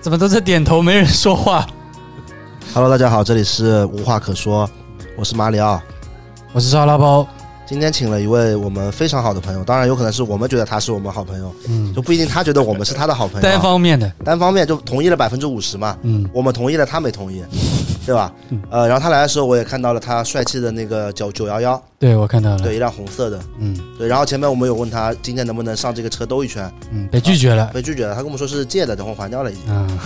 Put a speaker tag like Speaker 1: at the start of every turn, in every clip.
Speaker 1: 怎么都在点头，没人说话？
Speaker 2: Hello，大家好，这里是无话可说，我是马里奥。
Speaker 1: 我是沙拉包，
Speaker 2: 今天请了一位我们非常好的朋友，当然有可能是我们觉得他是我们好朋友，
Speaker 1: 嗯，
Speaker 2: 就不一定他觉得我们是他的好朋友 啊。
Speaker 1: 单方面的，
Speaker 2: 单方面就同意了百分之五十嘛，
Speaker 1: 嗯，
Speaker 2: 我们同意了，他没同 意，对吧？呃，然后他来的时候，我也看到了他帅气的那个九九幺幺，
Speaker 1: 对我看到了，
Speaker 2: 对，一辆红色的，
Speaker 1: 嗯
Speaker 2: 对。然后前面我们有问他今天能不能上这个车兜一圈，
Speaker 1: 嗯，被拒绝了，
Speaker 2: 被拒绝了，他跟我们说是借的，等会儿还掉了已经。
Speaker 1: 嗯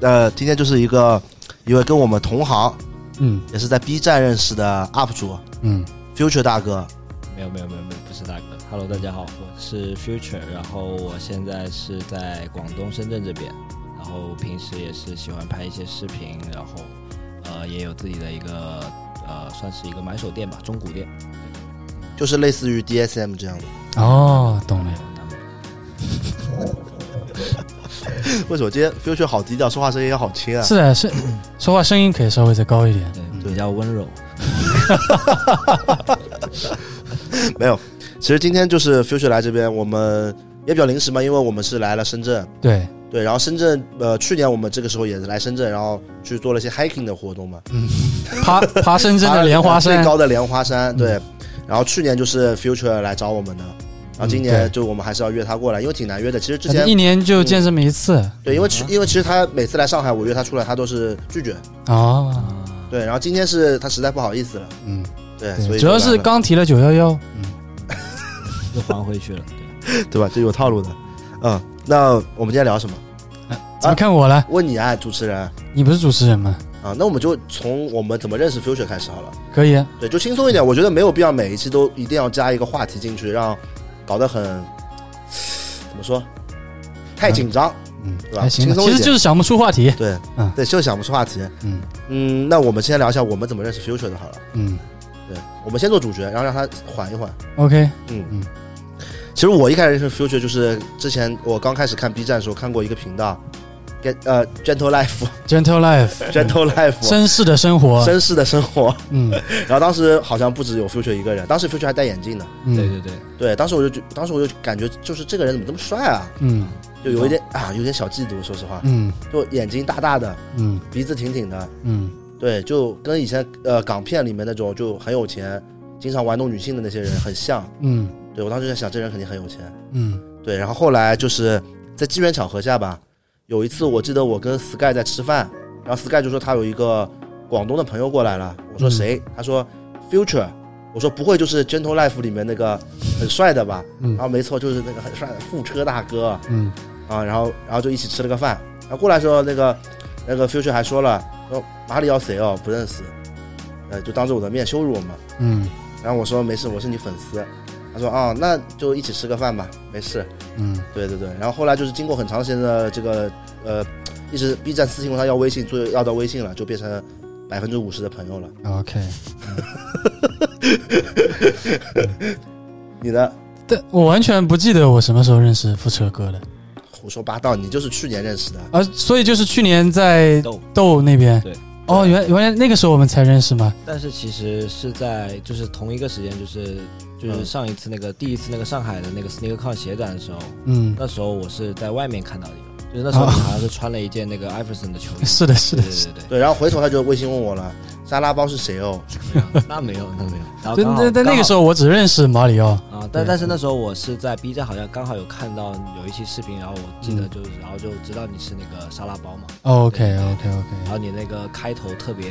Speaker 2: 呃，今天就是一个一位跟我们同行，
Speaker 1: 嗯
Speaker 2: 也是在 B 站认识的 UP 主
Speaker 1: 嗯
Speaker 2: Future 大哥，
Speaker 3: 没有没有没有没有，不是大哥。Hello，大家好，我是 Future，然后我现在是在广东深圳这边，然后平时也是喜欢拍一些视频，然后呃也有自己的一个呃算是一个买手店吧，中古店。
Speaker 2: 就是类似于 DSM 这样的。
Speaker 1: 哦，懂
Speaker 3: 没
Speaker 1: 了
Speaker 3: 有，嗯那没有
Speaker 2: 为什么今天 Future 好低调，说话声音也好轻啊？
Speaker 1: 是的， 是说话声音可以稍微再高一点，
Speaker 3: 嗯对，比较温柔。
Speaker 2: 没有，其实今天就是 Future 来这边，我们也比较临时嘛，因为我们是来了深圳，
Speaker 1: 对，
Speaker 2: 对，然后深圳，呃，去年我们这个时候也是来深圳，然后去做了一些 hiking 的活动嘛，
Speaker 1: 爬爬深圳
Speaker 2: 爬
Speaker 1: 的
Speaker 2: 了
Speaker 1: 莲花
Speaker 2: 最
Speaker 1: 山，嗯
Speaker 2: 高的莲花山，对。然后去年就是 Future 来找我们的，然后今
Speaker 1: 嗯对
Speaker 2: 年就我们还是要约他过来，因为挺难约的。其实之前
Speaker 1: 一年就见这么一次，
Speaker 2: 对，因为其因为其实他每次来上海，我约他出来，他都是拒绝。
Speaker 1: 哦，
Speaker 2: 对，然后今天是他实在不好意思了，
Speaker 1: 嗯，
Speaker 2: 对，所
Speaker 1: 对，
Speaker 2: 以
Speaker 1: 主
Speaker 2: 就
Speaker 1: 要
Speaker 2: 来
Speaker 1: 是
Speaker 2: 了
Speaker 1: 刚提了九幺
Speaker 2: 啊
Speaker 1: 幺，
Speaker 3: 又还回去了。对，
Speaker 2: 对吧？这有套路的，嗯。那我们今天聊什么？
Speaker 1: 怎么看我了？
Speaker 2: 问你啊，主持人
Speaker 1: 你不是主持人吗？
Speaker 2: 啊，那我们就从我们怎么认识 Future 开始好了。
Speaker 1: 可以啊，
Speaker 2: 对，就轻松一点。我觉得没有必要每一期都一定要加一个话题进去，让搞得很呃怎么说，太紧张。
Speaker 1: 嗯
Speaker 2: 对，吧
Speaker 1: 还行吧，
Speaker 2: 轻松一
Speaker 1: 其
Speaker 2: 点
Speaker 1: 实就是想不出话题，
Speaker 2: 对，
Speaker 1: 嗯
Speaker 2: 对，就想不出话题。
Speaker 1: 嗯
Speaker 2: 嗯，那我们先聊一下我们怎么认识 Future 的好了。
Speaker 1: 嗯
Speaker 2: 对，我们先做主角，然后让他缓一缓。
Speaker 1: ，OK，嗯
Speaker 2: 嗯嗯。其实我一开始认识 Future 就是之前我刚开始看 B 站的时候看过一个频道，Get 呃 Gentle Life，Gentle
Speaker 1: Gentle Life，
Speaker 2: Life，
Speaker 1: 绅士的生活，
Speaker 2: 绅士的生活。
Speaker 1: 嗯
Speaker 2: 然后当时好像不只有 Future 一个人，当时 Future 还戴眼镜呢。
Speaker 3: 对
Speaker 1: 嗯
Speaker 3: 对对，
Speaker 2: 对，当时我就觉，当时我就感觉就是这个人怎么这么帅啊？
Speaker 1: 嗯
Speaker 2: 就有一点啊，有点小嫉妒，说实话，
Speaker 1: 嗯
Speaker 2: 就眼睛大大的，
Speaker 1: 嗯
Speaker 2: 鼻子挺挺的，
Speaker 1: 嗯，
Speaker 2: 对，就跟以前呃港片里面那种就很有钱，经常玩弄女性的那些人很像。
Speaker 1: 嗯
Speaker 2: 对我当时就在想，这人肯定很有钱。
Speaker 1: 嗯
Speaker 2: 对，然后后来就是在机缘巧合下吧，有一次我记得我跟 Sky 在吃饭，然后 Sky 就说他有一个广东的朋友过来了，我
Speaker 1: 嗯
Speaker 2: 说谁？他说 Future。我说不会就是《Gentle Life》里面那个很帅的吧？
Speaker 1: 嗯
Speaker 2: 然后没错，就是那个很帅的副车大哥。
Speaker 1: 嗯
Speaker 2: 啊，然后然后就一起吃了个饭。然后过来的时候，那个那个 Future 还说了，说马里奥谁哦不认识，呃，就当着我的面羞辱我们。
Speaker 1: 嗯
Speaker 2: 然后我说没事，我是你粉丝。他说啊、那就一起吃个饭吧，没事。
Speaker 1: 嗯
Speaker 2: 对对对。然后后来就是经过很长时间的这个呃，一直 B 站私信问他要微信，最后要到微信了，就变成百分之五十的朋友了。
Speaker 1: ，OK，
Speaker 2: 你呢？
Speaker 1: 但我完全不记得我什么时候认识副车哥的，
Speaker 2: 胡说八道，你就是去年认识的。
Speaker 1: 啊，所以就是去年在
Speaker 3: 逗。
Speaker 1: 豆那边，
Speaker 3: 对，
Speaker 1: 哦，原原来那个时候我们才认识吗？
Speaker 3: 但是其实是在就是同一个时间，就是就是
Speaker 2: 嗯
Speaker 3: 上一次那个、第一次那个上海的那个 SneakerCon 鞋展的时候，
Speaker 1: 嗯，
Speaker 3: 那时候我是在外面看到你的，就是那时候你好像是穿了一件那个艾弗森的球衣。
Speaker 1: 是的，是
Speaker 3: 对
Speaker 1: 的，
Speaker 3: 对
Speaker 1: 是
Speaker 3: 对
Speaker 2: 对，然后回头他就微信问我了，沙拉包是谁哦？
Speaker 3: 对，那没有那没有。然后
Speaker 1: 的，
Speaker 3: 刚好
Speaker 1: 嗯那但那个时
Speaker 3: 候
Speaker 1: 候我只认识马里奥，
Speaker 3: 啊，但
Speaker 1: 对
Speaker 3: 但是那时候我是在 B 站好像刚好有看到有一期视频，然后我记
Speaker 1: 嗯
Speaker 3: 得就是然后就知道你是那个沙拉包嘛，
Speaker 1: OK OK OK，
Speaker 3: 然后你那个开头特别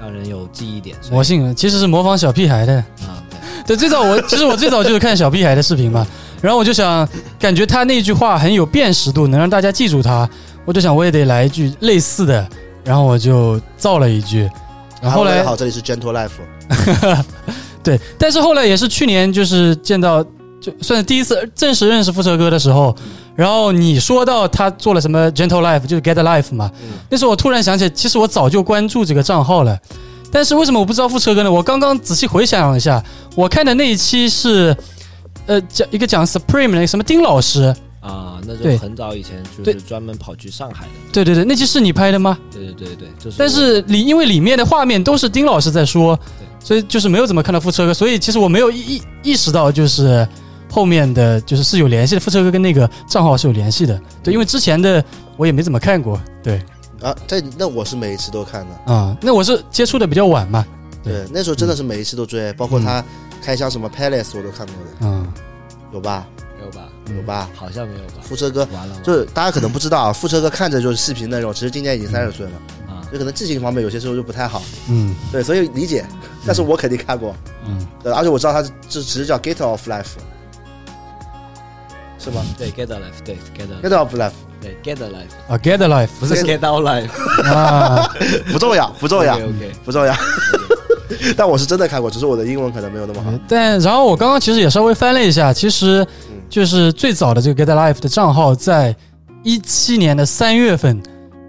Speaker 3: 让人有记忆点。所以
Speaker 1: 魔性其实是模仿小屁孩的。
Speaker 3: 啊，对，
Speaker 1: 对，最早我其实我最早就是看小屁孩的视频嘛，然后我就想，感觉他那句话很有辨识度，能让大家记住他，我就想我也得来一句类似的，然后我就造了一句，然后后
Speaker 2: “Hello，大
Speaker 1: 来
Speaker 2: 家啊好，这里是 Gentle Life。
Speaker 1: 对，但是后来也是去年就是见到，就算是第一次正式认识副车哥的时候，然后你说到他做了什么 Gentle Life，就是 Get a Life 嘛，那时候我突然想起来，其实我早就关注这个账号了，但是为什么我不知道副车哥呢？我刚刚仔细回想了一下，我看的那一期是。呃，讲一个讲 Supreme 的什么丁老师，
Speaker 3: 啊，那
Speaker 1: 对
Speaker 3: 就很早以前就
Speaker 1: 对
Speaker 3: 是专门跑去上海的，
Speaker 1: 对对对，那期是你拍的吗？
Speaker 3: 对对对对，就是我。
Speaker 1: 但是里因为里面的画面都是丁老师在说，所以就是没有怎么看到副车哥，所以其实我没有意意意识到就是后面的就是是有联系的，复仇哥跟那个账号是有联系的。
Speaker 3: 嗯
Speaker 1: 对，因为之前的我也没怎么看过。对，
Speaker 2: 啊，这那我是每一期都看的，
Speaker 1: 啊、那我是接触的比较晚嘛。对
Speaker 2: 对，那时候真的是每一期都追，包括他开箱什么 Palace 我都看过的，
Speaker 3: 啊
Speaker 1: 嗯，
Speaker 2: 有吧？
Speaker 3: 没有吧？
Speaker 2: 有吧？
Speaker 3: 好像没有吧？
Speaker 2: 副车哥
Speaker 3: 完了，
Speaker 2: 就是大家可能不知道啊，副车哥看着就是细皮嫩肉，其实今年已经三十岁了，
Speaker 3: 啊，
Speaker 2: 就可能记性方面有些时候就不太好，
Speaker 1: 嗯
Speaker 2: 对，所以理解。但是我肯定看过，
Speaker 1: 嗯，
Speaker 2: 对，而且我知道他这只是叫 Gate of Life，是吗
Speaker 3: 对，get a life，对，get a life，
Speaker 2: ？Gate of Life
Speaker 3: 对，get a life，
Speaker 1: 啊，Get a Life
Speaker 3: 不是 get out life，
Speaker 1: 啊，
Speaker 2: 不重要，不重要，
Speaker 3: ，OK，
Speaker 2: 不重要。 但我是真的看过，只是我的英文可能没有那么好。
Speaker 1: 但然后我刚刚其实也稍微翻了一下，其实
Speaker 2: 嗯
Speaker 1: 就是最早的这个 Get a Life 的账号在一七年的三月份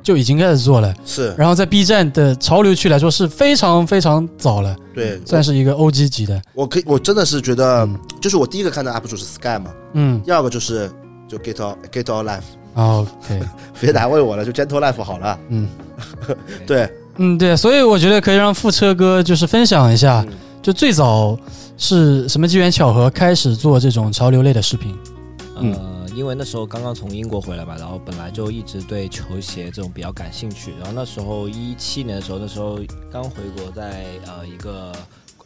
Speaker 1: 就已经开始做了，
Speaker 2: 是
Speaker 1: 然后在 B 站的潮流区来说是非常非常早了，
Speaker 2: 对，
Speaker 1: 算是一个 OG 级的。
Speaker 2: 我可以，我真的是觉得，就是我第一个看到 UP 主是 Sky 嘛，
Speaker 1: 嗯啊
Speaker 2: 第二个就是就 Gate of Gate of Life，
Speaker 1: ，OK，
Speaker 2: 别难为我了，就 Gentle Life 好了。
Speaker 1: 嗯
Speaker 2: 对，
Speaker 1: 嗯，对，所以我觉得可以让副车哥就是分享一下，
Speaker 2: 嗯
Speaker 1: 就最早是什么机缘巧合开始做这种潮流类的视频？
Speaker 3: 呃，因为那时候刚刚从英国回来嘛，然后本来就一直对球鞋这种比较感兴趣。然后那时候一七年的时候，那时候刚回国在，呃一个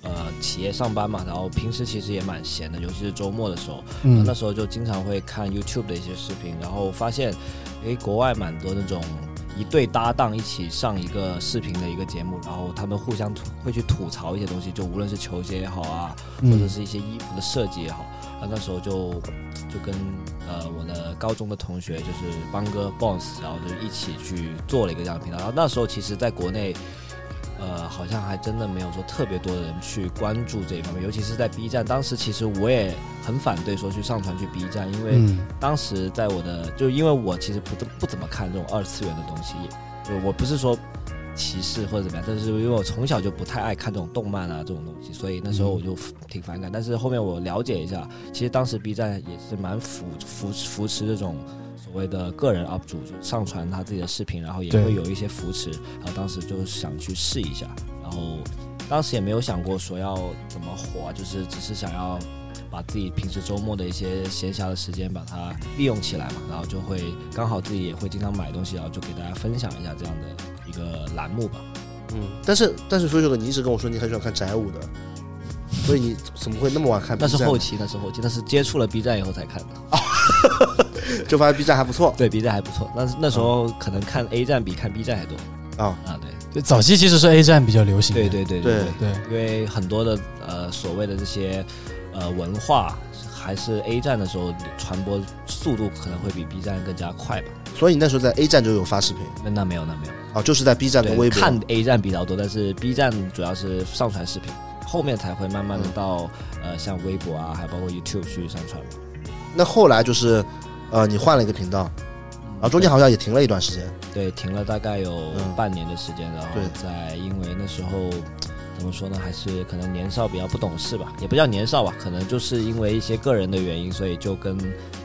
Speaker 3: 呃企业上班嘛，然后平时其实也蛮闲的，尤其是周末的时候，然后
Speaker 1: 嗯
Speaker 3: 那时候就经常会看 YouTube 的一些视频，然后发现，诶，国外蛮多那种一对搭档一起上一个视频的一个节目，然后他们互相吐会去吐槽一些东西，就无论是球鞋也好啊，或者
Speaker 1: 嗯
Speaker 3: 是一些衣服的设计也好，然后那时候就就跟呃我的高中的同学就是邦哥 Bones，然后就一起去做了一个这样的频道。然后那时候其实在国内，呃，好像还真的没有说特别多的人去关注这一方面，尤其是在 B 站。当时其实我也很反对说去上传去 B 站，因为、
Speaker 1: 嗯
Speaker 3: 当时在我的，就因为我其实不怎不怎么看这种二次元的东西，就我不是说歧视或者怎么样，但是因为我从小就不太爱看这种动漫啊这种东西，所以那时候我就挺反感。但是后面我了解一下，其实当时 B 站也是蛮扶扶扶持这种。所谓的个人 UP 主就上传他自己的视频，然后也
Speaker 1: 对
Speaker 3: 会有一些扶持，然后当时就想去试一下，然后当时也没有想过说要怎么火啊，就是只是想要把自己平时周末的一些闲暇的时间把它利用起来嘛，然后就会刚好自己也会经常买东西，然后就给大家分享一下这样的一个栏目吧。
Speaker 2: 嗯，但是但是，说这个你一直跟我说你很喜欢看宅舞的，所以你怎么会那么晚看 B
Speaker 3: 那
Speaker 2: 站？
Speaker 3: 是后期，那是后期，那是接触了 B 站以后才看的。
Speaker 2: 就发现 B 站还不错
Speaker 3: 对，B 站还不错，但是那时候可能看 A 站比看 B 站还多
Speaker 2: 啊。
Speaker 3: 啊。
Speaker 1: 对早期其实是 A 站比较流行的。
Speaker 3: 对，对对
Speaker 2: 对
Speaker 3: 对对，
Speaker 1: 对
Speaker 3: 因为很多的呃所谓的这些呃文化，还是 A 站的时候传播速度可能会比 B 站更加快吧。
Speaker 2: 所以你那时候在 A 站就有发视频
Speaker 3: 那那没有，那没有。
Speaker 2: 啊，就是在 B 站
Speaker 3: 对
Speaker 2: 跟微博。
Speaker 3: 看 A 站比较多，但是 B 站主要是上传视频，后面才会慢慢的
Speaker 2: 嗯
Speaker 3: 到、呃像微博啊，还包括 YouTube 去上传嘛。
Speaker 2: 那后来就是，呃，你换了一个频道，
Speaker 3: 嗯
Speaker 2: 然后中间好像也停了一段时间。
Speaker 3: 对停了大概有
Speaker 2: 嗯
Speaker 3: 半年的时间，然后
Speaker 2: 对
Speaker 3: 在因为那时候怎么说呢，还是可能年少比较不懂事吧，也不叫年少吧，可能就是因为一些个人的原因，所以就跟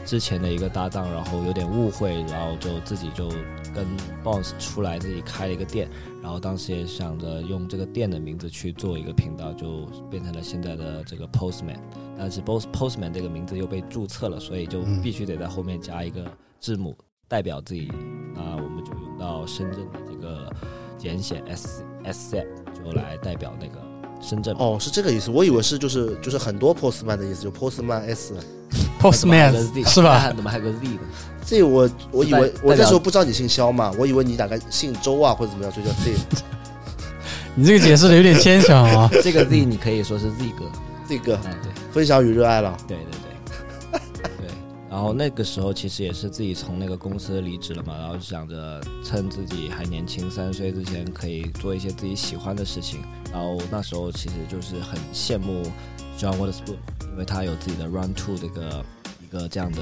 Speaker 3: 之前的一个搭档，然后有点误会，然后就自己就跟 Boss 出来自己开了一个店，然后当时也想着用这个店的名字去做一个频道，就变成了现在的这个 Postman，但呃是 Post Postman 这个名字又被注册了，所以就
Speaker 1: 嗯
Speaker 3: 必须得在后面加一个字母，代表自己。那我们就用到深圳的这个简写 S S C，就来代表那个深圳。
Speaker 2: 哦，是这个意思，我以为是就是就是很多 Postman 的意思，就 Postman S。
Speaker 1: 哦
Speaker 3: 还有个
Speaker 1: Postman
Speaker 3: Z，
Speaker 1: 是吧？？
Speaker 3: 怎么还有个 Z 呢？
Speaker 2: 这我我以为
Speaker 3: 代
Speaker 2: 我那
Speaker 3: 代表
Speaker 2: 时候不知道你姓肖嘛，我以为你大概姓周啊或者怎么样，所以叫 Z
Speaker 1: 你这个解释的有点牵强 啊。
Speaker 3: 这个 Z 你可以说是 Z 哥。
Speaker 2: 这个
Speaker 3: 啊，对。
Speaker 2: 分享与热爱了。
Speaker 3: 对对对， 对。然后那个时候其实也是自己从那个公司离职了嘛，然后想着趁自己还年轻，三十岁之前可以做一些自己喜欢的事情。然后那时候其实就是很羡慕 John Waterspoon，因为他有自己的 Run Two 这个一个这样的，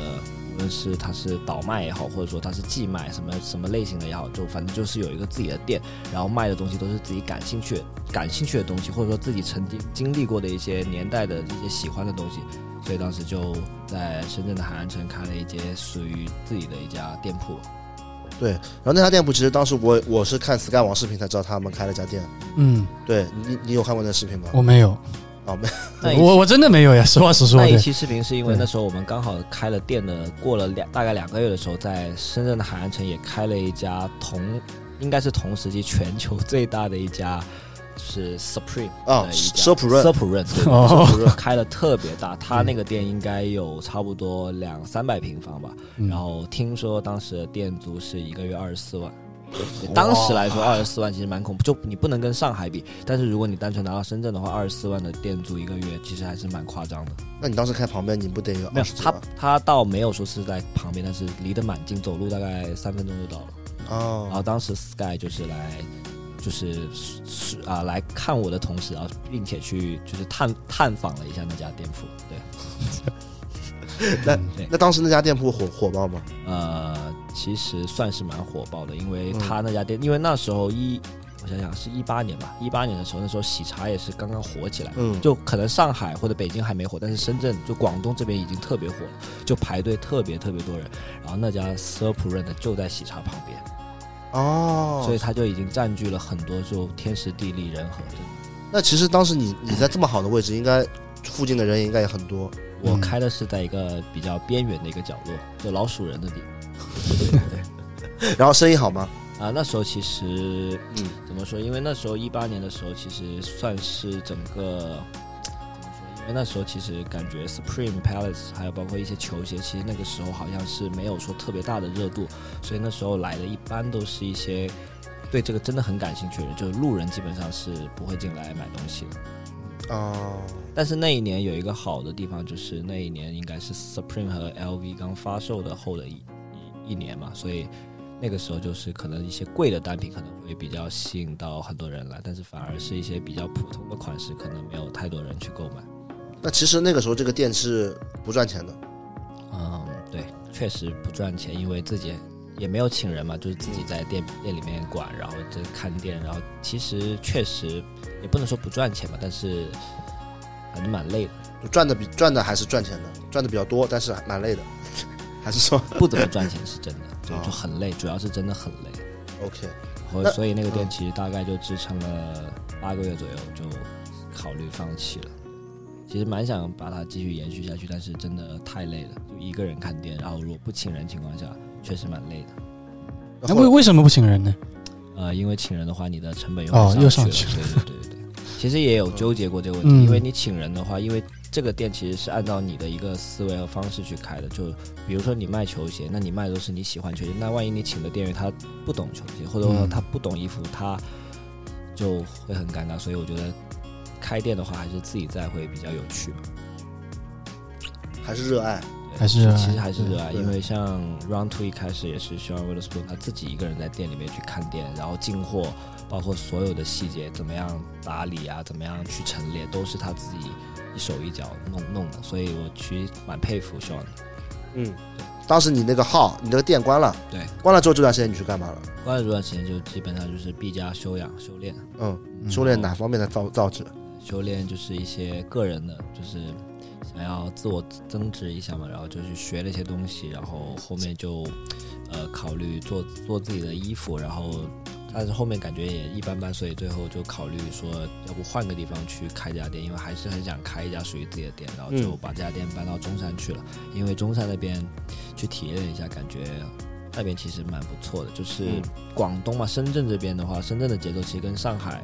Speaker 3: 无论是他是倒卖也好，或者说他是寄卖什么什么类型的也好，就反正就是有一个自己的店，然后卖的东西都是自己感兴趣感兴趣的东西，或者说自己曾经经历过的一些年代的一些喜欢的东西。所以当时就在深圳的海岸城开了一间属于自己的一家店铺。
Speaker 2: 然后那家店铺其实当时我我是看 Sky 王视频才知道他们开了家店。
Speaker 1: 嗯，哦
Speaker 2: 对你你有看过那视频吗？
Speaker 1: 我没有。
Speaker 2: 啊，没
Speaker 3: 那一
Speaker 1: 我我真的没有呀，实话实说
Speaker 3: 那一
Speaker 1: 的。
Speaker 3: 期视频是因为
Speaker 1: 对
Speaker 3: 那时候我们刚好开了店的，过了两大概两个月的时候，在深圳的海岸城也开了一家同，应该是同时期全球最大的一家，就是 Supreme
Speaker 2: 啊
Speaker 3: 的，一家
Speaker 2: 奢普润
Speaker 3: 奢普润，对
Speaker 1: 哦嗯
Speaker 3: 奢普润开的特别大，他那个店应该有差不多两三百平方吧，
Speaker 1: 嗯
Speaker 3: 然后听说当时的店租是一个月二十四万。对当时来说，二十四万其实蛮恐怖，就你不能跟上海比。但是如果你单纯拿到深圳的话，二十四万的店租一个月，其实还是蛮夸张的。
Speaker 2: 那你当时开旁边，你不得有
Speaker 3: 没
Speaker 2: 20
Speaker 3: 有
Speaker 2: 几
Speaker 3: 他
Speaker 2: 万，
Speaker 3: 他倒没有说是在旁边，但是离得蛮近，走路大概三分钟就到了。然
Speaker 2: 哦
Speaker 3: 后当时 Sky 就是来，就是是啊来看我的同时，然后并且去就是探探访了一下那家店铺。对，
Speaker 2: 那当时那家店铺火火爆吗？
Speaker 3: 呃，其实算是蛮火爆的，因为
Speaker 2: 嗯
Speaker 3: 他那家店，因为那时候一我想想是一八年吧，一八年的时候，那时候喜茶也是刚刚火起来。
Speaker 2: 嗯，
Speaker 3: 就可能上海或者北京还没火，但是深圳就广东这边已经特别火了，就排队特别特别多人。然后那家奢普润的就在喜茶旁边，所
Speaker 2: 哦
Speaker 3: 以，它就已经占据了很多就天时地利人和。就
Speaker 2: 那其实当时你你在这么好的位置，应该附近的人应该也很多。
Speaker 3: 我
Speaker 1: 嗯
Speaker 3: 开的是在一个比较边缘的一个角落，就老鼠人的地
Speaker 2: 然后生意好吗？
Speaker 3: 啊。那时候其实
Speaker 2: 嗯，
Speaker 3: 怎么说？因为那时候一八年的时候，其实算是整个怎么说？因为那时候其实感觉 Supreme Palace 还有包括一些球鞋，其实那个时候好像是没有说特别大的热度，所以那时候来的一般都是一些对这个真的很感兴趣的人，就是路人基本上是不会进来买东西的。
Speaker 2: 哦，
Speaker 3: 但是那一年有一个好的地方，就是那一年应该是 Supreme 和 LV 刚发售的后的一一一年嘛，所以那个时候就是可能一些贵的单品可能会比较吸引到很多人来，但是反而是一些比较普通的款式，可能没有太多人去购买。
Speaker 2: 那其实那个时候这个店是不赚钱的。
Speaker 3: 嗯，对，确实不赚钱，因为自己也没有请人嘛，就是自己在店店里面管，然后这看店，然后其实确实也不能说不赚钱吧，但是反正蛮累的。
Speaker 2: 就赚的比赚的还是赚钱的，赚的比较多，但是还蛮累的， 还是说
Speaker 3: 不怎么赚钱是真 的，就
Speaker 2: 哦
Speaker 3: 就很累，主要是真的很累。
Speaker 2: OK？那
Speaker 3: 然
Speaker 2: 嗯
Speaker 3: 后所以那个店其实大概就支撑了八个月左右，就考虑放弃了。其实蛮想把它继续延续下去，但是真的太累了，就一个人看店，然后如果不请人情况下，确实蛮累的。
Speaker 1: 那为为什么不请人呢？
Speaker 3: 呃，因为请人的话，你的成本又
Speaker 1: 哦
Speaker 3: 会
Speaker 1: 又
Speaker 3: 上
Speaker 1: 上
Speaker 3: 去
Speaker 1: 去
Speaker 3: 了。对对对对对，其实也有纠结过这个问题，
Speaker 1: 嗯
Speaker 3: 因为你请人的话，因为这个店其实是按照你的一个思维和方式去开的。就比如说你卖球鞋，那你卖的都是你喜欢球鞋，那万一你请的店员他不懂球鞋，或者说
Speaker 1: 嗯
Speaker 3: 他不懂衣服，他就会很尴尬。所以我觉得开店的话，还是自己在会比较有趣吧。
Speaker 2: 还是热爱。
Speaker 3: 对
Speaker 1: 还是热爱
Speaker 3: 其实还是热爱，
Speaker 2: 对
Speaker 3: 因为像 Round Two 一开始也是 Sean Witherspoon 他自己一个人在店里面去看店，然后进货，包括所有的细节怎么样打理啊，怎么样去陈列，都是他自己一手一脚弄弄的，所以我其实蛮佩服 Sean 的。
Speaker 2: 嗯，当时你那个号，你那个店关了，
Speaker 3: 对，
Speaker 2: 关了之后这段时间你去干嘛了？
Speaker 3: 关于这段时间就基本上就是毕加修养修炼，
Speaker 2: 嗯，修炼哪方面的造造纸？
Speaker 3: 修炼就是一些个人的，就是想要自我增值一下嘛，然后就去学了一些东西，然后后面就呃考虑做做自己的衣服，然后但是后面感觉也一般般，所以最后就考虑说，要不换个地方去开家店，因为还是很想开一家属于自己的店，然后就
Speaker 2: 嗯
Speaker 3: 把这家店搬到中山去了，因为中山那边去体验了一下，感觉。那边其实蛮不错的，就是
Speaker 2: 嗯
Speaker 3: 广东嘛，深圳这边的话，深圳的节奏其实跟上海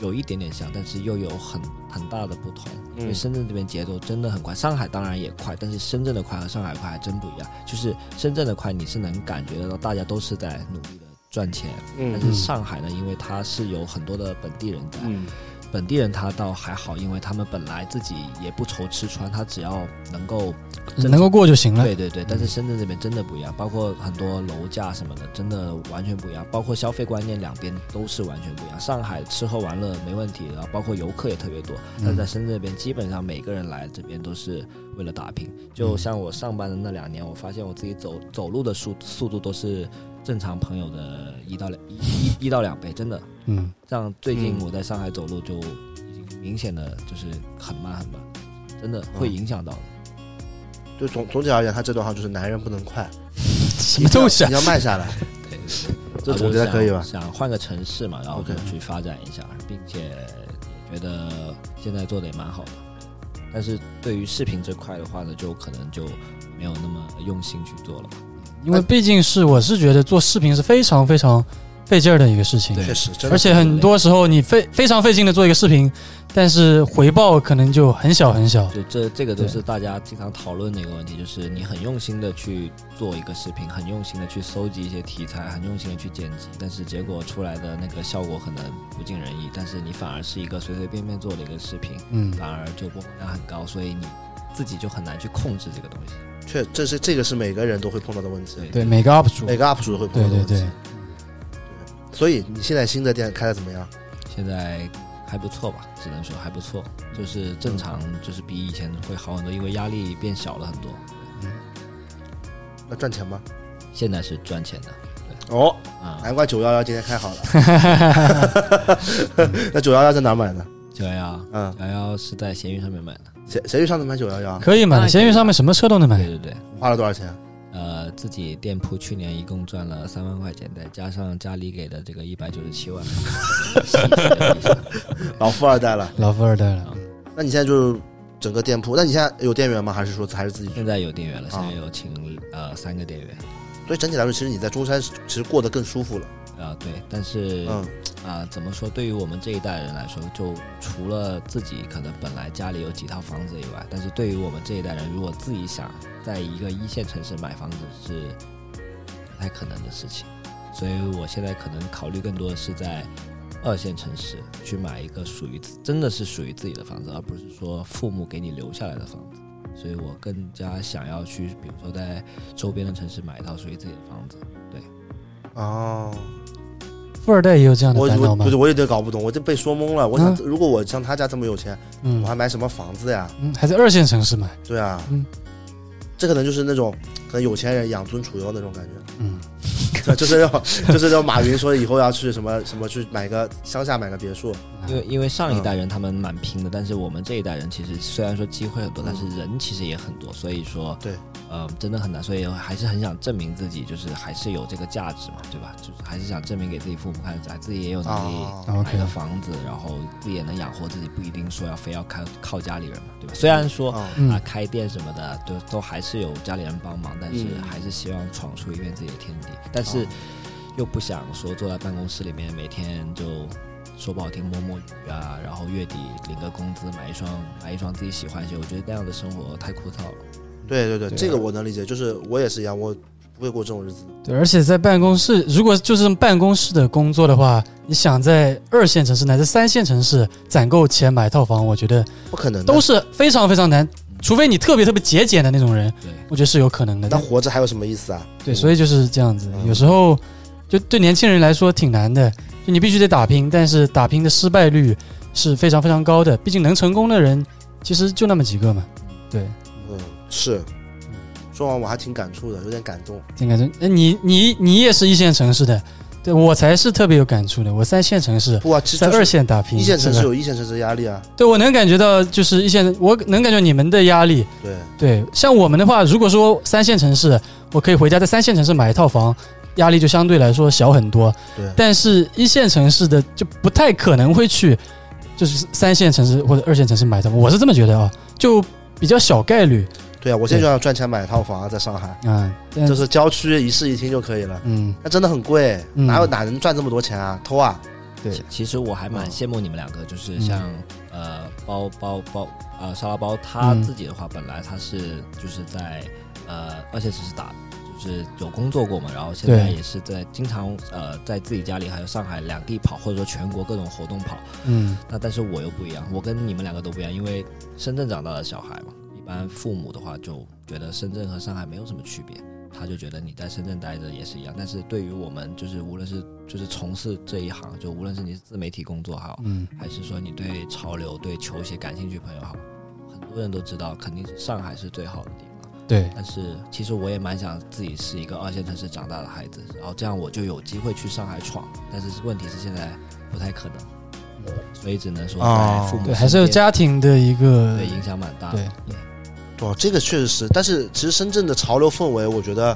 Speaker 3: 有一点点像，但是又有很很大的不同。因为
Speaker 2: 嗯
Speaker 3: 深圳这边节奏真的很快，上海当然也快，但是深圳的快和上海快还真不一样。就是深圳的快，你是能感觉得到大家都是在努力的赚钱，但是
Speaker 1: 嗯
Speaker 3: 上海呢，因为它是有很多的本地人在，
Speaker 2: 嗯
Speaker 3: 本地人他倒还好，因为他们本来自己也不愁吃穿，他只要能够
Speaker 1: 能够过就行了。
Speaker 3: 对对对，但是深圳这边真的不一样，包括很多楼价什么的，真的完全不一样，包括消费观念两边都是完全不一样。上海吃喝玩乐没问题，然后包括游客也特别多，但是在深圳这边，基本上每个人来这边都是为了打拼。就像我上班的那两年，我发现我自己走走路的速速度都是正常朋友的一到两一一一到两倍，真的。
Speaker 1: 嗯，
Speaker 3: 像最近
Speaker 2: 嗯
Speaker 3: 我在上海走路就已经明显的就是很慢很慢，真的会影响到的。
Speaker 2: 就总总体而言，他这段话就是男人不能快，
Speaker 1: 什么东西啊
Speaker 2: 你？要慢下来。
Speaker 3: 对对对。
Speaker 2: 这
Speaker 3: 啊
Speaker 2: 总结
Speaker 3: 就是
Speaker 2: 的可以吧？
Speaker 3: 想想换个城市嘛，然后
Speaker 2: OK
Speaker 3: 就去发展一下，并且也觉得现在做的也蛮好的。但是对于视频这块的话呢，就可能就没有那么用心去做了嘛。
Speaker 1: 因为毕竟是我是觉得做视频是非常非常费劲儿的一个事情，
Speaker 3: 对
Speaker 2: 确实，真的
Speaker 1: 而且很多时候你费非常费劲的做一个视频，但是回报可能就很小很小。
Speaker 3: 对，这这个都
Speaker 1: 对
Speaker 3: 是大家经常讨论的一个问题，就是你很用心的去做一个视频，很用心的去搜集一些题材，很用心的去剪辑，但是结果出来的那个效果可能不尽人意，但是你反而是一个随随便便做的一个视频，
Speaker 1: 嗯，
Speaker 3: 反而就播放量很高，所以你自己就很难去控制这个东西。
Speaker 2: 确这是这个是每个人都会碰到的问题，
Speaker 3: 对
Speaker 1: 对，每个 UP 主，
Speaker 2: 每个 UP 主都会碰
Speaker 1: 对
Speaker 2: 到的
Speaker 1: 对
Speaker 2: 问题。
Speaker 1: 对，
Speaker 2: 所以你现在新的店开的怎么样？
Speaker 3: 现在还不错吧，只能说还不错，就是正常，就是比以前会好很多，因为压力变小了很多。
Speaker 2: 那赚钱吗？
Speaker 3: 现在是赚钱的
Speaker 2: 哦，
Speaker 3: 啊，
Speaker 2: 难怪九幺幺今天开 好了。那九幺幺在哪买的？
Speaker 3: 九幺幺，
Speaker 2: 嗯，
Speaker 3: 九幺幺是在闲鱼上面买的。
Speaker 2: 谁谁去上次买九幺幺？
Speaker 1: 可以
Speaker 3: 当
Speaker 1: 买，
Speaker 3: 然
Speaker 1: 闲鱼上面什么车都能
Speaker 3: 对
Speaker 1: 买。
Speaker 3: 对对，
Speaker 2: 花了多少钱？啊
Speaker 3: 呃，自己店铺去年一共赚了三万块钱，再加上家里给的这个一百九十 七万，喜极而泣
Speaker 2: 老富二代了。
Speaker 1: 老富二代了，
Speaker 2: 那你现在就是整个店铺？那你现在有店员吗？还是说还是自己去？
Speaker 3: 现在有店员了，现在有请呃三个店员。
Speaker 2: 所以整体来说，其实你在中山其实过得更舒服了。
Speaker 3: 啊，对，但是
Speaker 2: 嗯，
Speaker 3: 啊，怎么说？对于我们这一代人来说，就除了自己可能本来家里有几套房子以外，但是对于我们这一代人，如果自己想在一个一线城市买房子是不太可能的事情。所以我现在可能考虑更多的是在二线城市去买一个属于自真的是属于自己的房子，而不是说父母给你留下来的房子。所以我更加想要去，比如说在周边的城市买一套属于自己的房子。
Speaker 2: 哦，
Speaker 1: 富二代也有这样的
Speaker 2: 我
Speaker 1: 烦恼
Speaker 2: 我
Speaker 1: 吗
Speaker 2: 不？是我有点搞不懂，我就被说懵了。我想
Speaker 1: 嗯，
Speaker 2: 如果我像他家这么有钱，
Speaker 1: 嗯
Speaker 2: 我还买什么房子呀？
Speaker 1: 嗯，还在二线城市买，
Speaker 2: 对啊，
Speaker 1: 嗯
Speaker 2: 这可能就是那种可能有钱人养尊处优那种感觉，
Speaker 1: 嗯，
Speaker 2: 对就是要就是要马云说以后要去什么什么去买个乡下买个别墅，
Speaker 3: 因为因为上一代人他们蛮拼的，但是我们这一代人其实虽然说机会很多，但是人其实也很多，所以说
Speaker 2: 对，
Speaker 3: 呃，真的很难，所以还是很想证明自己，就是还是有这个价值嘛，对吧？就是还是想证明给自己父母看，哎，自己也有能力
Speaker 2: 啊，
Speaker 1: OK
Speaker 3: 买个房子，然后自己也能养活自己，不一定说要非要靠靠家里人嘛，对吧？虽然说。
Speaker 2: 啊，
Speaker 1: 嗯
Speaker 3: 啊，开店什么的，都都还是有家里人帮忙，但是
Speaker 2: 嗯
Speaker 3: 还是希望闯出一片自己的天地。但是又不想说坐在办公室里面每天就说不好听摸摸鱼啊，然后月底领个工资买一双买一双自己喜欢的鞋，我觉得那样的生活太枯燥了。
Speaker 2: 对对对，
Speaker 1: 对
Speaker 2: 这个我能理解，就是我也是一样，我不会过这种日子，
Speaker 1: 对，而且在办公室，如果就是办公室的工作的话，你想在二线城市乃至三线城市攒够钱买套房，我觉得
Speaker 2: 不可能的
Speaker 1: 都。是非常非常难，除非你特别特别节俭的那种人，
Speaker 3: 对，
Speaker 1: 我觉得是有可能的。
Speaker 2: 那
Speaker 1: 但
Speaker 2: 活着还有什么意思啊？
Speaker 1: 对，所以就是这样子，
Speaker 2: 嗯
Speaker 1: 有时候就对年轻人来说挺难的，就你必须得打拼，但是打拼的失败率是非常非常高的，毕竟能成功的人其实就那么几个嘛。对，
Speaker 2: 嗯，是。说完我还挺感触的，有点感动。
Speaker 1: 挺感觉，哎，你你你也是一线城市的，对我才是特别有感触的，我三线城市。
Speaker 2: 不啊，其实
Speaker 1: 在
Speaker 2: 就是
Speaker 1: 二线打拼，
Speaker 2: 一线城市
Speaker 1: 是吧
Speaker 2: 有一线城市的压力啊。
Speaker 1: 对，我能感觉到，就是一线，我能感觉你们的压力。
Speaker 2: 对，
Speaker 1: 对，像我们的话，如果说三线城市，我可以回家在三线城市买一套房，压力就相对来说小很多。
Speaker 2: 对
Speaker 1: 但是一线城市的就不太可能会去，就是三线城市或者二线城市买套房，我是这么觉得啊，就比较小概率
Speaker 2: 对啊，我现在就想赚钱买套房啊，在上海，
Speaker 1: 啊。但
Speaker 2: 就是郊区一室一厅就可以了。
Speaker 1: 嗯，
Speaker 2: 那真的很贵，
Speaker 1: 嗯
Speaker 2: 哪有哪能赚这么多钱啊？偷啊！
Speaker 1: 对
Speaker 3: 其其实我还蛮
Speaker 2: 嗯
Speaker 3: 羡慕你们两个，就是
Speaker 1: 嗯
Speaker 3: 像、呃包包包啊沙拉包他
Speaker 1: 嗯
Speaker 3: 自己的话，本来他是就是在呃而且只是打就是有工作过嘛，然后现在
Speaker 1: 对
Speaker 3: 也是在经常呃在自己家里还有上海两地跑，或者说全国各种活动跑。
Speaker 1: 嗯，
Speaker 3: 那但是我又不一样，我跟你们两个都不一样，因为深圳长大的小孩嘛，一般父母的话就觉得深圳和上海没有什么区别，他就觉得你在深圳待着也是一样。但是对于我们，就是无论是就是从事这一行，就无论是你是自媒体工作好，
Speaker 1: 嗯，
Speaker 3: 还是说你对潮流、对球鞋感兴趣的朋友好，很多人都知道，肯定是上海是最好的地方。
Speaker 1: 对，
Speaker 3: 但是其实我也蛮想自己是一个啊二线城市长大的孩子，然后这样我就有机会去上海闯。但是问题是现在不太可能，所以只能说
Speaker 2: 哦
Speaker 3: 在父母
Speaker 1: 对，还是有
Speaker 3: 身边
Speaker 1: 家庭的一个
Speaker 3: 对影响蛮大的。
Speaker 1: 对
Speaker 2: 哇，这个确实是，但是其实深圳的潮流氛围，我觉得，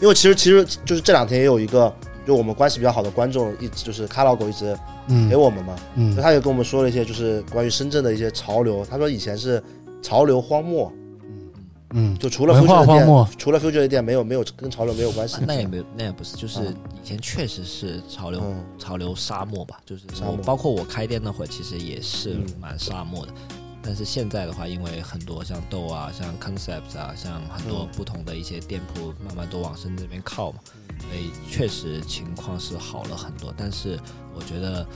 Speaker 2: 因为其实其实就是这两天也有一个就我们关系比较好的观众一直就是卡老狗一直给
Speaker 1: 嗯
Speaker 2: 我们嘛，就
Speaker 1: 嗯
Speaker 2: 他也跟我们说了一些就是关于深圳的一些潮流，他说以前是潮流荒漠，
Speaker 1: 嗯，
Speaker 2: 就除了
Speaker 1: 文
Speaker 2: Future
Speaker 1: 化
Speaker 2: 的
Speaker 1: 荒
Speaker 2: 店，
Speaker 1: 漠
Speaker 2: 除了 Future 的店没有没有跟潮流没有关系，
Speaker 3: 那也没有，那也不是，就是以前确实是潮流、
Speaker 2: 嗯
Speaker 3: 潮流沙漠吧，就是
Speaker 2: 沙
Speaker 3: 我
Speaker 2: 漠
Speaker 3: 包括我开店那会儿，其实也是
Speaker 2: 嗯
Speaker 3: 蛮沙漠的。但是现在的话，因为很多像豆啊、像 Concepts 啊、像很多
Speaker 2: 嗯
Speaker 3: 不同的一些店铺，慢慢都往深圳这边靠嘛，
Speaker 2: 嗯
Speaker 3: 所以确实情况是好了很多。但是我觉得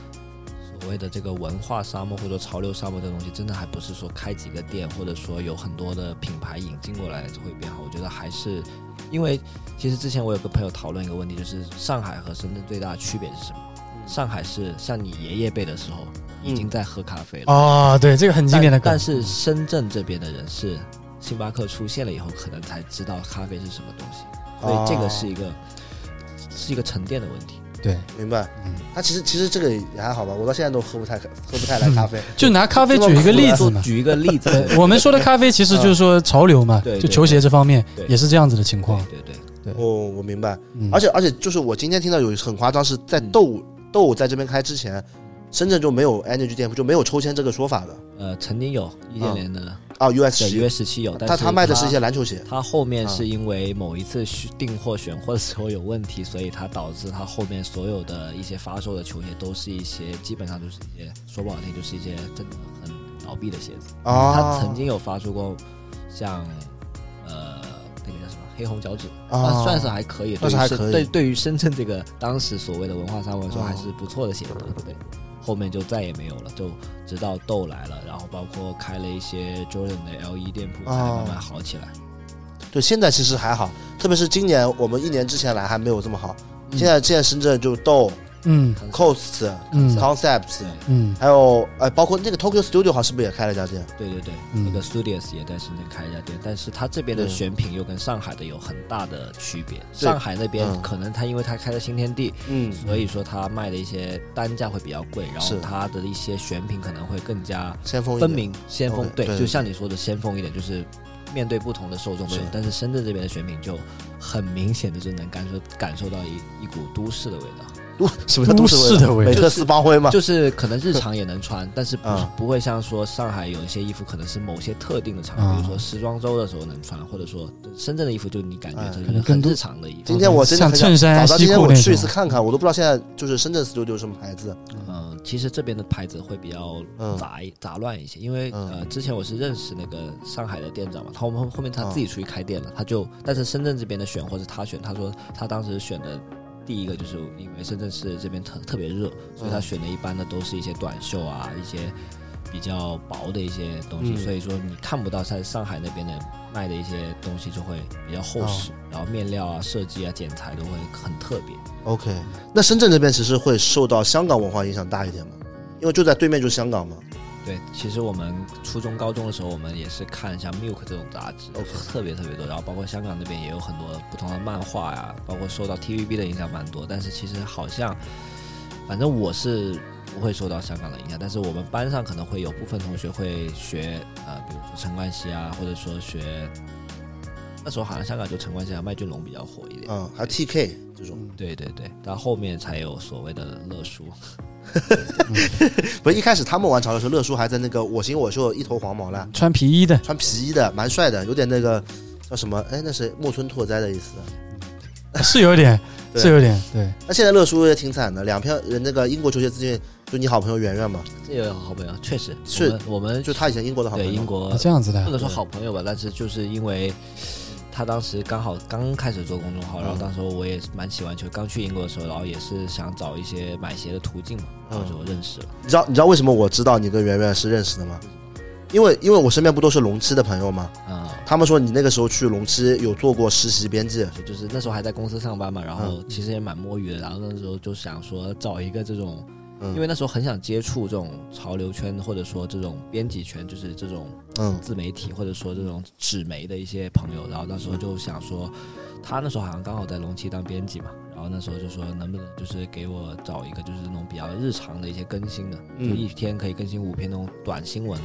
Speaker 3: 所谓的这个文化沙漠或者潮流沙漠这东西，真的还不是说开几个店，或者说有很多的品牌引进过来会变好。我觉得还是因为其实之前我有个朋友讨论一个问题，就是上海和深圳最大的区别是什么？
Speaker 2: 嗯
Speaker 3: 上海是像你爷爷辈的时候已经在喝咖啡了，
Speaker 1: 啊，对，这个很经
Speaker 3: 但
Speaker 1: 典的梗
Speaker 3: 但，是深圳这边的人是星巴克出现了以后，可能才知道咖啡是什么东西，
Speaker 2: 啊
Speaker 3: 所以这个是一个、是一个沉淀的问题。
Speaker 1: 对，
Speaker 2: 明白
Speaker 1: 嗯。
Speaker 2: 他其实其实这个也还好吧，我到现在都喝不太喝不太来咖 啡。
Speaker 1: 就拿咖啡举一个例子嘛。
Speaker 3: 举一个例子，
Speaker 1: 我们说的咖啡其实就是说潮流嘛，
Speaker 3: 对对
Speaker 1: 就球鞋这方面
Speaker 3: 对
Speaker 1: 也是这样子的情况。
Speaker 3: 对对对，
Speaker 2: 哦，我明白。
Speaker 1: 嗯
Speaker 2: 而且而且就是我今天听到有很夸张，是在豆豆在这边开之前，深圳就没有 energy 店铺就没有抽签这个说法的
Speaker 3: 呃，曾经有易建联的
Speaker 2: 啊。US
Speaker 3: 在
Speaker 2: 十
Speaker 3: 约时期有，但
Speaker 2: 他
Speaker 3: 是
Speaker 2: 他卖的是一些篮球鞋，
Speaker 3: 他后
Speaker 2: 啊
Speaker 3: 面是因为某一次需订货选货的时候有问题，所以他导致他后面所有的一些发售的球鞋都是一些基本上就是一些说不好听就是一些真的很倒闭的鞋子。
Speaker 2: 啊
Speaker 3: 嗯他曾经有发出过像呃那个叫什么黑红脚趾，
Speaker 2: 啊
Speaker 3: 那算是还可以，
Speaker 2: 算是还可以
Speaker 3: 对于深对对于深圳这个当时所谓的文化沙漠来说
Speaker 2: 哦
Speaker 3: 还是不错的鞋子，对。后面就再也没有了，就直到豆来了，然后包括开了一些 Jordan 的 LE 店
Speaker 2: 啊
Speaker 3: 铺，才慢慢好起来。
Speaker 2: 对，现在其实还好，特别是今年我们一年之前来还没有这么好。
Speaker 3: 嗯
Speaker 2: 现在现在深圳就豆
Speaker 1: 嗯
Speaker 2: Coast
Speaker 1: 嗯
Speaker 2: Concepts，
Speaker 3: 对
Speaker 1: 嗯
Speaker 2: 还有呃，包括那个 Tokyo Studio 好像是不是也开了一家店？
Speaker 3: 对对对，
Speaker 1: 嗯
Speaker 3: 那个 Studios 也在深圳开一家店，但是它这边的
Speaker 2: 对
Speaker 3: 选品又跟上海的有很大的区别。上海那边
Speaker 2: 嗯
Speaker 3: 可能它因为它开了新天地，
Speaker 2: 嗯
Speaker 3: 所以说它卖的一些单价会比较贵，然后
Speaker 2: 是
Speaker 3: 它的一些选品可能会更加
Speaker 2: 先锋一点
Speaker 3: 分明、先锋。
Speaker 2: OK，
Speaker 3: 对，
Speaker 2: 对
Speaker 3: 就像你说的先锋一点，就是面对不同的受众都有
Speaker 2: 是。
Speaker 3: 但是深圳这边的选品就很明显的就能感受感受到一一股都市的味道。
Speaker 2: 都什么叫都
Speaker 1: 都
Speaker 2: 市
Speaker 1: 市的味道
Speaker 2: 美特斯邦威嘛，
Speaker 3: 就是可能日常也能穿，但是不、
Speaker 2: 啊
Speaker 3: 不会像说上海有一些衣服，可能是某些特定的场合，
Speaker 1: 啊
Speaker 3: 比如说时装周的时候能穿，或者说深圳的衣服，就你感觉
Speaker 2: 哎
Speaker 3: 这
Speaker 1: 可
Speaker 3: 是
Speaker 1: 能
Speaker 3: 很
Speaker 1: 更多
Speaker 3: 日常的衣服
Speaker 2: 今。天我真的很
Speaker 1: 像衬衫
Speaker 2: 想，
Speaker 1: 啊
Speaker 2: 早上
Speaker 1: 西
Speaker 2: 今天
Speaker 1: 裤
Speaker 2: 我
Speaker 1: 那
Speaker 2: 去一
Speaker 1: 种
Speaker 2: 次看看，我都不知道现在就是深圳 studio 有什么牌子。
Speaker 3: 嗯、其实这边的牌子会比较
Speaker 2: 嗯
Speaker 3: 杂一、杂乱一些，因为、
Speaker 2: 嗯
Speaker 3: 呃，之前我是认识那个上海的店长嘛，他我们后后面他
Speaker 2: 啊
Speaker 3: 自己出去开店了，他就
Speaker 2: 嗯
Speaker 3: 但是深圳这边的选货是他选，他说他当时选的。第一个就是因为深圳市这边特特别热，所以他
Speaker 2: 嗯
Speaker 3: 选的一般的都是一些短袖啊，一些比较薄的一些东西，
Speaker 2: 嗯
Speaker 3: 所以说你看不到在上海那边的卖的一些东西就会比较厚实，
Speaker 2: 嗯
Speaker 3: 然后面料啊、设计啊、剪裁都会很特别。
Speaker 2: OK，那深圳这边其实会受到香港文化影响大一点嘛，因为就在对面就是香港嘛。
Speaker 3: 对，其实我们初中、高中的时候，我们也是看像 Milk 这种杂志
Speaker 2: OK
Speaker 3: 特别特别多。然后包括香港那边也有很多不同的漫画呀、包括受到 TVB 的影响蛮多。但是其实好像，反正我是不会受到香港的影响，但是我们班上可能会有部分同学会学呃，比如说陈冠希啊，或者说学那时候好像香港就陈冠希啊、麦浚龙比较火一点。
Speaker 2: 嗯，还有 TK 这种，
Speaker 3: 对对对，到后面才有所谓的乐叔。
Speaker 2: 不是一开始他们玩潮流的时候，乐叔还在那个我行我秀，一头黄毛呢，
Speaker 1: 穿皮衣 的，
Speaker 2: 穿皮衣的，蛮帅的，有点那个叫什么？哎，那谁？木村拓哉的意思。
Speaker 1: 是有点，
Speaker 2: 对
Speaker 1: 是有点，对，
Speaker 2: 那现在乐叔也挺惨的，两票呃那个英国球鞋资讯，就你好朋友圆圆嘛，
Speaker 3: 这也有好朋友，确实
Speaker 2: 是
Speaker 3: 我们我们
Speaker 2: 就他以前英国的好朋
Speaker 3: 对
Speaker 2: 友。
Speaker 3: 英国
Speaker 1: 这样子
Speaker 3: 不
Speaker 1: 的，
Speaker 3: 能说好朋友吧，但是就是因为他当时刚好刚开始做公众号，然后当时我也蛮喜欢球，刚去英国的时候，然后也是想找一些买鞋的途径嘛，然后就认识了。
Speaker 2: 你知道你知道为什么我知道你跟圆圆是认识的吗？因为因为我身边不都是龙七的朋友吗？
Speaker 3: 嗯，
Speaker 2: 他们说你那个时候去龙七有做过实习编辑，
Speaker 3: 就就是那时候还在公司上班嘛，然后其实也蛮摸鱼的，然后那时候就想说找一个这种，
Speaker 2: 嗯
Speaker 3: 因为那时候很想接触这种潮流圈或者说这种编辑圈，就是这种
Speaker 2: 嗯
Speaker 3: 自媒体或者说这种纸媒的一些朋友，然后那时候就想说，他那时候好像刚好在龙七当编辑嘛，然后那时候就说能不能就是给我找一个就是那种比较日常的一些更新的，就
Speaker 2: 嗯
Speaker 3: 一天可以更新五篇那种短新闻，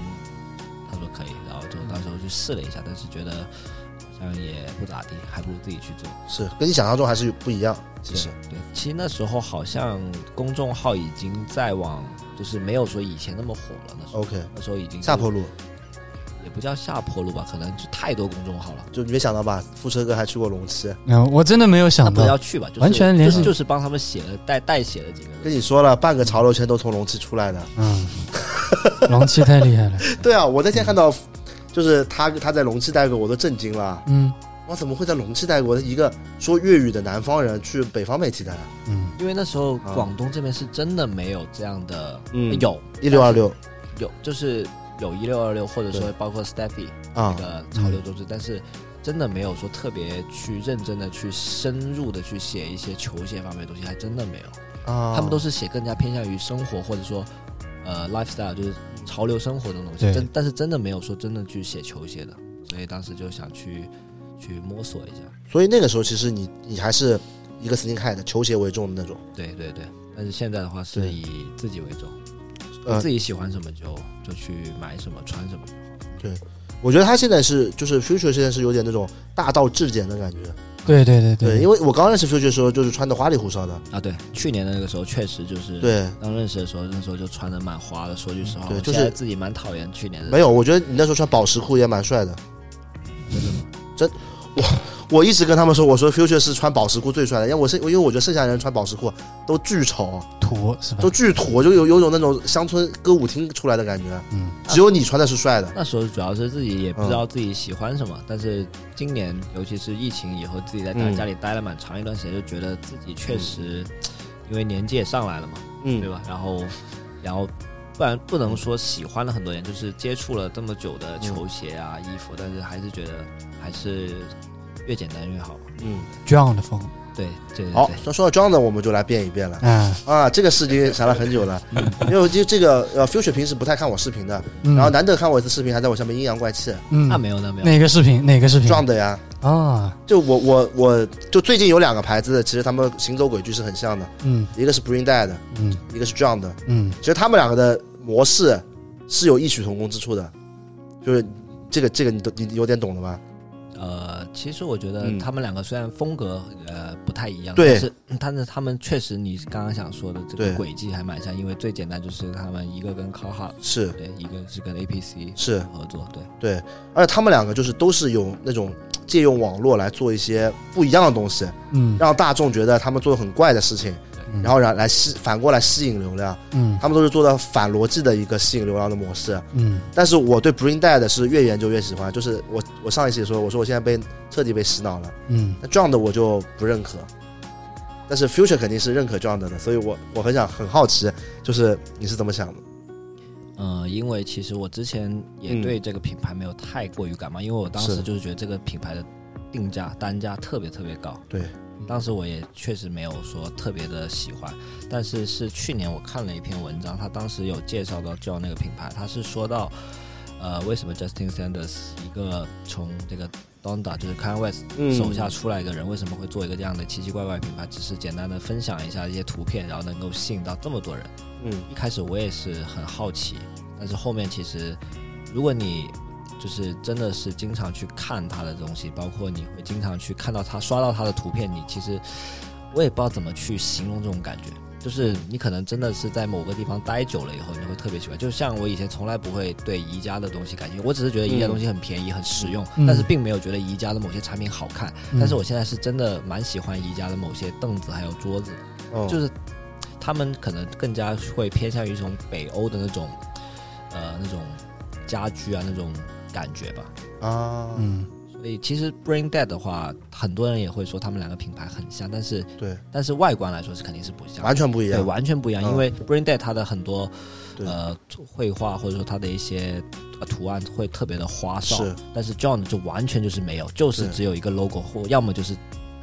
Speaker 3: 他说可以，然后就到时候去试了一下，但是觉得好像也不咋地，还不如自己去做。
Speaker 2: 是跟你想象中还是不一样，其实
Speaker 3: 对，其实那时候好像公众号已经在往，就是没有说以前那么火了。那时候
Speaker 2: OK
Speaker 3: 那时候已经
Speaker 2: 哦下坡路，
Speaker 3: 也不叫下坡路吧，可能就太多公众号了。
Speaker 2: 就你没想到吧？副车哥还去过龙七，
Speaker 1: 嗯，我真的没有
Speaker 3: 那
Speaker 1: 想
Speaker 3: 不
Speaker 1: 到
Speaker 3: 要，去吧，就是
Speaker 1: 完全联
Speaker 3: 就
Speaker 1: 系
Speaker 3: 是就是帮他们写了代代写了几个人。
Speaker 2: 跟你说了，
Speaker 3: 嗯
Speaker 2: 半个潮流圈都从龙七出来的。
Speaker 1: 嗯，龙七太厉害了，
Speaker 2: 对啊，我那天看
Speaker 3: 嗯
Speaker 2: 到，就是他他在龙七待过，我都震惊了。
Speaker 1: 嗯
Speaker 2: 我怎么会在龙七待过？一个说粤语的南方人去北方媒体待？
Speaker 1: 嗯，
Speaker 3: 因为那时候
Speaker 2: 啊
Speaker 3: 广东这边是真的没有这样的，
Speaker 2: 嗯
Speaker 3: 有
Speaker 2: 一六二六
Speaker 3: 有就是有一六二六，或者说包括 Stephy 那
Speaker 2: 啊，
Speaker 3: 个潮流周知，但是真的没有说特别去认真的去深入的去写一些球鞋方面的东西，还真的没有。
Speaker 2: 啊，
Speaker 3: 他们都是写更加偏向于生活或者说呃 lifestyle，就是潮流生活这种东西。
Speaker 1: 对
Speaker 3: 真但是真的没有说真的去写球鞋的，所以当时就想去去摸索一下。
Speaker 2: 所以那个时候其实你你还是一个 sneakerhead 球鞋为重的那种。
Speaker 3: 对对对，但是现在的话是
Speaker 2: 对
Speaker 3: 以自己为重，
Speaker 2: 呃
Speaker 3: 自己喜欢什么就就去买什么穿什么。
Speaker 2: 我觉得他现在是就是 Future 现在是有点那种大道至简的感觉。
Speaker 1: 对对对
Speaker 2: 对，因
Speaker 1: 为
Speaker 2: 为我刚认识 Future 的时候就是穿的花里胡哨的。
Speaker 3: 啊，对，去年的那个时候确实就是，
Speaker 2: 对，
Speaker 3: 刚认识的时候，那时候就穿的蛮花的。说句实话，
Speaker 2: 对
Speaker 3: 我
Speaker 2: 就是
Speaker 3: 现在自己蛮讨厌去年的。
Speaker 2: 没有，我觉得你那时候穿宝石裤也蛮帅的。真，我我一直跟他们说，我说 Future 是穿宝石裤最帅的，因为我是因为我觉得剩下人穿宝石裤都巨丑，
Speaker 1: 土是吧
Speaker 2: 都？巨土，就有有种那种乡村歌舞厅出来的感觉。
Speaker 1: 嗯，
Speaker 2: 只有你穿的是帅的。
Speaker 3: 那时候主要是自己也不知道自己喜欢什么，但是今年尤其是疫情以后，自己在家
Speaker 2: 嗯
Speaker 3: 家里待了蛮长一段时间，就觉得自己确实，因为年纪也上来了嘛，对
Speaker 2: 嗯，
Speaker 3: 吧？然后，然后不然不能说喜欢了很多年，就是接触了这么久的
Speaker 2: 嗯
Speaker 3: 球鞋啊、衣服，但是还是觉得还是越简单越好。
Speaker 2: 嗯。
Speaker 1: 这样的风，
Speaker 3: 对，对对
Speaker 2: 好
Speaker 3: 对，，
Speaker 2: 那说到装的，我们就来变一变了。
Speaker 1: 嗯
Speaker 2: 啊，这个事情想了很久了，因为我就这个呃，Future 平时不太看我视频的，
Speaker 1: 嗯，
Speaker 2: 然后难得看我一次视频，还在我下面阴阳怪气，
Speaker 1: 嗯
Speaker 3: 啊那没有那没有，
Speaker 1: 哪个视频哪个视频
Speaker 2: 撞的呀。
Speaker 1: 啊？
Speaker 2: 就我我我就最近有两个牌子，其实他们行走轨迹是很像的，
Speaker 1: 嗯
Speaker 2: 一个是 Bring Dead，
Speaker 1: 嗯
Speaker 2: 一个是 John 的。
Speaker 1: 嗯
Speaker 2: 其实他们两个的模式是有异曲同工之处的，就是这个这个你都你你有点懂了吧？
Speaker 3: 呃，其实我觉得
Speaker 2: 嗯
Speaker 3: 他们两个虽然风格呃不太一样，
Speaker 2: 对
Speaker 3: 但是但是他们确实你刚刚想说的这个
Speaker 2: 对
Speaker 3: 轨迹还蛮像，因为最简单就是他们一个跟 c o h a
Speaker 2: 是
Speaker 3: 对，一个是跟 APC
Speaker 2: 是，
Speaker 3: 合作，对，
Speaker 2: 对，而且他们两个就是都是有那种借用网络来做一些不一样的东西，
Speaker 1: 嗯
Speaker 2: 让大众觉得他们做的很怪的事情，
Speaker 1: 嗯
Speaker 2: 然后让来吸反过来吸引流量，
Speaker 1: 嗯
Speaker 2: 他们都是做的反逻辑的一个吸引流量的模式。
Speaker 1: 嗯
Speaker 2: 但是我对 Bring Dead 是越研究越喜欢，就是我我上一期也说，我说我现在被彻底被洗脑了，
Speaker 1: 嗯
Speaker 2: 那 John 的我就不认可，但是 Future 肯定是认可 John 的的，所以我我很想很好奇，就是你是怎么想的？
Speaker 3: 呃，因为其实我之前也
Speaker 2: 嗯
Speaker 3: 对这个品牌没有太过于感冒，因为我当时
Speaker 2: 是
Speaker 3: 就是觉得这个品牌的定价单价特别特别高，
Speaker 2: 对，
Speaker 3: 当时我也确实没有说特别的喜欢，但是是去年我看了一篇文章，他当时有介绍到 John 那个品牌，他是说到，呃，为什么 Justin Sanders 一个从这个 Donda 就是 Kanye West
Speaker 2: 嗯
Speaker 3: 手下出来一个人，为什么会做一个这样的奇奇怪怪的品牌？只是简单的分享一下一些图片，然后能够吸引到这么多人。
Speaker 2: 嗯
Speaker 3: 一开始我也是很好奇，但是后面其实，如果你就是真的是经常去看他的东西，包括你会经常去看到他刷到他的图片，你其实我也不知道怎么去形容这种感觉。就是你可能真的是在某个地方待久了以后，你会特别喜欢。就像我以前从来不会对宜家的东西感兴趣，我只是觉得宜家
Speaker 2: 嗯
Speaker 3: 东西很便宜、很实用，
Speaker 1: 嗯
Speaker 3: 但是并没有觉得宜家的某些产品好看。
Speaker 1: 嗯
Speaker 3: 但是我现在是真的蛮喜欢宜家的某些凳子还有桌子的。
Speaker 2: 嗯，
Speaker 3: 就是他们可能更加会偏向于一种北欧的那种，呃，那种家居啊那种感觉吧。
Speaker 2: 啊，
Speaker 1: 嗯
Speaker 3: 所以其实 Bring Dead 的话，很多人也会说他们两个品牌很像，但是
Speaker 2: 对，
Speaker 3: 但是外观来说是肯定是不像，
Speaker 2: 完全不一
Speaker 3: 对
Speaker 2: 样。
Speaker 3: 完全不一样。
Speaker 2: 嗯
Speaker 3: 因为 Bring Dead 它的很多
Speaker 2: 对
Speaker 3: 呃绘画或者说它的一些呃图案会特别的花哨，
Speaker 2: 是
Speaker 3: 但是 John 就完全就是没有，就是
Speaker 2: 对
Speaker 3: 只有一个 logo，或要么就是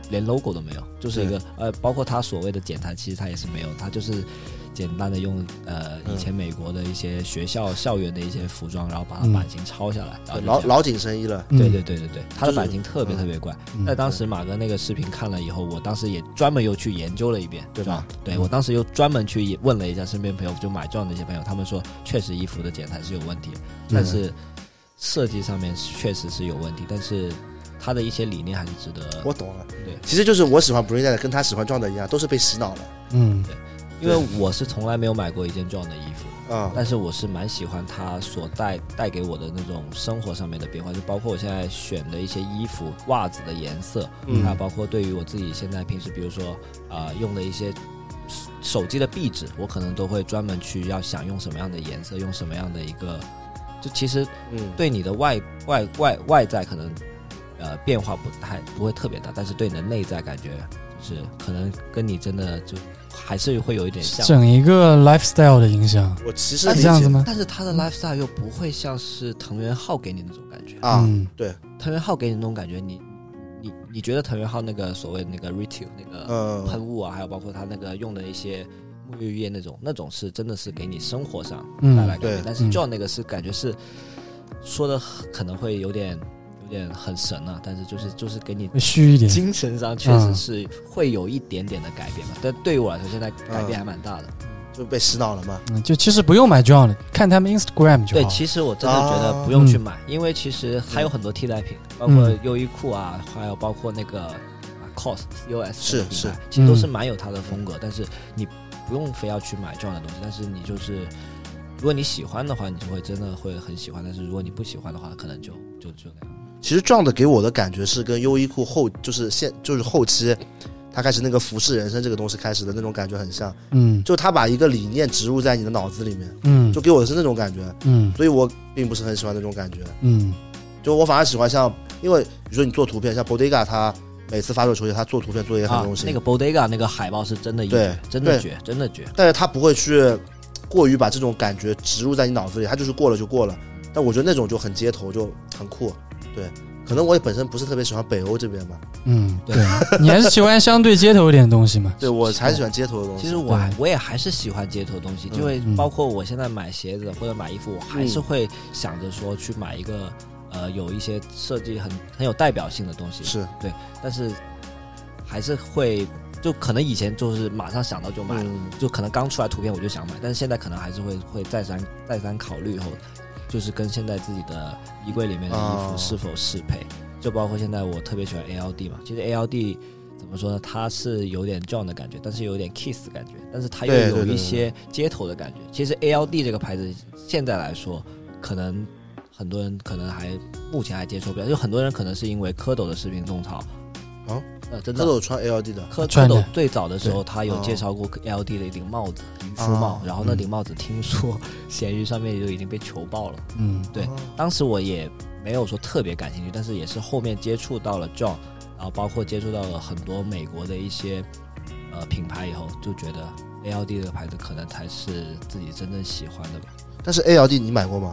Speaker 3: 连 logo 都没有，就是一个呃，包括他所谓的剪裁，其实他也是没有，他就是简单的用呃
Speaker 2: 嗯
Speaker 3: 以前美国的一些学校校园的一些服装，然后把它
Speaker 1: 嗯
Speaker 3: 版型抄下来，然啊后就
Speaker 2: 老
Speaker 3: 这样
Speaker 2: 老紧身衣了。
Speaker 1: 嗯
Speaker 3: 对对对对对，他的
Speaker 2: 就是
Speaker 3: 版型特别特别怪。
Speaker 1: 嗯
Speaker 3: 在当时马哥那个视频看了以后，我当时也专门又去研究了一遍，
Speaker 2: 对吧？
Speaker 3: 对我当时又专门去问了一下身边朋友，就买 John 的一些朋友，他们说确实衣服
Speaker 1: 嗯
Speaker 3: 的剪裁是有问题，但是设计上面确实是有问题，但是他的一些理念还是值得。
Speaker 2: 我懂了，
Speaker 3: 对，
Speaker 2: 其实就是我喜欢 Brina 的，跟他喜欢 John 的一样，都是被洗脑了
Speaker 1: 嗯
Speaker 3: 因为我是从来没有买过一件 John 的衣服，
Speaker 2: 啊。
Speaker 3: 但是我是蛮喜欢他所带带给我的那种生活上面的变化，就包括我现在选的一些衣服、袜子的颜色，啊
Speaker 2: 嗯
Speaker 3: 还有包括对于我自己现在平时，比如说啊、呃用的一些手手机的壁纸，我可能都会专门去要想用什么样的颜色，用什么样的一个，就其实
Speaker 2: 嗯，
Speaker 3: 对你的外外外外在可能呃变化不太不会特别大，但是对你的内在感觉就是可能跟你真的就还是会有一点像。
Speaker 1: 整一个 lifestyle 的影响，
Speaker 2: 我其实
Speaker 3: 但
Speaker 1: 是
Speaker 2: 理
Speaker 1: 这样
Speaker 2: 解
Speaker 1: 子吗？
Speaker 3: 但是他的 lifestyle 又不会像是藤原浩给你那种感觉，
Speaker 2: 啊，
Speaker 1: 嗯
Speaker 2: 对，
Speaker 3: 藤原浩给你那种感觉，你你你觉得藤原浩那个所谓那个 retail 那个喷
Speaker 2: 嗯，
Speaker 3: 雾啊，还有包括他那个用的一些沐浴液那种，那种是真的是给你生活上带来
Speaker 1: 嗯，
Speaker 3: 改变
Speaker 2: 对，
Speaker 3: 但是
Speaker 1: 嗯
Speaker 3: John 那个是感觉是说的可能会有点有点很神啊，但是就是就是给你
Speaker 1: 会嗯虚一点，
Speaker 3: 精神上确
Speaker 1: 嗯
Speaker 3: 实是会有一点点的改变嘛，但对于我来说现在改变还蛮大的。
Speaker 2: 就被洗脑了嘛。
Speaker 1: 嗯，就其实不用买 John 了，看他们 Instagram 就
Speaker 3: 对，
Speaker 1: 好。
Speaker 3: 其实我真的觉得不用去买，因为其实还有很多替代品，包括
Speaker 1: 嗯
Speaker 3: 优衣库啊，还有包括那个啊 COS、COS
Speaker 2: 是
Speaker 3: 这个品牌
Speaker 2: 是
Speaker 3: 其实都是
Speaker 1: 嗯
Speaker 3: 蛮有它的风格，但是你不用非要去买这样的东西，但是你就是。如果你喜欢的话，你就会真的会很喜欢；但是如果你不喜欢的话，可能就就就那样。
Speaker 2: 其实 John 的给我的感觉是跟优衣库后就是现就是后期，他开始那个服饰人生这个东西开始的那种感觉很像，
Speaker 1: 嗯
Speaker 2: 就他把一个理念植入在你的脑子里面，
Speaker 1: 嗯
Speaker 2: 就给我的是那种感觉，
Speaker 1: 嗯
Speaker 2: 所以我并不是很喜欢那种感觉。
Speaker 1: 嗯
Speaker 2: 就我反而喜欢像，因为比如说你做图片，像 Bodega 他每次发售球鞋，他做图片做的也很
Speaker 3: 啊
Speaker 2: 用，心，
Speaker 3: 那个 Bodega 那个海报是真的一
Speaker 2: 对
Speaker 3: 绝，真的
Speaker 2: 对
Speaker 3: 绝，真的绝。
Speaker 2: 但是他不会去过于把这种感觉植入在你脑子里，他就是过了就过了。但我觉得那种就很街头，就很酷。对，可能我也本身不是特别喜欢北欧这边嘛，
Speaker 1: 嗯，对，你还是喜欢相对街头一点的东西 嘛？
Speaker 2: 对我才喜欢街头的东西。
Speaker 3: 其实我还
Speaker 1: 对
Speaker 3: 我也还是喜欢街头的东西，
Speaker 2: 嗯
Speaker 3: 就会
Speaker 1: 嗯
Speaker 3: 包括我现在买鞋子或者买衣服，我还是会想着说去买一个呃有一些设计很很有代表性的东西，
Speaker 2: 是嗯
Speaker 3: 但是还是会就可能以前就是马上想到就买了，
Speaker 2: 嗯
Speaker 3: 就可能刚出来图片我就想买，但是现在可能还是会会再三再三考虑以后，就是跟现在自己的衣柜里面的衣
Speaker 2: 哦
Speaker 3: 服是否适配，就包括现在我特别喜欢 ALD 嘛，其实 ALD 怎么说呢，它是有点 John 的感觉，但是有点 Kiss 的感觉，但是它又
Speaker 2: 对对
Speaker 3: 有
Speaker 2: 对对
Speaker 3: 一些街头的感觉。其实 ALD 这个牌子现在来说，可能很多人可能还目前还接受不了，就很多人可能是因为蝌蚪的视频种草。
Speaker 2: 哦，
Speaker 3: 呃，真的
Speaker 2: 蝌蚪穿 LD 的，
Speaker 3: 蝌蝌
Speaker 1: 穿的
Speaker 3: 蚪最早的时候，他有介绍过 L D 的一顶帽子，渔夫帽
Speaker 2: 啊。
Speaker 3: 然后那顶帽子听说 闲鱼上面就已经被求爆了。
Speaker 1: 嗯
Speaker 3: 对当时我也没有说特别感兴趣，但是也是后面接触到了 John，然后包括接触到了很多美国的一些呃品牌以后，就觉得 L D 这个牌子可能才是自己真正喜欢的吧。
Speaker 2: 但是 ALD 你买过吗？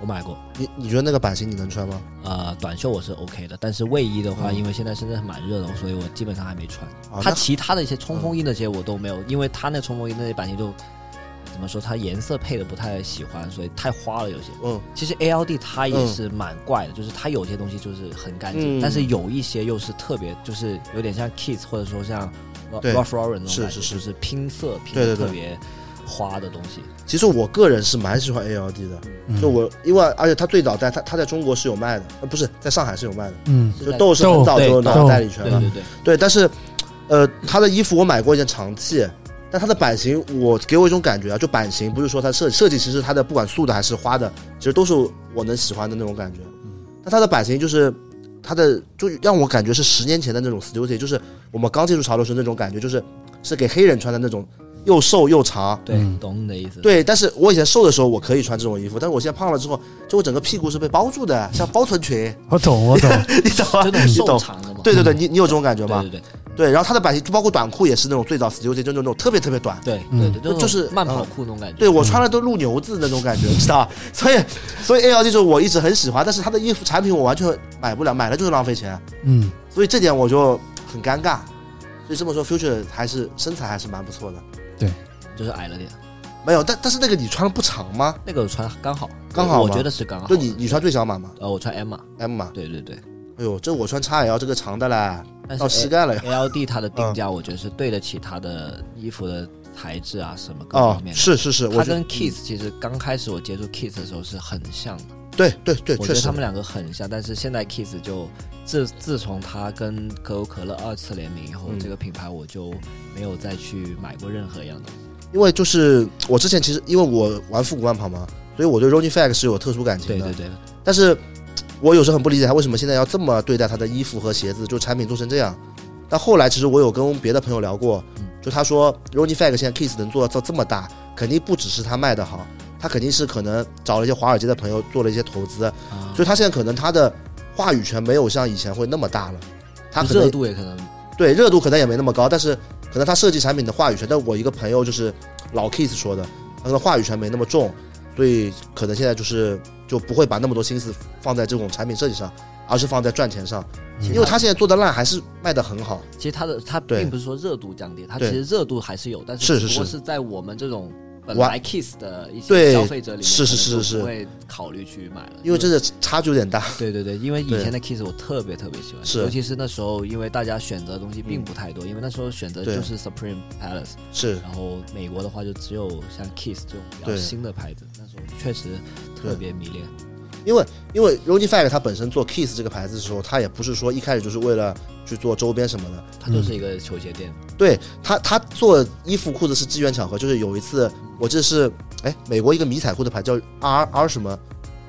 Speaker 3: 我买过，
Speaker 2: 你你觉得那个版型你能穿吗？
Speaker 3: 呃，短袖我是 OK 的，但是卫衣的话，
Speaker 2: 嗯
Speaker 3: 因为现在深圳蛮热的，所以我基本上还没穿。
Speaker 2: 啊，
Speaker 3: 它
Speaker 2: 那嗯
Speaker 3: 其他的一些冲锋衣那些我都没有，因为它那冲锋衣那些版型就怎么说，它颜色配的不太喜欢，所以太花了有些。
Speaker 2: 嗯
Speaker 3: 其实 A L D 它也是蛮怪的，就是它有些东西就是很干净，
Speaker 2: 嗯
Speaker 3: 但是有一些又是特别，就是有点像 Kiss 或者说像 Ralph
Speaker 2: 对
Speaker 3: Ralph Lauren 那种
Speaker 2: 是
Speaker 3: 感觉，
Speaker 2: 是是
Speaker 3: 就是拼色拼
Speaker 2: 对
Speaker 3: 的
Speaker 2: 对对
Speaker 3: 特别花的东西。
Speaker 2: 其实我个人是蛮喜欢 ALD 的，
Speaker 1: 嗯，
Speaker 2: 就我因为而且它最早在它它在中国是有卖的，呃不是在上海是有卖的，
Speaker 1: 嗯
Speaker 2: 就豆是很早
Speaker 3: 对
Speaker 2: 就拿
Speaker 1: 豆
Speaker 2: 代理权
Speaker 3: 对
Speaker 2: 了，
Speaker 3: 对对，
Speaker 2: 对，但是，呃，他的衣服我买过一件长 T，但它的版型我给我一种感觉啊，就版型不是说它设设计，其实它的不管素的还是花的，其实都是我能喜欢的那种感觉。但它的版型就是它的就让我感觉是十年前的那种 studio，就是我们刚接触潮流时那种感觉，就是是给黑人穿的那种又瘦又长。
Speaker 3: 对，
Speaker 1: 嗯
Speaker 3: 懂你的意思。
Speaker 2: 对，但是我以前瘦的时候我可以穿这种衣服，但是我现在胖了之后，就我整个屁股是被包住的，像包臀裙，
Speaker 1: 我懂，我懂，
Speaker 2: 你懂吗？
Speaker 3: 就那种
Speaker 2: 你
Speaker 3: 瘦
Speaker 2: 懂？
Speaker 3: 长的嘛。
Speaker 2: 对对对，你你有这种感觉吗
Speaker 3: 对？对
Speaker 2: 对，然后它的版型，包括短裤也是那种最早 studio 就那种特别特别短。
Speaker 3: 对
Speaker 1: 嗯
Speaker 3: 对对对，
Speaker 2: 就是嗯
Speaker 3: 慢跑裤那种感觉。
Speaker 2: 对我穿了都露牛子那种感觉，知道吧？ 所以，所以 A L D 就是我一直很喜欢，但是它的衣服产品我完全买不了，买了就是浪费钱，
Speaker 1: 嗯，
Speaker 2: 所以这点我就很尴尬。所以这么说，Future 还是身材还是蛮不错的。
Speaker 3: 就是矮了点。
Speaker 2: 没有，但但是那个你穿的不长吗？
Speaker 3: 那个我穿刚好，
Speaker 2: 刚好吗
Speaker 3: 我觉得是刚好。
Speaker 2: 就你你穿最小码吗
Speaker 3: 呃，我穿 M 码，
Speaker 2: ？M 码？
Speaker 3: 对对对。
Speaker 2: 哎呦，这我穿 XL 这个长的嘞，
Speaker 3: 但是呃
Speaker 2: 到膝盖了呀。
Speaker 3: L D 它的定
Speaker 2: 嗯
Speaker 3: 价，我觉得是对得起它的衣服的材质啊，什么各
Speaker 2: 哦
Speaker 3: 方，面的。
Speaker 2: 是是是，我
Speaker 3: 它
Speaker 2: 觉得嗯
Speaker 3: 跟 Kiss 其实刚开始我接触 Kiss 的时候是很像的，
Speaker 2: 嗯对对对，
Speaker 3: 我
Speaker 2: 确
Speaker 3: 觉得
Speaker 2: 实
Speaker 3: 他们两个很像，但是现在 Kiss 就自自从他跟可口可乐二次联名以后，
Speaker 2: 嗯
Speaker 3: 这个品牌我就没有再去买过任何一样的东西。
Speaker 2: 因为就是我之前其实因为我玩复古慢跑嘛，所以我对 Rolling Fag 是有特殊感情的。
Speaker 3: 对对对，
Speaker 2: 但是我有时候很不理解他为什么现在要这么对待他的衣服和鞋子，就产品做成这样。但后来其实我有跟别的朋友聊过
Speaker 3: 嗯，
Speaker 2: 就他说 Ronnie Fag 现在 Kiss 能做到这么大，肯定不只是他卖的好，他肯定是可能找了一些华尔街的朋友做了一些投资，
Speaker 3: 啊
Speaker 2: 所以他现在可能他的话语权没有像以前会那么大了，他可
Speaker 3: 热
Speaker 2: 能
Speaker 3: 度也可能
Speaker 2: 对热度可能也没那么高，但是可能他设计产品的话语权，但我一个朋友就是老 Kiss 说的，他可能话语权没那么重，所以可能现在就是就不会把那么多心思放在这种产品设计上，而是放在赚钱上，
Speaker 1: 嗯
Speaker 2: 因为他现在做的烂还是卖的很好，
Speaker 3: 其实它的它
Speaker 2: 对
Speaker 3: 并不是说热度降低，它其
Speaker 2: 对
Speaker 3: 实热度还是有，但
Speaker 2: 是
Speaker 3: 只
Speaker 2: 是
Speaker 3: 不过
Speaker 2: 是
Speaker 3: 是在我们这种本
Speaker 2: 玩
Speaker 3: 来 Kiss 的一些
Speaker 2: 对
Speaker 3: 消费者里面，
Speaker 2: 是是是
Speaker 3: 可能就是
Speaker 2: 是
Speaker 3: 不会考虑去买了，
Speaker 2: 因为真的差距有点大。
Speaker 3: 对对对，因为以
Speaker 2: 对
Speaker 3: 前的 Kiss 我特别特别喜欢，
Speaker 2: 是嗯
Speaker 3: 尤其是那时候，因为大家选择的东西并不太多，因为那时候选择
Speaker 2: 对
Speaker 3: 就是 Supreme Palace，
Speaker 2: 是
Speaker 3: 然后美国的话就只有像 Kiss 这种比较
Speaker 2: 对
Speaker 3: 新的牌子，那时候确实特别迷恋。
Speaker 2: 因为因为 r o n i Fag 他本身做 Kiss 这个牌子的时候，他也不是说一开始就是为了去做周边什么的，
Speaker 3: 它就是一个球鞋店，
Speaker 2: 对他，他做衣服裤子是机缘巧合，就是有一次我记得是哎，美国一个迷彩裤的牌叫 R R 什么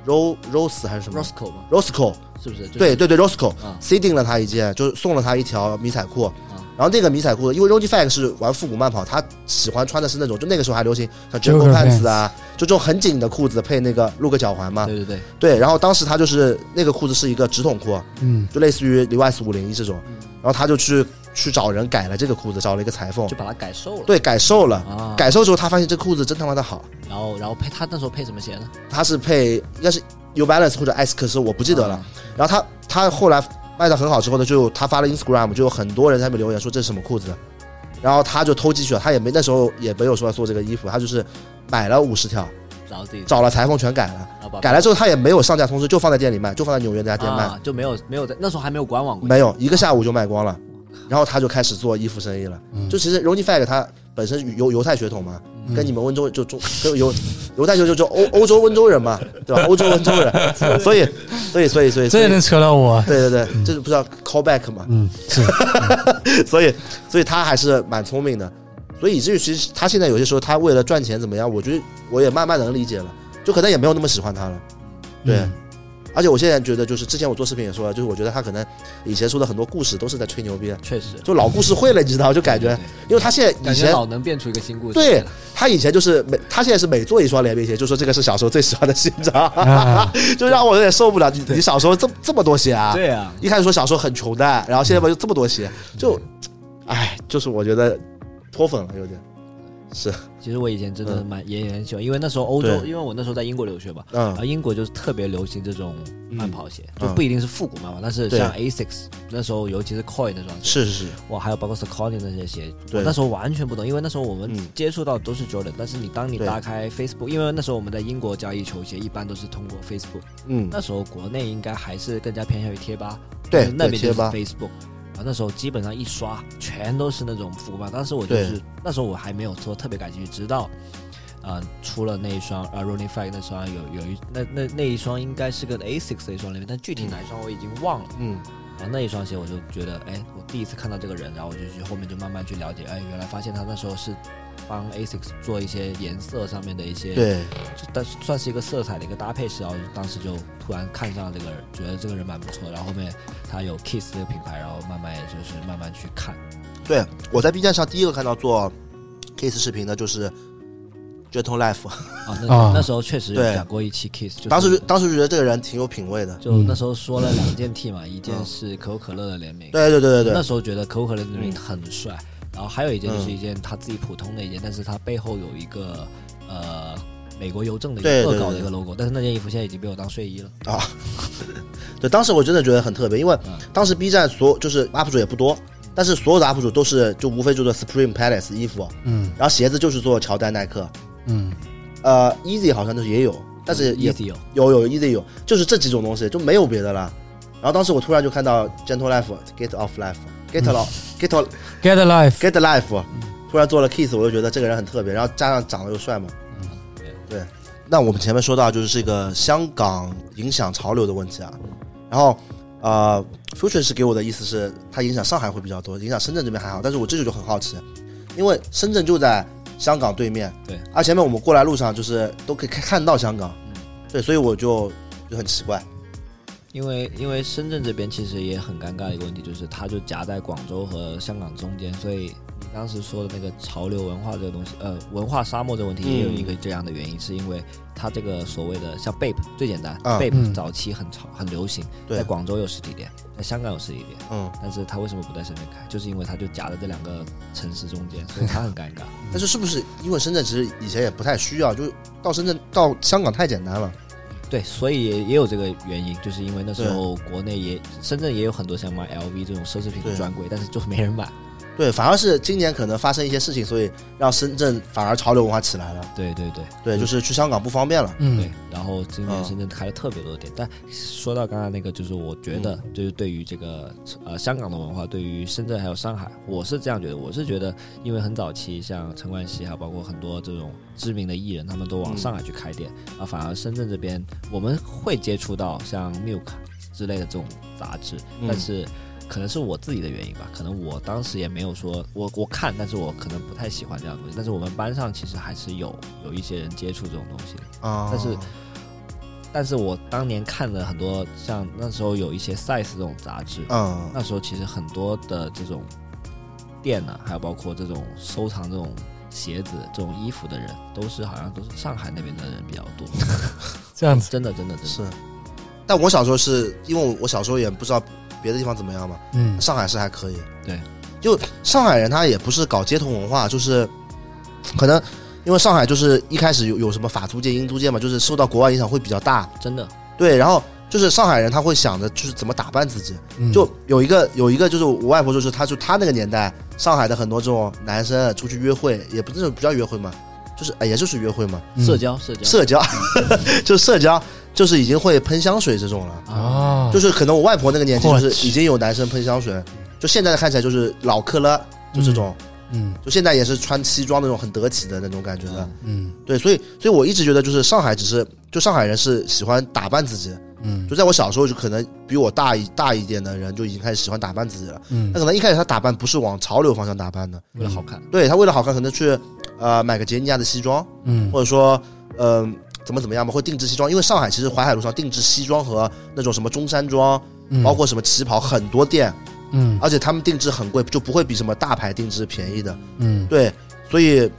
Speaker 2: Ro Rose 还是什么
Speaker 3: Roscoe 嘛，
Speaker 2: Rosco，
Speaker 3: 是不是？就
Speaker 2: 嗯
Speaker 3: 是
Speaker 2: 对，嗯对对 Rosco。
Speaker 3: 啊
Speaker 2: C 定了他一件，就是送了他一条迷彩裤，
Speaker 3: 啊
Speaker 2: 然后那个迷彩裤，因为 r o d y Fag 是玩复古慢跑，他喜欢穿的是那种，就那个时候还流行像 j o
Speaker 1: Joker
Speaker 2: k 汉子啊，就这种很紧的裤子配那个露个脚环嘛，
Speaker 3: 对对对，
Speaker 2: 对，然后当时他就是那个裤子是一个直筒裤，
Speaker 1: 嗯，
Speaker 2: 就类似于 Levi's 五零一这种，然后他就去去找人改了这个裤子，找了一个裁缝
Speaker 3: 就，把它改瘦了。
Speaker 2: 对，改瘦了，
Speaker 3: 啊，
Speaker 2: 改售之后，他发现这裤子真他妈的好，
Speaker 3: 然后然后配他那时候配什么鞋呢？
Speaker 2: 他是配应该是 New Balance 或者艾斯克斯，我不记得了
Speaker 3: 啊。。
Speaker 2: 然后他他后来卖的很好之后呢，就他发了 Instagram，就有很多人在那边留言说这是什么裤子，然后他就偷鸡去了，他也没那时候也没有说要做这个衣服，他就是买了五十条，
Speaker 3: 然后自己
Speaker 2: 找了裁缝全改了，
Speaker 3: 然后把
Speaker 2: 改了之后他也没有上架通知，就放在店里卖，就放在纽约那家店卖，
Speaker 3: 啊，就没有没有在那时候还没有官网过，
Speaker 2: 没有一个下午就卖光了。然后他就开始做衣服生意了。就其实 Ronnie Fag 他本身犹犹太血统嘛，跟你们温州就中跟犹犹太就就就欧欧洲温州人嘛，对吧？欧洲温州人，所以所以所以所以所
Speaker 1: 这也
Speaker 2: 以
Speaker 1: 能扯到 我，
Speaker 2: 对对对，这是不知道 callback 嘛？
Speaker 1: 嗯，是，
Speaker 2: 所以所以他还是蛮聪明的，所以以至于其实他现在有些时候他为了赚钱怎么样，我觉得我也慢慢能理解了，就可能也没有那么喜欢他了。 对
Speaker 1: 嗯
Speaker 2: 而且我现在觉得，就是之前我做视频也说了，就是我觉得他可能以前说的很多故事都是在吹牛逼，
Speaker 3: 确实，
Speaker 2: 就老故事会了，你知道？就感觉
Speaker 3: 对，
Speaker 2: 因为他现在
Speaker 3: 感
Speaker 2: 以
Speaker 3: 觉
Speaker 2: 前
Speaker 3: 老能变出一个新故事。
Speaker 2: 对他以前就是每他现在是每做一双联名鞋，就说这个是小时候最喜欢的鞋，你知 道吗
Speaker 1: 啊？
Speaker 2: 就让我有点受不了。你你小时候这么这么多鞋啊？
Speaker 3: 对啊，
Speaker 2: 一开始说小时候很穷的，然后现在嘛就这么多鞋，就，哎，就是我觉得脱粉了有点。是，
Speaker 3: 其实我以前真的蛮也也很喜欢，因为那时候欧洲，
Speaker 2: 嗯对
Speaker 3: 因为我那时候在英国留学嘛，
Speaker 2: 嗯
Speaker 3: 然后英国就是特别流行这种慢跑鞋，
Speaker 2: 嗯
Speaker 3: 就不一定是复古慢跑，但是
Speaker 2: 对
Speaker 3: 像 Asics 那时候，尤其是 Coin 那双鞋，
Speaker 2: 是是是，
Speaker 3: 哇，还有包括 Saucony 那些鞋，
Speaker 2: 对
Speaker 3: 我那时候完全不懂，因为那时候我们
Speaker 2: 嗯
Speaker 3: 接触到的都是 Jordan，但是你当你
Speaker 2: 对
Speaker 3: 打开 Facebook，因为那时候我们在英国交易球鞋，一般都是通过 Facebook，
Speaker 2: 嗯，
Speaker 3: 那时候国内应该还是更加偏向于贴吧，
Speaker 2: 对
Speaker 3: 那
Speaker 2: 对
Speaker 3: 边就
Speaker 2: 贴
Speaker 3: 是
Speaker 2: 吧
Speaker 3: Facebook。然后那时候基本上一刷全都是那种复古版，当时我就
Speaker 2: 对
Speaker 3: 是那时候我还没有说特别感兴趣，直到，呃，出了那一双呃 Rolling Five 那双有有一那那那一双应该是跟 Asics 的一双联名，但具体哪一双我已经忘了。
Speaker 2: 嗯，
Speaker 3: 然后那一双鞋我就觉得，哎，我第一次看到这个人，然后我就去后面就慢慢去了解，哎，原来发现他那时候是帮 Asics 做一些颜色上面的一些
Speaker 2: 对，
Speaker 3: 就但是算是一个色彩的一个搭配师，然后当时就突然看上了这个人，觉得这个人蛮不错，然后后面他有 Kiss 这个品牌，然后慢慢也就是慢慢去看，
Speaker 2: 对，我在 B 站上第一个看到做 Kiss 视频的就是 j e t o Life，
Speaker 3: 啊，那、
Speaker 1: 啊
Speaker 3: 那时候确实有
Speaker 2: 对
Speaker 3: 讲过一期 Kiss，就是
Speaker 2: 当时嗯当时就觉得这个人挺有品位的，
Speaker 3: 就那时候说了两件 T 嘛，一件是可口可乐的联名，
Speaker 2: 对对对对
Speaker 3: 那
Speaker 2: 对，
Speaker 3: 时候觉得可口可乐的联名很帅，然后还有一件就是一件他自己普通的一件，但是他背后有一个呃美国邮政的一
Speaker 2: 对
Speaker 3: 个
Speaker 2: 对
Speaker 3: 恶搞的一
Speaker 2: 对
Speaker 3: 个 logo，但是那件衣服现在已经被我当睡衣了，
Speaker 2: 啊，对，当时我真的觉得很特别，因为
Speaker 3: 嗯
Speaker 2: 当时 B 站所有就是 UP 主也不多，但是所有的 UP 主都是就无非就做 Supreme Palace 衣服，
Speaker 1: 嗯
Speaker 2: 然后鞋子就是做乔丹、耐克，
Speaker 1: 嗯，
Speaker 2: 呃，Easy 好像就是也有，但是也
Speaker 3: 嗯 easy 有
Speaker 2: 有有 Easy 有，就是这几种东西就没有别的了。然后当时我突然就看到 Gentle Life、Get Off Life、Get Off、Get Off、
Speaker 1: ，Get a Life，
Speaker 2: Get
Speaker 3: 嗯嗯
Speaker 2: Life，突然做了 Kiss，我就觉得这个人很特别，然后加上长得又帅嘛，对，那我们前面说到就是这个香港影响潮流的问题啊，然后呃，Future 是给我的意思是它影响上海会比较多，影响深圳这边还好，但是我这就就很好奇，因为深圳就在香港对面，
Speaker 3: 对，
Speaker 2: 而前面我们过来路上就是都可以看看到香港
Speaker 3: 嗯，
Speaker 2: 对，所以我就就很奇怪，
Speaker 3: 因为因为深圳这边其实也很尴尬的一个问题，就是它就夹在广州和香港中间，所以你当时说的那个潮流文化这个东西，呃，文化沙漠这个问题也有一个这样的原因，是因为它这个所谓的像 Bape 最简单、
Speaker 2: 嗯
Speaker 3: b a p e
Speaker 1: 嗯
Speaker 3: 早期很潮很流行，
Speaker 2: 对
Speaker 3: 在广州有实体店，在香港有实体店，
Speaker 2: 嗯，
Speaker 3: 但是它为什么不在深圳开？就是因为它就夹在这两个城市中间，所以它很尴 尬。
Speaker 2: 但是是不是因为深圳其实以前也不太需要，就到深圳到香港太简单了，
Speaker 3: 对，所以也也有这个原因，就是因为那时候国内也深圳也有很多想买 LV 这种奢侈品的
Speaker 2: 对
Speaker 3: 专柜，但是就没人买。
Speaker 2: 对，反而是今年可能发生一些事情，所以让深圳反而潮流文化起来了，
Speaker 3: 对对对
Speaker 2: 对，就是去香港不方便了，
Speaker 3: 对
Speaker 1: 嗯，。
Speaker 3: 然后今年
Speaker 2: 嗯
Speaker 3: 深圳开了特别多的店，但说到刚才那个，就是我觉得就是对于这个呃香港的文化，对于深圳还有上海，我是这样觉得，我是觉得因为很早期像陈冠希还有包括很多这种知名的艺人，他们都往
Speaker 2: 嗯
Speaker 3: 上海去开店，啊，反而深圳这边我们会接触到像 Milk 之类的这种杂志，
Speaker 2: 嗯
Speaker 3: 但是可能是我自己的原因吧，可能我当时也没有说我我看，但是我可能不太喜欢这样的东西。但是我们班上其实还是有有一些人接触这种东西的，
Speaker 2: 啊、
Speaker 3: 但是但是我当年看了很多像那时候有一些 size 这种杂志，
Speaker 2: 嗯
Speaker 3: 那时候其实很多的这种店呢、还有包括这种收藏这种鞋子、这种衣服的人，都是好像都是上海那边的人比较多，
Speaker 1: 这样子，
Speaker 3: 真的真的真的。
Speaker 2: 是，但我小时候是因为我我小时候也不知道别的地方怎么样嘛，
Speaker 1: 嗯
Speaker 2: 上海是还可以，
Speaker 3: 对，
Speaker 2: 就上海人他也不是搞街头文化，就是可能因为上海就是一开始有有什么法租界、英租界嘛，就是受到国外影响会比较大，
Speaker 3: 真的，
Speaker 2: 对，然后就是上海人他会想着就是怎么打扮自己，
Speaker 1: 嗯，
Speaker 2: 就有一个有一个就是我外婆就是她就她那个年代上海的很多这种男生出去约会，也不是不叫约会嘛，就是哎也就是约会嘛，
Speaker 1: 嗯
Speaker 3: 社交社交
Speaker 2: 社交， 就社交就是已经会喷香水这种了。
Speaker 3: 啊，
Speaker 1: 啊，
Speaker 2: 就是是可能我外婆那个年纪，
Speaker 1: 我
Speaker 2: 就
Speaker 1: 去
Speaker 2: 是已经有男生喷香水，就现在看起来就是老克了，就这种，
Speaker 1: 嗯
Speaker 2: 就现在也是穿西装那种很得体的那种感觉的，
Speaker 1: 嗯
Speaker 2: 对，所以所以我一直觉得就是上海只是就上海人是喜欢打扮自己，
Speaker 1: 嗯
Speaker 2: 就在我小时候就可能比我大一大一点的人就已经开始喜欢打扮自己了，
Speaker 1: 嗯
Speaker 2: 那可能一开始他打扮不是往潮流方向打扮的，
Speaker 3: 为了好看，
Speaker 2: 对他为了好看可能去呃买个杰尼亚的西装，
Speaker 1: 嗯
Speaker 2: 或者说，嗯、怎么怎么样吧，会定制西装，因为上海其实淮海路上定制西装和那种什么中山装，
Speaker 1: 嗯
Speaker 2: 包括什么旗袍，很多店，
Speaker 1: 嗯
Speaker 2: 而且他们定制很贵，就不会比什么大牌定制便宜的。
Speaker 1: 嗯
Speaker 2: 对，所以，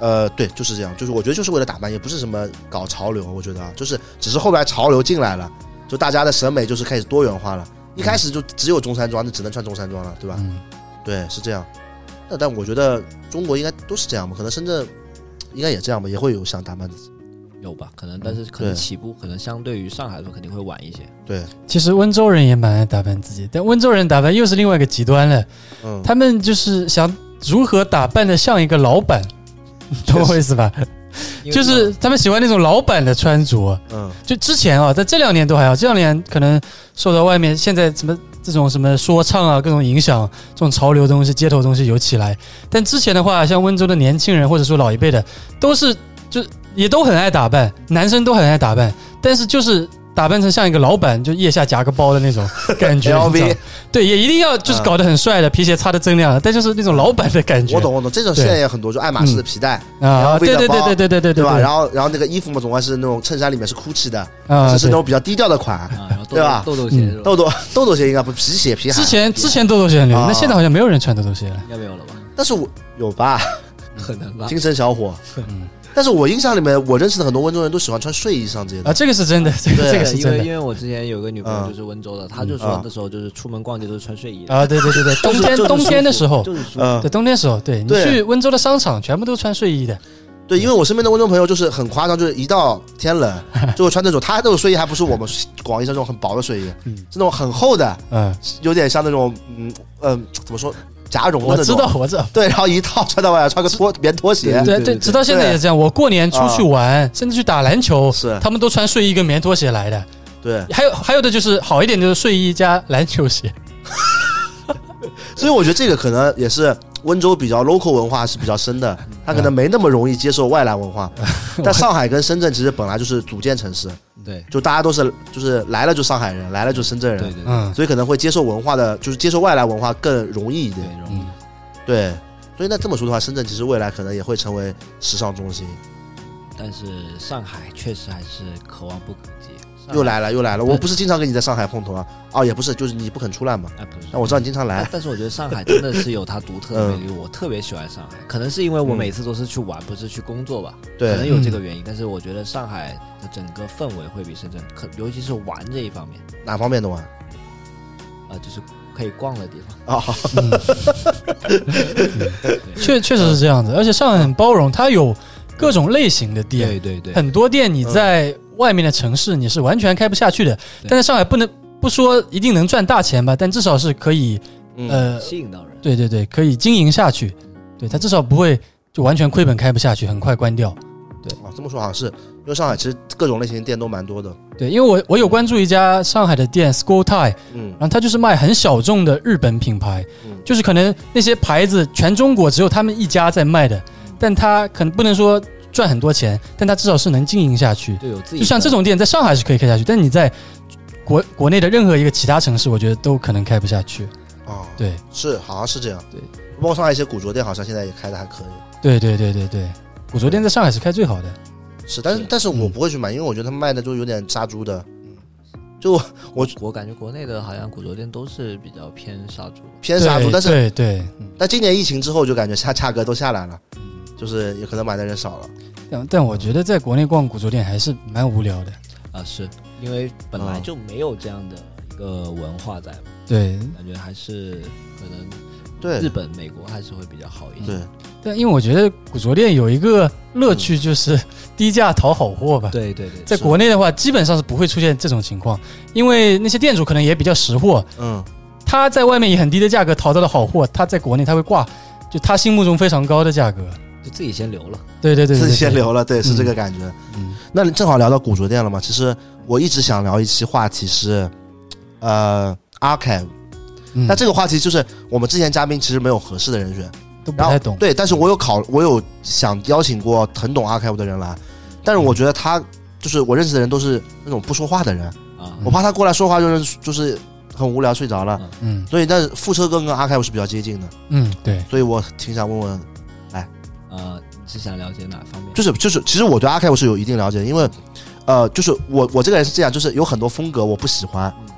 Speaker 2: 呃，对，就是这样，就是我觉得就是为了打扮，也不是什么搞潮流，我觉得啊，就是只是后来潮流进来了，就大家的审美就是开始多元化了。一开始就只有中山装，那只能穿中山装了，对吧？
Speaker 1: 嗯
Speaker 2: 对，是这样。那但我觉得中国应该都是这样吧，可能深圳应该也这样吧，也会有想打扮自己。
Speaker 3: 有吧？可能，但是可能
Speaker 2: 对
Speaker 3: 起步可能相对于上海来说肯定会晚一些。
Speaker 2: 对，
Speaker 1: 其实温州人也蛮爱打扮自己，但温州人打扮又是另外一个极端了。
Speaker 2: 嗯，
Speaker 1: 他们就是想如何打扮的像一个老板，懂我意思吧？
Speaker 3: 因为
Speaker 1: 就是他们喜欢那种老板的穿着。
Speaker 2: 嗯
Speaker 1: 就之前啊，在这两年都还好，这两年可能受到外面现在什么这种什么说唱啊各种影响，这种潮流东西、街头东西有起来。但之前的话，像温州的年轻人或者说老一辈的，都是就也都很爱打扮，男生都很爱打扮，但是就是。打扮成像一个老板，就腋下夹个包的那种感觉你知道吗
Speaker 2: ，LV，
Speaker 1: 对，也一定要就是搞得很帅的，皮鞋擦的锃亮的，但就是那种老板的感觉。
Speaker 2: 我懂我懂，这种
Speaker 1: 对
Speaker 2: 现在也很多，就爱马仕的皮带，
Speaker 1: 啊，
Speaker 2: LV 的
Speaker 1: 对对对对对对对
Speaker 2: 对吧？
Speaker 1: 对
Speaker 2: 然后然后那个衣服嘛，总归是那种衬衫里面是 GUCCI 的，
Speaker 1: 啊，
Speaker 2: 只是
Speaker 1: 对
Speaker 2: 那种比较低调的款。
Speaker 3: 啊，然后豆
Speaker 2: 对吧
Speaker 3: 豆豆豆鞋
Speaker 1: 嗯
Speaker 3: 是吧？
Speaker 2: 豆豆豆豆鞋应该不皮鞋皮鞋，
Speaker 1: 之前之前豆豆鞋很流行，
Speaker 2: 啊
Speaker 1: 那现在好像没有人穿豆豆鞋了。
Speaker 3: 应该没有了吧？
Speaker 2: 但是我有吧，
Speaker 3: 可能吧。
Speaker 2: 精神小伙
Speaker 1: 啊嗯。
Speaker 2: 但是我印象里面，我认识的很多温州人都喜欢穿睡衣上街
Speaker 1: 啊，
Speaker 2: 的。
Speaker 1: 这个是真的，这个
Speaker 2: 对
Speaker 1: 这个
Speaker 3: 对
Speaker 1: 是
Speaker 3: 因
Speaker 1: 真
Speaker 3: 为
Speaker 1: 的嗯
Speaker 3: 因为我之前有个女朋友就是温州的，她就说
Speaker 2: 嗯
Speaker 3: 那时候就是出门逛街都是穿睡衣的，
Speaker 1: 啊，对对对对，冬天冬天的时候，
Speaker 3: 就是舒服。
Speaker 2: 嗯
Speaker 1: 啊对，冬天的时候，对你
Speaker 2: 对
Speaker 1: 去温州的商场全部都穿睡衣的，
Speaker 2: 对，因为我身边的温州朋友就是很夸张，就是一到天 冷就会穿那种，他那种睡衣还不是我们广义上那种很薄的睡衣，
Speaker 1: 嗯
Speaker 2: 是那种很厚的，
Speaker 1: 嗯，
Speaker 2: 有点像那种嗯嗯、怎么说夹绒的
Speaker 1: 我
Speaker 2: 那
Speaker 1: 知
Speaker 2: 种。
Speaker 1: 道我知道。
Speaker 2: 对，然后一套穿到外面，穿个拖棉拖鞋，
Speaker 1: 对对，
Speaker 3: 对对
Speaker 1: 直到现在也是这样。我过年出去玩，甚至去打篮球，
Speaker 2: 是
Speaker 1: 他们都穿睡衣跟棉拖鞋来的。
Speaker 2: 对，
Speaker 1: 还有还有的就是好一点，就是睡衣加篮球鞋。
Speaker 2: 所以我觉得这个可能也是温州比较 local 文化是比较深的，
Speaker 1: 嗯
Speaker 2: 他可能没那么容易接受外来文化。但上海跟深圳其实本来就是组建城市，
Speaker 1: 嗯
Speaker 3: 对
Speaker 2: 就大家都是就是来了就上海人，来了就深圳
Speaker 3: 对
Speaker 2: 人，
Speaker 3: 对对
Speaker 1: 嗯，
Speaker 2: 所以可能会接受文化的，就是接受外来文化更容易一点。
Speaker 3: 对，容
Speaker 1: 嗯
Speaker 3: 易。
Speaker 2: 对，所以那这么说的话，深圳其实未来可能也会成为时尚中心。
Speaker 3: 但是上海确实还是可望不可及。上海
Speaker 2: 又来了，又来了！
Speaker 3: 嗯对
Speaker 2: 我不是经常跟你在上海碰头啊，哦，也不是，就是你不肯出来嘛。
Speaker 3: 哎，不是，
Speaker 2: 那我知道你经常来
Speaker 3: 但，但是我觉得上海真的是有它独特的魅力，我特别喜欢上海，可能是因为
Speaker 1: 嗯
Speaker 3: 我每次都是去玩，不是去工作吧，可能
Speaker 2: 对，
Speaker 3: 有这个原因。但是我觉得上海的整个氛围会比深圳，可尤其是玩这一方面，
Speaker 2: 哪方面的玩？
Speaker 3: 啊、就是可以逛的地方。
Speaker 2: 啊、
Speaker 3: 对
Speaker 1: 确确实是这样子，而且上海很包容，它有各种类型的店，
Speaker 3: 对对对，
Speaker 1: 很多店你在外面的城市你是完全开不下去的，但在上海不能不说一定能赚大钱吧，但至少是可以
Speaker 2: 嗯，
Speaker 1: 呃，
Speaker 3: 吸引到人。
Speaker 1: 对对对，可以经营下去，对它至少不会就完全亏本开不下去，很快关掉。
Speaker 2: 哦，这么说好像是，因为上海其实各种类型的店都蛮多的。
Speaker 1: 对，因为我我有关注一家上海的店 School Tie，
Speaker 2: 嗯
Speaker 1: 然后它就是卖很小众的日本品牌，
Speaker 2: 嗯
Speaker 1: 就是可能那些牌子全中国只有他们一家在卖的，但它可能不能说赚很多钱，但它至少是能经营下去。
Speaker 3: 对，有自己
Speaker 1: 就像
Speaker 3: 的
Speaker 1: 这种店在上海是可以开下去，但你在国国内的任何一个其他城市，我觉得都可能开不下去。
Speaker 2: 哦，
Speaker 1: 对，
Speaker 2: 是，好像是这样。
Speaker 1: 对，
Speaker 2: 包括上海一些古着店，好像现在也开的还可以。
Speaker 1: 对对对对对，古着店在上海是开最好的。
Speaker 2: 是，但是
Speaker 3: 是
Speaker 2: 但是我
Speaker 1: 嗯
Speaker 2: 不会去买，因为我觉得他们卖的就有点杀猪的。就我我
Speaker 3: 我感觉国内的好像古着店都是比较偏杀猪，
Speaker 2: 偏杀猪，
Speaker 1: 对
Speaker 2: 但是
Speaker 1: 对对，嗯
Speaker 2: 但今年疫情之后就感觉下价格都下来了，就是也可能买的人少了。
Speaker 1: 但但我觉得在国内逛古着店还是蛮无聊的。
Speaker 3: 啊，是因为本来
Speaker 2: 嗯
Speaker 3: 就没有这样的一个文化在嘛，
Speaker 1: 对，
Speaker 3: 感觉还是可能
Speaker 2: 对
Speaker 3: 日本、美国还是会比较好一些。
Speaker 2: 对，
Speaker 1: 但因为我觉得古着店有一个乐趣就是 低价讨好货吧。
Speaker 3: 嗯对对对，
Speaker 1: 在
Speaker 3: 是
Speaker 1: 国内的话，基本上是不会出现这种情况，因为那些店主可能也比较识货，
Speaker 2: 嗯，
Speaker 1: 他在外面以很低的价格淘到了好货，他在国内他会挂就他心目中非常高的价格。
Speaker 3: 就自己先留了。
Speaker 1: 对对对对，
Speaker 2: 自
Speaker 1: 对
Speaker 2: 己先。留了，对，是
Speaker 1: 嗯
Speaker 2: 这个感觉。
Speaker 1: 嗯
Speaker 2: 那你正好聊到古着店了嘛？其实我一直想聊一期话题是，呃，archive。
Speaker 1: 嗯，
Speaker 2: 那这个话题就是我们之前嘉宾其实没有合适的人选，
Speaker 1: 都不
Speaker 2: 然后
Speaker 1: 太懂。
Speaker 2: 对，但是我有考，我有想邀请过很懂 archive 的人来，
Speaker 1: 嗯
Speaker 2: 但是我觉得他就是我认识的人都是那种不说话的人，
Speaker 3: 啊，
Speaker 2: 我怕他过来说话就是就是很无聊睡着了，
Speaker 1: 嗯
Speaker 2: 所以但是副车哥跟 archive 是比较接近的，
Speaker 1: 嗯，对，
Speaker 2: 所以我挺想问问，
Speaker 3: 呃，你是想了解哪方面？
Speaker 2: 就是就是，其实我对 archive 是有一定了解的，因为呃，就是我我这个人是这样，就是有很多风格我不喜欢
Speaker 3: 嗯，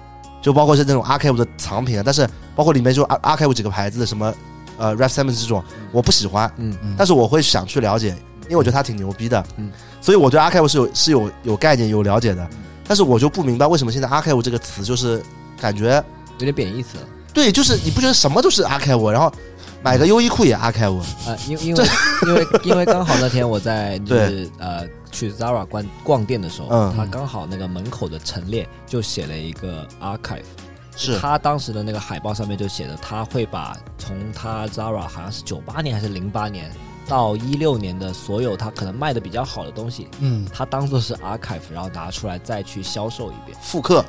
Speaker 2: 就包括是那种 archive 的藏品啊，但是包括里面就 ar- archive 几个牌子的什么呃 rap s e m e n 这种我不喜欢，
Speaker 3: 嗯
Speaker 1: 嗯
Speaker 2: 但是我会想去了解，因为我觉得他挺牛逼的，
Speaker 3: 嗯
Speaker 2: 所以我对 archive 是有是有有概念有了解的，但是我就不明白为什么现在 archive 这个词就是感觉
Speaker 3: 有点贬义词了
Speaker 2: 对，就是你不觉得什么都是 archive，然后买个优衣库也 archive，
Speaker 3: 啊，因因为因为因为刚好那天我 在就是呃去 Zara 逛逛店的时候，
Speaker 2: 嗯
Speaker 3: 他刚好那个门口的陈列就写了一个 archive。
Speaker 2: 是
Speaker 3: 他当时的那个海报上面就写着，他会把从他 Zara 好像是九八年还是零八年到一六年的所有他可能卖的比较好的东西，
Speaker 1: 嗯
Speaker 3: 他当做是 archive，然后拿出来再去销售一遍。
Speaker 2: 复刻，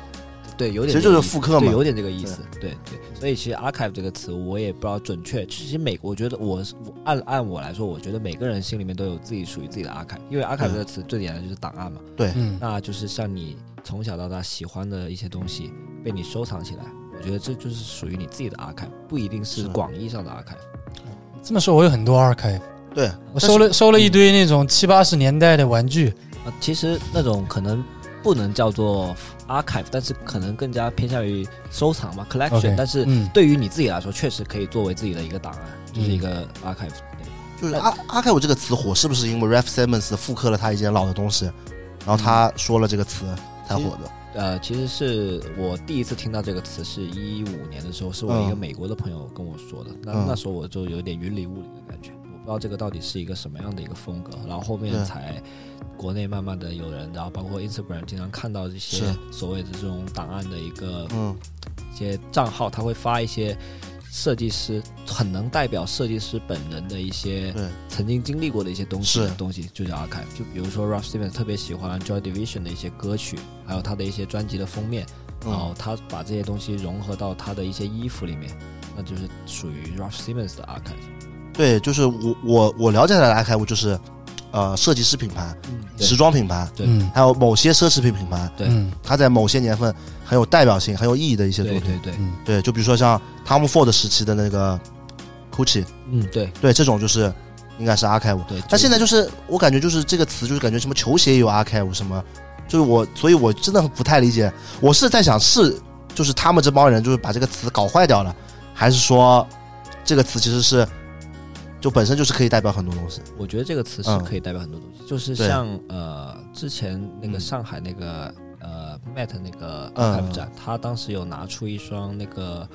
Speaker 3: 对，有
Speaker 2: 其
Speaker 3: 点
Speaker 2: 实
Speaker 3: 这
Speaker 2: 就
Speaker 3: 个
Speaker 2: 是
Speaker 3: 意思
Speaker 2: 复刻
Speaker 3: 对，
Speaker 2: 嘛，
Speaker 3: 有点这个意思。对对，所以其实 archive 这个词我也不知道准确。其实每我觉得我是我按按我来说，我觉得每个人心里面都有自己属于自己的 archive，因为 archive
Speaker 2: 嗯
Speaker 3: 这个词最简单就是档案嘛，
Speaker 1: 嗯
Speaker 3: 那就是像你从小到大喜欢的一些东西被你收藏起来。我觉得这就是属于你自己的 archive，不一定
Speaker 2: 是
Speaker 3: 是广义上的 archive。
Speaker 1: 嗯这么说，我有很多 archive，
Speaker 2: 对，
Speaker 1: 我收了收了一堆那种七八十年代的玩具。
Speaker 3: 啊，其实那种可能不能叫做 archive，但是可能更加偏向于收藏嘛 collection，
Speaker 1: OK，
Speaker 3: 但是
Speaker 1: 嗯，
Speaker 3: 对于你自己来说，确实可以作为自己的一个档案，就是一个
Speaker 1: 嗯
Speaker 3: archive。
Speaker 2: 就是阿阿凯我这个词火，是不是因为 Raf Simons 复刻了他以前老的东西，然后他说了这个词才火的？
Speaker 3: 呃，其实是我第一次听到这个词是一五年的时候，是我一个
Speaker 2: 嗯
Speaker 3: 美国的朋友跟我说的。那
Speaker 2: 嗯
Speaker 3: 那时候我就有点云里雾里的感觉，我不知道这个到底是一个什么样的一个风格。然后后
Speaker 2: 对
Speaker 3: 面才国内慢慢的有人，然后包括 Instagram 经常看到这些
Speaker 2: 是
Speaker 3: 所谓的这种档案的一个
Speaker 2: 嗯，
Speaker 3: 一些账号，他会发一些设计师很能代表设计师本人的一些
Speaker 2: 对，
Speaker 3: 曾经经历过的一些东西
Speaker 2: 是
Speaker 3: 的东西，就叫 archive。就比如说 Ralph Stevens 特别喜欢 Joy Division 的一些歌曲，还有他的一些专辑的封面，然后
Speaker 2: 嗯，
Speaker 3: 他把这些东西融合到他的一些衣服里面，那就是属于 Ralph Stevens 的 archive。
Speaker 2: 对，就是我我我了解的阿开悟就是，呃，设计师品牌、
Speaker 1: 嗯
Speaker 3: 对
Speaker 2: 时装品牌，
Speaker 3: 对
Speaker 1: 嗯
Speaker 2: 还有某些奢侈品品牌，
Speaker 3: 对
Speaker 1: 嗯
Speaker 2: 它在某些年份很有代表性、很有意义的一些作
Speaker 3: 对
Speaker 2: 品。
Speaker 3: 对对，
Speaker 1: 嗯
Speaker 2: 对，就比如说像 Tom Ford 时期的那个 Gucci，
Speaker 3: 嗯对
Speaker 2: 对，这种就是应该是 archive。
Speaker 3: 对。
Speaker 2: 但现在
Speaker 3: 就
Speaker 2: 就是我感觉就是这个词，就是感觉什么球鞋也有 archive，什么，就是我，所以我真的不太理解。我是在想是就是他们这帮人就是把这个词搞坏掉了，还是说这个词其实是就本身就是可以代表很多东西？
Speaker 3: 我觉得这个词是
Speaker 2: 嗯
Speaker 3: 可以代表很多东西，就是
Speaker 2: 对
Speaker 3: 像呃之前那个
Speaker 2: 嗯
Speaker 3: 上海那个呃 Met 那个
Speaker 2: 嗯
Speaker 3: Archive 展，他当时有拿出一双那个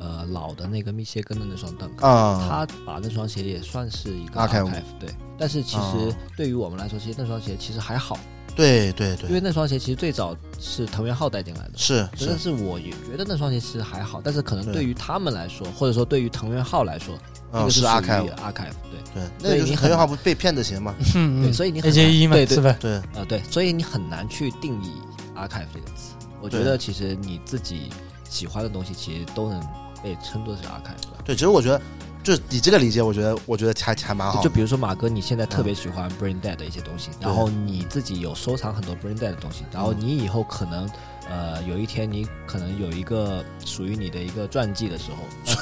Speaker 3: 呃老的那个密歇根的那双邓肯，
Speaker 2: 啊、
Speaker 3: 他把那双鞋也算是一个
Speaker 2: Archive
Speaker 3: archive 对。但是其实
Speaker 2: 哦
Speaker 3: 对于我们来说，其实那双鞋其实还好，
Speaker 2: 对对
Speaker 3: 因
Speaker 2: 对，
Speaker 3: 为那双鞋其实最早是藤原浩带进来的。
Speaker 2: 是是
Speaker 3: 但，是我也觉得那双鞋其实还好，但是可能
Speaker 2: 对
Speaker 3: 对于他们来说，或者说对于藤原浩来说，那
Speaker 2: 嗯
Speaker 3: 个
Speaker 2: 是
Speaker 3: 阿
Speaker 2: archive，
Speaker 3: 阿凯对
Speaker 2: 对，
Speaker 3: 所
Speaker 2: 那
Speaker 3: 以
Speaker 2: 个就
Speaker 3: 你
Speaker 2: 是
Speaker 3: 很
Speaker 2: 很有好不被骗的 鞋嘛？
Speaker 1: 嗯
Speaker 3: 对，
Speaker 1: 嗯
Speaker 3: 所以你很
Speaker 1: A J
Speaker 3: 难
Speaker 1: E 嘛，
Speaker 3: 对对
Speaker 1: 是吧？
Speaker 2: 对，
Speaker 3: 啊对，所以你很难去定义阿凯这个词。我觉
Speaker 2: 对
Speaker 3: 得其实你自己喜欢的东西，其实都能被称作是阿凯。
Speaker 2: 对，其实我觉得就是你这个理解，我觉得我觉得还还蛮好嗯
Speaker 3: 就
Speaker 2: 的。
Speaker 3: 比如说马哥，你现在特别喜欢 Brain Dead 的一些东西，然后你自己有收藏很多 Brain Dead 的东西，然后
Speaker 2: 嗯
Speaker 3: 你以后可能。呃，有一天你可能有一个属于你的一个传记的时候，那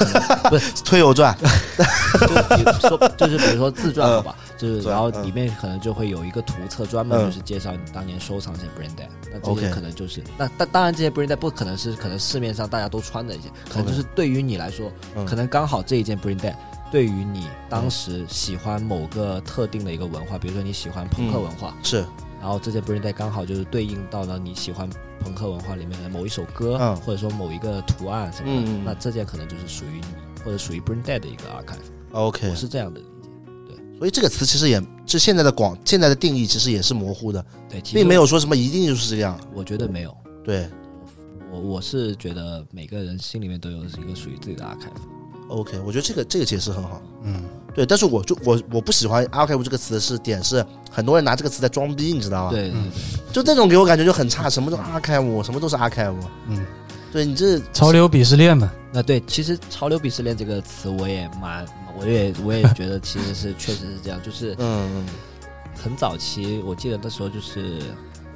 Speaker 3: 可能
Speaker 2: 推油传，
Speaker 3: 就比如说，就是比如说自传，
Speaker 2: 嗯
Speaker 3: 好吧，就是
Speaker 2: 对
Speaker 3: 然后
Speaker 2: 嗯
Speaker 3: 里面可能就会有一个图册，专门
Speaker 2: 嗯
Speaker 3: 就是介绍你当年收藏这些 brand a 那这
Speaker 2: OK
Speaker 3: 些可能就是那但当然这些 brand a 不可能是可能市面上大家都穿的一些，可能
Speaker 2: OK
Speaker 3: 就是对于你来说，
Speaker 2: 嗯
Speaker 3: 可能刚好这一件 brand a 对于你当时喜欢某个特定的一个文
Speaker 2: 嗯
Speaker 3: 化，比如说你喜欢朋克文化，
Speaker 2: 是
Speaker 3: 然后这件 brand a 刚好就是对应到了你喜欢朋克文化里面的某一首歌，
Speaker 2: 嗯
Speaker 3: 或者说某一个图案什么的，
Speaker 2: 嗯嗯嗯
Speaker 3: 那这件可能就是属于你或者属于 brand a 的一个 archive。
Speaker 2: OK，
Speaker 3: 我是这样的理解。
Speaker 2: 所以这个词其实也是现在的广现在的定义其实也是模糊的，
Speaker 3: 对，其实
Speaker 2: 并没有说什么一定就是这样。
Speaker 3: 我，我觉得没有。
Speaker 2: 对
Speaker 3: 我我是觉得每个人心里面都有一个属于自己的 archive。
Speaker 2: ，OK，我觉得这个这个解释很好。
Speaker 1: 嗯，
Speaker 2: 对，但是我就我我不喜欢 archive 这个词是点是很多人拿这个词在装逼，你知道吧？，
Speaker 3: 对对对，
Speaker 2: 就那种给我感觉就很差，什么都 archive，什么都是 archive。
Speaker 1: 嗯，
Speaker 2: 对你这
Speaker 1: 潮流鄙视链嘛，
Speaker 3: 那对，其实“潮流鄙视链”这个词，我也蛮，我也我也觉得其实是确实是这样，就是
Speaker 2: 嗯，嗯
Speaker 3: 很早期，我记得那时候就是。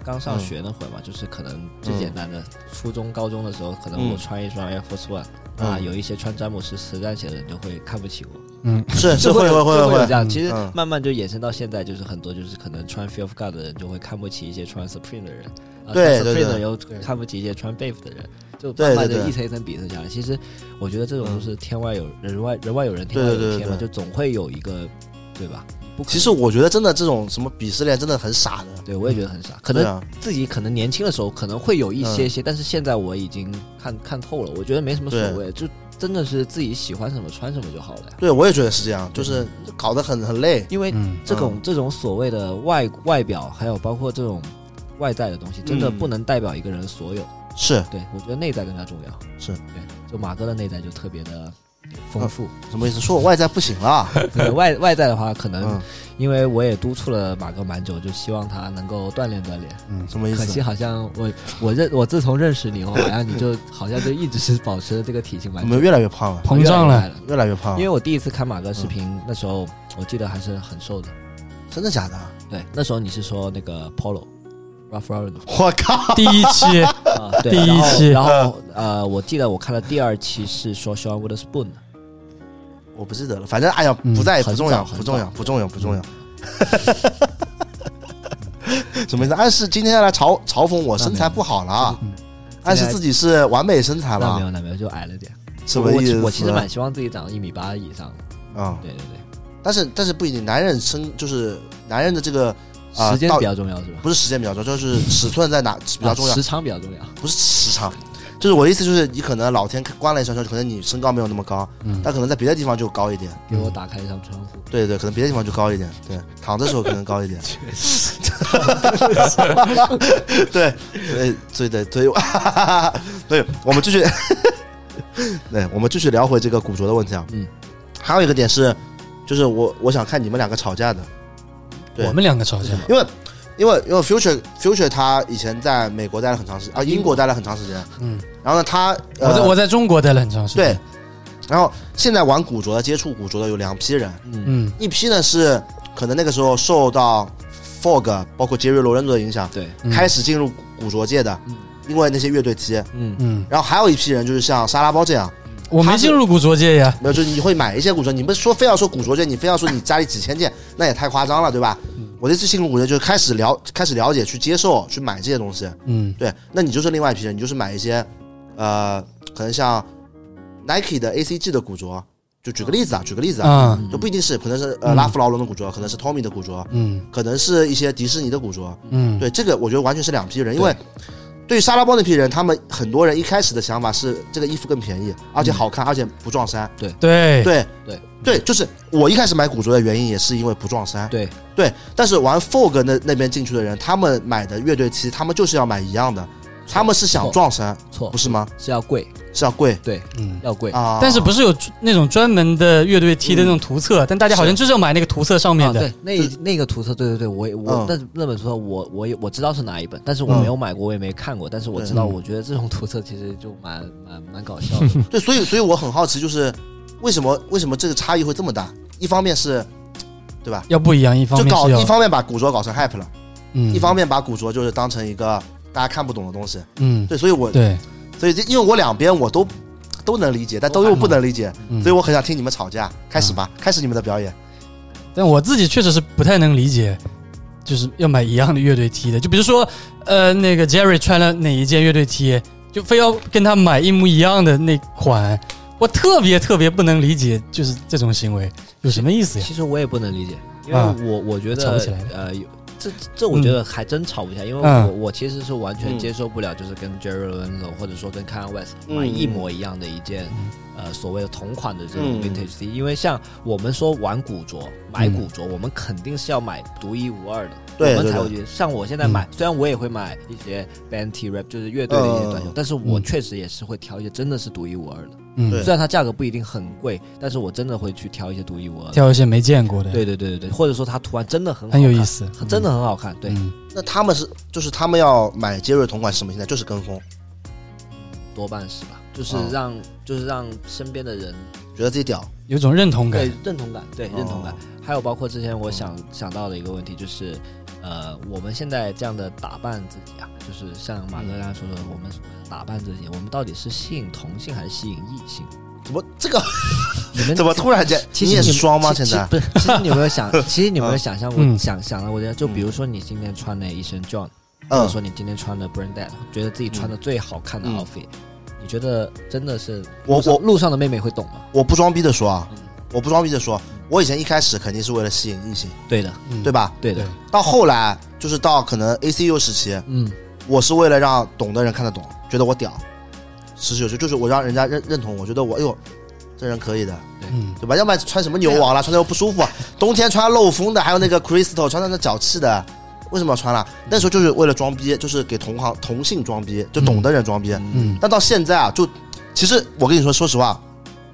Speaker 3: 刚
Speaker 2: 嗯
Speaker 3: 上学那会嘛，就是可能最简单的，初中、高中的时候，可能我
Speaker 2: 嗯
Speaker 3: 穿一双 Air Force One，、
Speaker 2: 嗯
Speaker 3: 啊，有一些穿詹姆斯实战鞋的人就会看不起我，
Speaker 1: 嗯，
Speaker 2: 是是
Speaker 3: 就
Speaker 2: 会
Speaker 3: 有
Speaker 2: 会
Speaker 3: 就有
Speaker 2: 会
Speaker 3: 这
Speaker 2: 会，
Speaker 3: 样。
Speaker 1: 嗯
Speaker 3: 其实
Speaker 2: 嗯
Speaker 3: 慢慢就衍生到现在，就是很多就是可能穿 Fear of God 的人就会看不起一些穿 Supreme 的人，啊
Speaker 2: 对对
Speaker 3: 穿 Supreme
Speaker 2: 对
Speaker 3: 的人又看不起一些穿 Bape 的人，就慢
Speaker 2: 对对
Speaker 3: 慢的
Speaker 2: 对
Speaker 3: 一层一层比试下来。其实我觉得这种
Speaker 2: 嗯
Speaker 3: 都是天外有人外人外有人，
Speaker 2: 对
Speaker 3: 天
Speaker 2: 对
Speaker 3: 外有
Speaker 2: 对
Speaker 3: 天嘛，
Speaker 2: 对
Speaker 3: 就总会有一个，对吧？不可能
Speaker 2: 其实我觉得真的这种什么鄙视链真的很傻的，
Speaker 3: 对我也觉得很傻，可
Speaker 2: 对
Speaker 3: 能
Speaker 2: 啊，嗯
Speaker 3: 自己可能年轻的时候可能会有一些些，但是现在我已经看看透了，我觉得没什么所
Speaker 2: 对
Speaker 3: 谓，就真的是自己喜欢什么穿什么就好了呀。
Speaker 2: 对我也觉得是这样，就是搞得很很累。
Speaker 3: 因为
Speaker 1: 嗯
Speaker 3: 这种、这种所谓的外外表，还有包括这种外在的东西，真的
Speaker 2: 嗯
Speaker 3: 不能代表一个人的所有。
Speaker 2: 是
Speaker 3: 对我觉得内在更加重要。
Speaker 2: 是
Speaker 3: 对，就马哥的内在就特别的丰富。
Speaker 2: 什么意思？说我外在不行了？
Speaker 3: 对外 外在的话，可能
Speaker 2: 嗯，
Speaker 3: 因为我也督促了马哥蛮久，就希望他能够锻炼锻炼。
Speaker 2: 什么意
Speaker 3: 可
Speaker 2: 思
Speaker 3: 惜？好像我我认我自从认识你后，好像你就好像就一直是保持着这个体型
Speaker 2: 我
Speaker 3: 蛮
Speaker 2: 们
Speaker 3: 久
Speaker 2: 越来越胖了，嗯
Speaker 1: 膨胀了，。
Speaker 2: 越来越胖了
Speaker 3: 因为。我第一次看马哥视频，那时候我记得还是很瘦的。
Speaker 2: 真的假的？
Speaker 3: 对，那时候你是说那个 Polo。Ralph Lauren 的
Speaker 2: 我靠！
Speaker 1: 第一期，
Speaker 3: 啊，对，
Speaker 1: 第一期
Speaker 3: 然后然后呃，我记得我看了第二期是说 Sean Woodspoon，
Speaker 2: 我不记得了，反正哎呀，
Speaker 1: 嗯
Speaker 2: 不在不
Speaker 3: 很
Speaker 2: 重要，
Speaker 3: 早很
Speaker 2: 不重要，
Speaker 3: 早
Speaker 2: 不重要，不重要。
Speaker 3: 嗯
Speaker 2: 什么意思？暗示今天来嘲嘲讽我身材不好了啊
Speaker 1: 嗯，
Speaker 2: 暗示自己是完美身材
Speaker 3: 那没有
Speaker 2: 了，
Speaker 3: 那没有，就矮了点。
Speaker 2: 什么意思？
Speaker 3: 我我其实蛮希嗯望自己长到一米八以上的。
Speaker 2: 啊，
Speaker 3: 对对对，
Speaker 2: 但是但是不一定，男人身就是男人的这个啊
Speaker 3: 时间
Speaker 2: 到
Speaker 3: 比较重要是吧？
Speaker 2: 不是时间比较重要，就是尺寸在哪比较重
Speaker 3: 啊
Speaker 2: 要
Speaker 3: 时，长比较重要。
Speaker 2: 不是时长。就是我的意思，就是你可能老天关了一扇窗，可能你身高没有那么高，
Speaker 1: 嗯
Speaker 2: 但可能在别的地方就高一点。
Speaker 3: 给我打开一扇窗户。
Speaker 2: 对对，可能别的地方就高一点，对，躺的时候可能高一点。 对，呃，对对 对，对，我们继续， 对，我们继续聊回这个古着的问题啊。
Speaker 3: 嗯，
Speaker 2: 还有一个点是，就是我我想看你们两个吵架的，对
Speaker 1: 我们两个吵架，
Speaker 2: 因为因为因为 future future 他以前在美国待了很长时间啊，英国待了很长时间，
Speaker 1: 嗯，
Speaker 2: 然后呢，他
Speaker 1: 我在
Speaker 2: 呃
Speaker 1: 我在中国待了很长时
Speaker 2: 对
Speaker 1: 间，，
Speaker 2: 然后现在玩古着的、接触古着的有两批人，
Speaker 1: 嗯
Speaker 2: 一批呢是可能那个时候受到 Fog 包括杰瑞·罗伦佐的影响，
Speaker 3: 对，
Speaker 1: 嗯
Speaker 2: 开始进入古着界的，因为那些乐队机。
Speaker 3: 嗯
Speaker 1: 嗯，
Speaker 2: 然后还有一批人就是像沙拉包这样，
Speaker 1: 我没进入古着界呀，
Speaker 2: 没有，就是你会买一些古着，你不是说非要说古着件，你非要说你家里几千件， 那也太夸张了，对吧？我这次进入古着就是开始了，开始了解，去接受，去买这些东西。
Speaker 1: 嗯
Speaker 2: 对，那你就是另外一批人，你就是买一些，呃，可能像 Nike 的 ACG 的古着，就举个例子啊，举个例子啊，
Speaker 1: 啊
Speaker 2: 就不一定是，可能是呃
Speaker 1: 嗯
Speaker 2: 拉夫劳伦的古着，可能是 Tommy 的古着，
Speaker 1: 嗯
Speaker 2: 可能是一些迪士尼的古着。
Speaker 1: 嗯，
Speaker 2: 对，这个我觉得完全是两批人，因为对于沙拉包那批人，他们很多人一开始的想法是这个衣服更便宜，而且好看，而且不撞衫。
Speaker 1: 嗯对
Speaker 2: 对
Speaker 3: 对
Speaker 2: 对，就是我一开始买古着的原因也是因为不撞衫。
Speaker 3: 对，
Speaker 2: 对，但是玩 Fog 那那边进去的人，他们买的乐队漆，他们就是要买一样的，他们是想撞衫，
Speaker 3: 错
Speaker 2: 不是吗？
Speaker 3: 是要贵，
Speaker 2: 是要贵
Speaker 3: 对，
Speaker 1: 嗯。
Speaker 3: 要贵。
Speaker 2: 啊？
Speaker 1: 但是不是有那种专门的乐队 T 的那种图册？
Speaker 2: 嗯
Speaker 1: 但大家好像就是要买那个图册上面
Speaker 3: 啊，
Speaker 1: 的。
Speaker 3: 对，那那个图册，对对对，我我
Speaker 2: 嗯
Speaker 3: 那那本图册，我我我知道是哪一本，但是我
Speaker 2: 嗯
Speaker 3: 没有买过，我也没看过，但是我知道，
Speaker 1: 对
Speaker 3: 我觉得这种图册其实就蛮蛮蛮搞笑的。
Speaker 2: 对，所以所以我很好奇，就是为什么为什么这个差异会这么大？一方面是，对吧？
Speaker 1: 要不一样，一方
Speaker 2: 就
Speaker 1: 面
Speaker 2: 搞
Speaker 1: 是要
Speaker 2: 一方面把古着搞成 hype 了，
Speaker 1: 嗯
Speaker 2: 一方面把古着就是当成一个大家看不懂的东西。
Speaker 1: 嗯
Speaker 2: 对，所以我
Speaker 1: 对，
Speaker 2: 所以这因为我两边我都都能理解，但都又不能理解，
Speaker 1: 嗯
Speaker 2: 所以我很想听你们吵架。开始
Speaker 3: 嗯
Speaker 2: 吧，开始你们的表演。
Speaker 1: 但我自己确实是不太能理解，就是要买一样的乐队 T 的，就比如说呃那个 Jerry 穿了哪一件乐队 T，就非要跟他买一模一样的那款，我特别特别不能理解，就是这种行为有什么意思呀？
Speaker 3: 其实我也不能理解，因为
Speaker 1: 啊
Speaker 3: 我我觉
Speaker 1: 吵
Speaker 3: 得
Speaker 1: 不起来
Speaker 3: 呃，有这这我觉得还真吵不起来，因为
Speaker 1: 嗯
Speaker 3: 我我其实是完全
Speaker 2: 嗯
Speaker 3: 接受不了，就是跟 Jerry Lorenzo 或者说跟 Kanye West
Speaker 2: 嗯
Speaker 3: 买一模一样的一件
Speaker 1: 嗯
Speaker 3: 呃所谓的同款的这种
Speaker 2: 嗯
Speaker 3: vintage T，因为像我们说
Speaker 1: 嗯
Speaker 3: 玩古着买古着，我们肯定是要买独一无二的，
Speaker 2: 对
Speaker 3: 我们
Speaker 2: 对
Speaker 3: 才
Speaker 2: 对
Speaker 3: 会觉得。像我现在
Speaker 1: 嗯
Speaker 3: 买，虽然我也会买一些 band T rap，就是乐队的一些短袖
Speaker 2: 嗯，
Speaker 3: 但是我
Speaker 1: 嗯
Speaker 3: 确实也是会挑一些真的是独一无二的。
Speaker 1: 嗯
Speaker 2: 对，
Speaker 3: 虽然它价格不一定很贵，但是我真的会去挑一些独一无二的。
Speaker 1: 挑一些没见过的，，
Speaker 3: 对对对对对，或者说它图案真的很好
Speaker 1: 很有意
Speaker 3: 看，
Speaker 1: 思，
Speaker 3: 很真的很好看。对，
Speaker 1: 嗯
Speaker 2: 那他们是就是他们要买杰瑞同款是什么心态？就是跟风，
Speaker 3: 多半是吧？就是
Speaker 2: 哦
Speaker 3: 让就是让身边的人
Speaker 2: 觉得自己屌。
Speaker 1: 有种认同感
Speaker 3: 对，认同感，对
Speaker 2: 哦
Speaker 3: 认同感。还有包括之前我想想到的一个问题就是，呃，我们现在这样的打扮自己啊，就是像马哥刚才说的，我们所谓的打扮自己，我们到底是吸引同性还是吸引异性？
Speaker 2: 怎么这个
Speaker 3: 你们
Speaker 2: 怎么突然间？
Speaker 3: 哎其
Speaker 2: 你
Speaker 3: 实
Speaker 2: 也是
Speaker 3: 们
Speaker 2: 双吗？
Speaker 3: 其
Speaker 2: 现
Speaker 3: 其
Speaker 2: 在
Speaker 3: 不是，其实你有没 有想？其实你有没有想象过？
Speaker 1: 嗯
Speaker 3: 想想到过这样？就比如说你今天穿了一身 John，或者
Speaker 2: 嗯
Speaker 3: 说你今天穿了 Brand Dad，觉得自己穿的最好看的
Speaker 2: 嗯
Speaker 3: outfit，你觉得真的是
Speaker 2: 我
Speaker 3: 路上
Speaker 2: 我
Speaker 3: 路上的妹妹会懂吗？
Speaker 2: 我不装逼的说啊
Speaker 3: 嗯，
Speaker 2: 我不装逼的说，我以前一开始肯定是为了吸引异性，
Speaker 3: 对的，
Speaker 1: 嗯
Speaker 2: 对吧？
Speaker 3: 对的，
Speaker 2: 到后来就是到可能 ACU 时期，
Speaker 3: 嗯，
Speaker 2: 我是为了让懂的人看得懂，觉得我屌，实事求是，就是我让人家认认同，我觉得我哎呦，这人可以的，
Speaker 1: 嗯
Speaker 2: 对吧？要不然穿什么牛王啦，穿的又不舒服啊。冬天穿漏风的，还有那个 Crystal 穿的那脚气的，为什么要穿啦、那时候就是为了装逼，就是给同行同性装逼，就懂的人装逼。
Speaker 1: 嗯
Speaker 2: 但到现在啊，就其实我跟你说，说实话，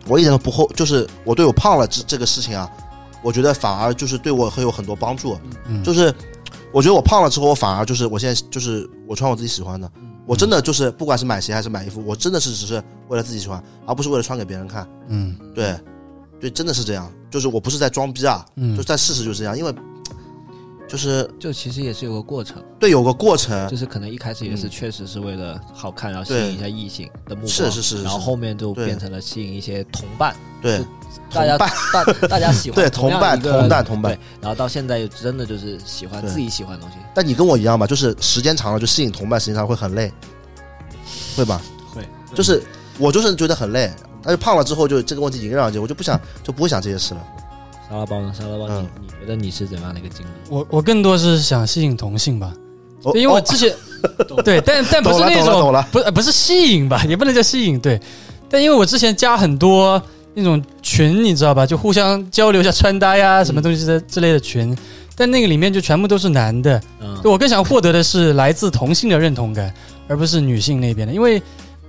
Speaker 2: 我一点都不后，就是我对我胖了这这个事情啊，我觉得反而就是对我会有很多帮助。
Speaker 1: 嗯
Speaker 2: 就是我觉得我胖了之后，我反而就是我现在就是我穿我自己喜欢的，
Speaker 3: 嗯
Speaker 2: 我真的就是不管是买鞋还是买衣服，我真的是只是为了自己喜欢，而不是为了穿给别人看。
Speaker 1: 嗯
Speaker 2: 对，对，真的是这样。就是我不是在装逼啊，
Speaker 1: 嗯
Speaker 2: 就在事实就是这样。因为就是
Speaker 3: 就其实也是有个过程，
Speaker 2: 对有个过程
Speaker 3: 就，是可能一开始也是
Speaker 2: 嗯
Speaker 3: 确实是为了好看，然后吸
Speaker 2: 对
Speaker 3: 引一下异性的目光，
Speaker 2: 是是是是
Speaker 3: 然后后面就
Speaker 2: 对
Speaker 3: 变成了吸引一些同伴，
Speaker 2: 对
Speaker 3: 大家
Speaker 2: 同伴
Speaker 3: 大大家喜欢
Speaker 2: 对
Speaker 3: 同
Speaker 2: 同
Speaker 3: 样
Speaker 2: 伴
Speaker 3: 一个
Speaker 2: 同伴同伴
Speaker 3: 对。然后到现在真的就是喜欢
Speaker 2: 对
Speaker 3: 自己喜欢的东西，
Speaker 2: 但你跟我一样吧，就是时间长了就吸引同伴，时间长了会很累，会吧？
Speaker 1: 嗯
Speaker 3: 会
Speaker 2: 就是我就是觉得很累，但是胖了之后就这个问题迎刃而解，我就不想就不会想这些事了。
Speaker 3: 沙拉包呢？沙拉包，
Speaker 2: 嗯
Speaker 3: 你你觉得你是怎么样的一个经历？
Speaker 1: 我我更多是想吸引同性吧，
Speaker 2: 哦
Speaker 1: 对因为我
Speaker 2: 哦
Speaker 1: 之前、对，但但不
Speaker 2: 懂
Speaker 1: 是
Speaker 2: 了
Speaker 1: 那
Speaker 2: 懂了
Speaker 1: 种
Speaker 2: 懂了，
Speaker 1: 不呃不是吸引吧，也不能叫吸引，对。但因为我之前加很多那种群，你知道吧，就互相交流一下穿搭呀，
Speaker 2: 嗯
Speaker 1: 什么东西的之类的群，但那个里面就全部都是男的，
Speaker 3: 嗯
Speaker 1: 就我更想获得的是来自同性的认同感，而不是女性那边的，因为。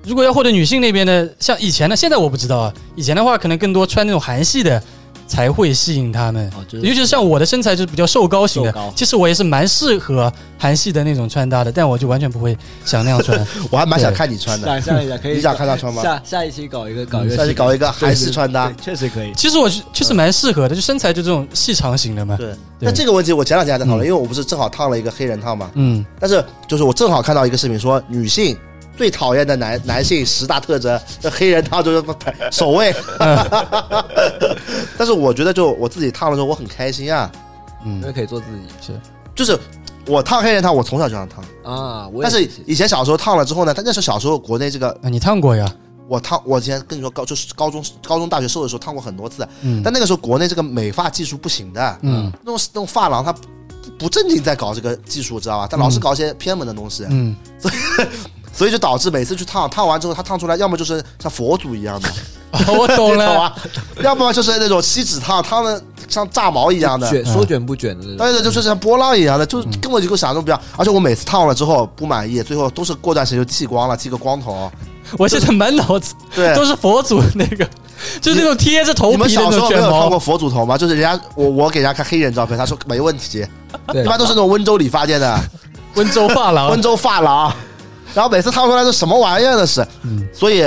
Speaker 1: 如果要获得女性那边的，像以前的，现在我不知道啊。以前的话，可能更多穿那种韩系的，才会吸引他们。
Speaker 3: 哦，就是
Speaker 1: 尤其是像我的身材就是比较瘦高型
Speaker 3: 瘦
Speaker 1: 的，
Speaker 3: 高，
Speaker 1: 其实我也是蛮适合韩系的那种穿搭的，但我就完全不会想那样 穿。
Speaker 2: 我还蛮想看你穿的，
Speaker 3: 想象一下可以
Speaker 2: 你想看他穿吗？
Speaker 3: 下下一期搞一个搞一个
Speaker 2: 嗯下次搞一个韩
Speaker 3: 对
Speaker 2: 式
Speaker 3: 对
Speaker 2: 穿啊搭
Speaker 3: 对。确实可以。
Speaker 1: 其实我是确实蛮适合的，就身材就这种细长型的嘛。
Speaker 2: 对，那这个问题我前两天还在讨论，因为我不是正好烫了一个黑人烫嘛，
Speaker 1: 嗯，
Speaker 2: 但是就是我正好看到一个视频说，女性最讨厌的男男性十大特征，这黑人烫就是 首位。
Speaker 1: 呃
Speaker 2: 但是我觉得，就我自己烫的时候，我很开心啊，
Speaker 1: 嗯
Speaker 3: 那 可以做自己
Speaker 2: 就是我烫黑人烫，我从小就想烫，
Speaker 3: 啊！我也
Speaker 2: 但是以前小时候烫了之后呢，但那时候小时候国内这个
Speaker 1: 啊，你烫过呀？
Speaker 2: 我烫，我之前跟你说高就是高中高中大学瘦的时候烫过很多次，
Speaker 1: 嗯
Speaker 2: 但那个时候国内这个美发技术不行的，
Speaker 1: 嗯
Speaker 2: 那种那种发廊他不不正经在搞这个技术，知道吧？他老是
Speaker 1: 嗯
Speaker 2: 搞一些偏门的东西，
Speaker 1: 嗯，
Speaker 2: 所以就导致每次去烫，烫完之后他烫出来，要么就是像佛祖一样的，
Speaker 1: 哦我懂
Speaker 2: 好
Speaker 1: 了。
Speaker 2: 吧？要么就是那种锡纸烫，烫的像炸毛一样的。
Speaker 3: 卷
Speaker 1: 嗯
Speaker 3: 说卷不卷的那种，
Speaker 2: 但是就是像波浪一样的，就跟我一个想象不一样。而且我每次烫了之后不满意，最后都是过段时间就剃光了，剃个光头。
Speaker 1: 我现在满脑子
Speaker 2: 对，
Speaker 1: 都是佛祖那个，就是那种贴着头
Speaker 2: 你们
Speaker 1: 皮的
Speaker 2: 小时
Speaker 1: 那种
Speaker 2: 候没
Speaker 1: 卷
Speaker 2: 有烫
Speaker 1: 毛
Speaker 2: 过。佛祖头吗？就是人家我我给人家看黑人照片，他说没问题，
Speaker 3: 对
Speaker 2: 一般都是那种温州理发店
Speaker 1: 啊
Speaker 2: 的，
Speaker 1: 温州发廊
Speaker 2: 温，州发廊，然后每次烫出来都什么玩意儿的是，
Speaker 1: 嗯
Speaker 2: 所以，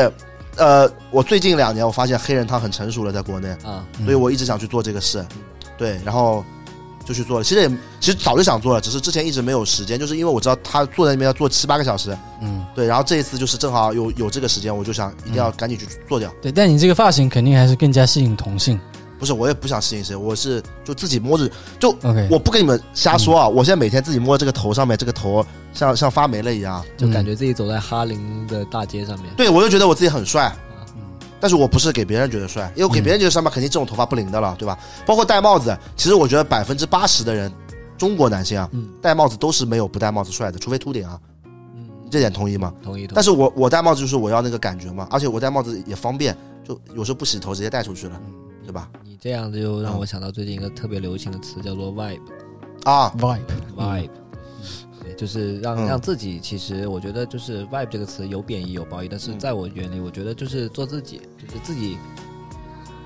Speaker 2: 呃，我最近两年我发现黑人烫很成熟了，在国内，
Speaker 3: 啊，
Speaker 1: 嗯
Speaker 2: 所以我一直想去做这个事，对，然后就去做了。其实也其实早就想做了，只是之前一直没有时间，就是因为我知道他坐在那边要坐七八个小时，
Speaker 1: 嗯，
Speaker 2: 对，然后这一次就是正好有有这个时间，我就想一定要赶紧去做掉。
Speaker 1: 对，但你这个发型肯定还是更加吸引同性。
Speaker 2: 不是，我也不想适应谁，我是就自己摸着，就
Speaker 1: OK，
Speaker 2: 我不跟你们瞎说啊，我现在每天自己摸这个头上面，这个头像像发霉了一样。
Speaker 3: 就感觉自己走在哈林的大街上面，
Speaker 2: 对我就觉得我自己很帅，
Speaker 3: 嗯
Speaker 2: 但是我不是给别人觉得帅，因为给别人觉得帅嘛，肯定这种头发不灵的了，对吧？包括戴帽子，其实我觉得百分之八十的人，中国男性啊，
Speaker 3: 嗯
Speaker 2: 戴帽子都是没有不戴帽子帅的，除非秃顶啊，
Speaker 3: 嗯，
Speaker 2: 这点同意吗？
Speaker 3: 同意同
Speaker 2: 但
Speaker 3: 意。
Speaker 2: 是我我戴帽子就是我要那个感觉嘛，而且我戴帽子也方便，就有时候不洗头直接戴出去了，
Speaker 3: 嗯
Speaker 2: 对吧？
Speaker 3: 你这样子就
Speaker 2: 嗯
Speaker 3: 让我想到最近一个特别流行的词叫做 vibe，vibe，
Speaker 2: 啊，
Speaker 1: vibe，
Speaker 3: 对，就是让
Speaker 2: 嗯
Speaker 3: 让自己，其实我觉得就是 vibe 这个词有贬义有褒义，但是
Speaker 2: 嗯
Speaker 3: 在我眼里，我觉得就是做自己，就是自己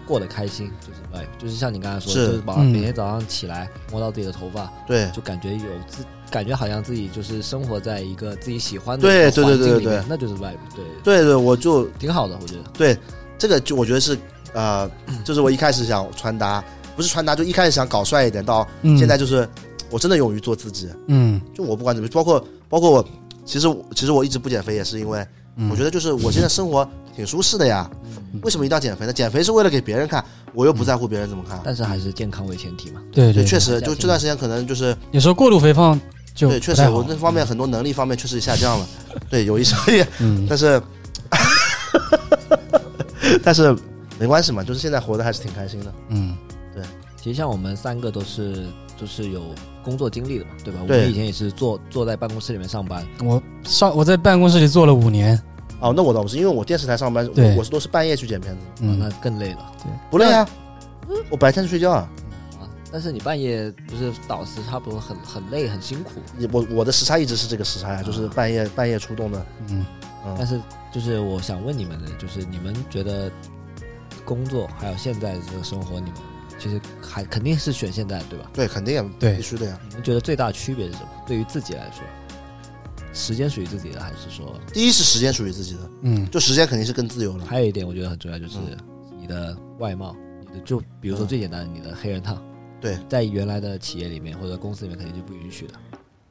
Speaker 3: 过得开心，就是 vibe，就是像你刚才说，
Speaker 2: 是
Speaker 3: 的，就是把
Speaker 1: 嗯
Speaker 3: 每天早上起来摸到自己的头发，
Speaker 2: 对
Speaker 3: 就感觉有自，感觉好像自己就是生活在一个自己喜欢的
Speaker 2: 对
Speaker 3: 一个
Speaker 2: 对对
Speaker 3: 环境
Speaker 2: 对
Speaker 3: 里
Speaker 2: 对
Speaker 3: 面那就是 vibe，对，
Speaker 2: 对对，我就
Speaker 3: 挺好的，我觉得。
Speaker 2: 对这个就我觉得是 呃，就是我一开始想穿搭，不是穿搭，就一开始想搞帅一点，到
Speaker 1: 嗯
Speaker 2: 现在就是、我真的勇于做自己。
Speaker 1: 嗯，
Speaker 2: 就我不管怎么，包括包括我，其实我其实我一直不减肥，也是因为我
Speaker 1: 得
Speaker 2: 觉得就是我现在生活挺舒适的呀，
Speaker 3: 嗯
Speaker 2: 为什么一定要减肥呢？减肥是为了给别人看，我又不在乎别人怎么看。
Speaker 3: 但是还是健康为前提嘛。
Speaker 1: 嗯对对，
Speaker 2: 对，确
Speaker 1: 对
Speaker 2: 实，
Speaker 3: 对
Speaker 2: 就这段时间可能就是
Speaker 1: 有时候过度肥胖就
Speaker 2: 对，确
Speaker 1: 不
Speaker 2: 实
Speaker 1: 太好
Speaker 2: 我那方面很多能力方面确实下降了，对，有一说 一，
Speaker 1: 嗯
Speaker 2: 但是 但是没关系嘛，就是现在活得还是挺开心的。
Speaker 1: 嗯
Speaker 3: 其实像我们三个都是都是有工作经历的嘛，对吧？我
Speaker 2: 对
Speaker 3: 们以前也是坐坐在办公室里面上班，
Speaker 1: 我上我在办公室里坐了五年，
Speaker 2: 哦，那我倒不是，因为我电视台上班，
Speaker 1: 对
Speaker 2: 我我是都是半夜去剪片子，
Speaker 3: 啊
Speaker 1: 嗯
Speaker 3: 那，更累了
Speaker 2: 不累啊，我白天去睡觉啊，
Speaker 3: 啊。但是你半夜不是导师差不多很很累很辛苦，
Speaker 2: 也我我的时差一直是这个时差呀，就是半夜半夜出动的。
Speaker 1: 嗯，
Speaker 3: 但是就是我想问你们的，就是你们觉得工作还有现在的这个生活，你们其实还肯定是选现在对吧？
Speaker 2: 对，肯定啊
Speaker 1: 对
Speaker 2: 必须的呀。
Speaker 3: 你们觉得最大的区别是什么？对于自己来说，时间属于自己的，还是说
Speaker 2: 第一是时间属于自己的，
Speaker 1: 嗯
Speaker 2: 就时间肯定是更自由了。
Speaker 3: 还有一点我觉得很重要，就是你的外貌，你的就比如说最简单的，你的黑人烫，
Speaker 2: 对，
Speaker 3: 在原来的企业里面或者公司里面肯定就不允许的，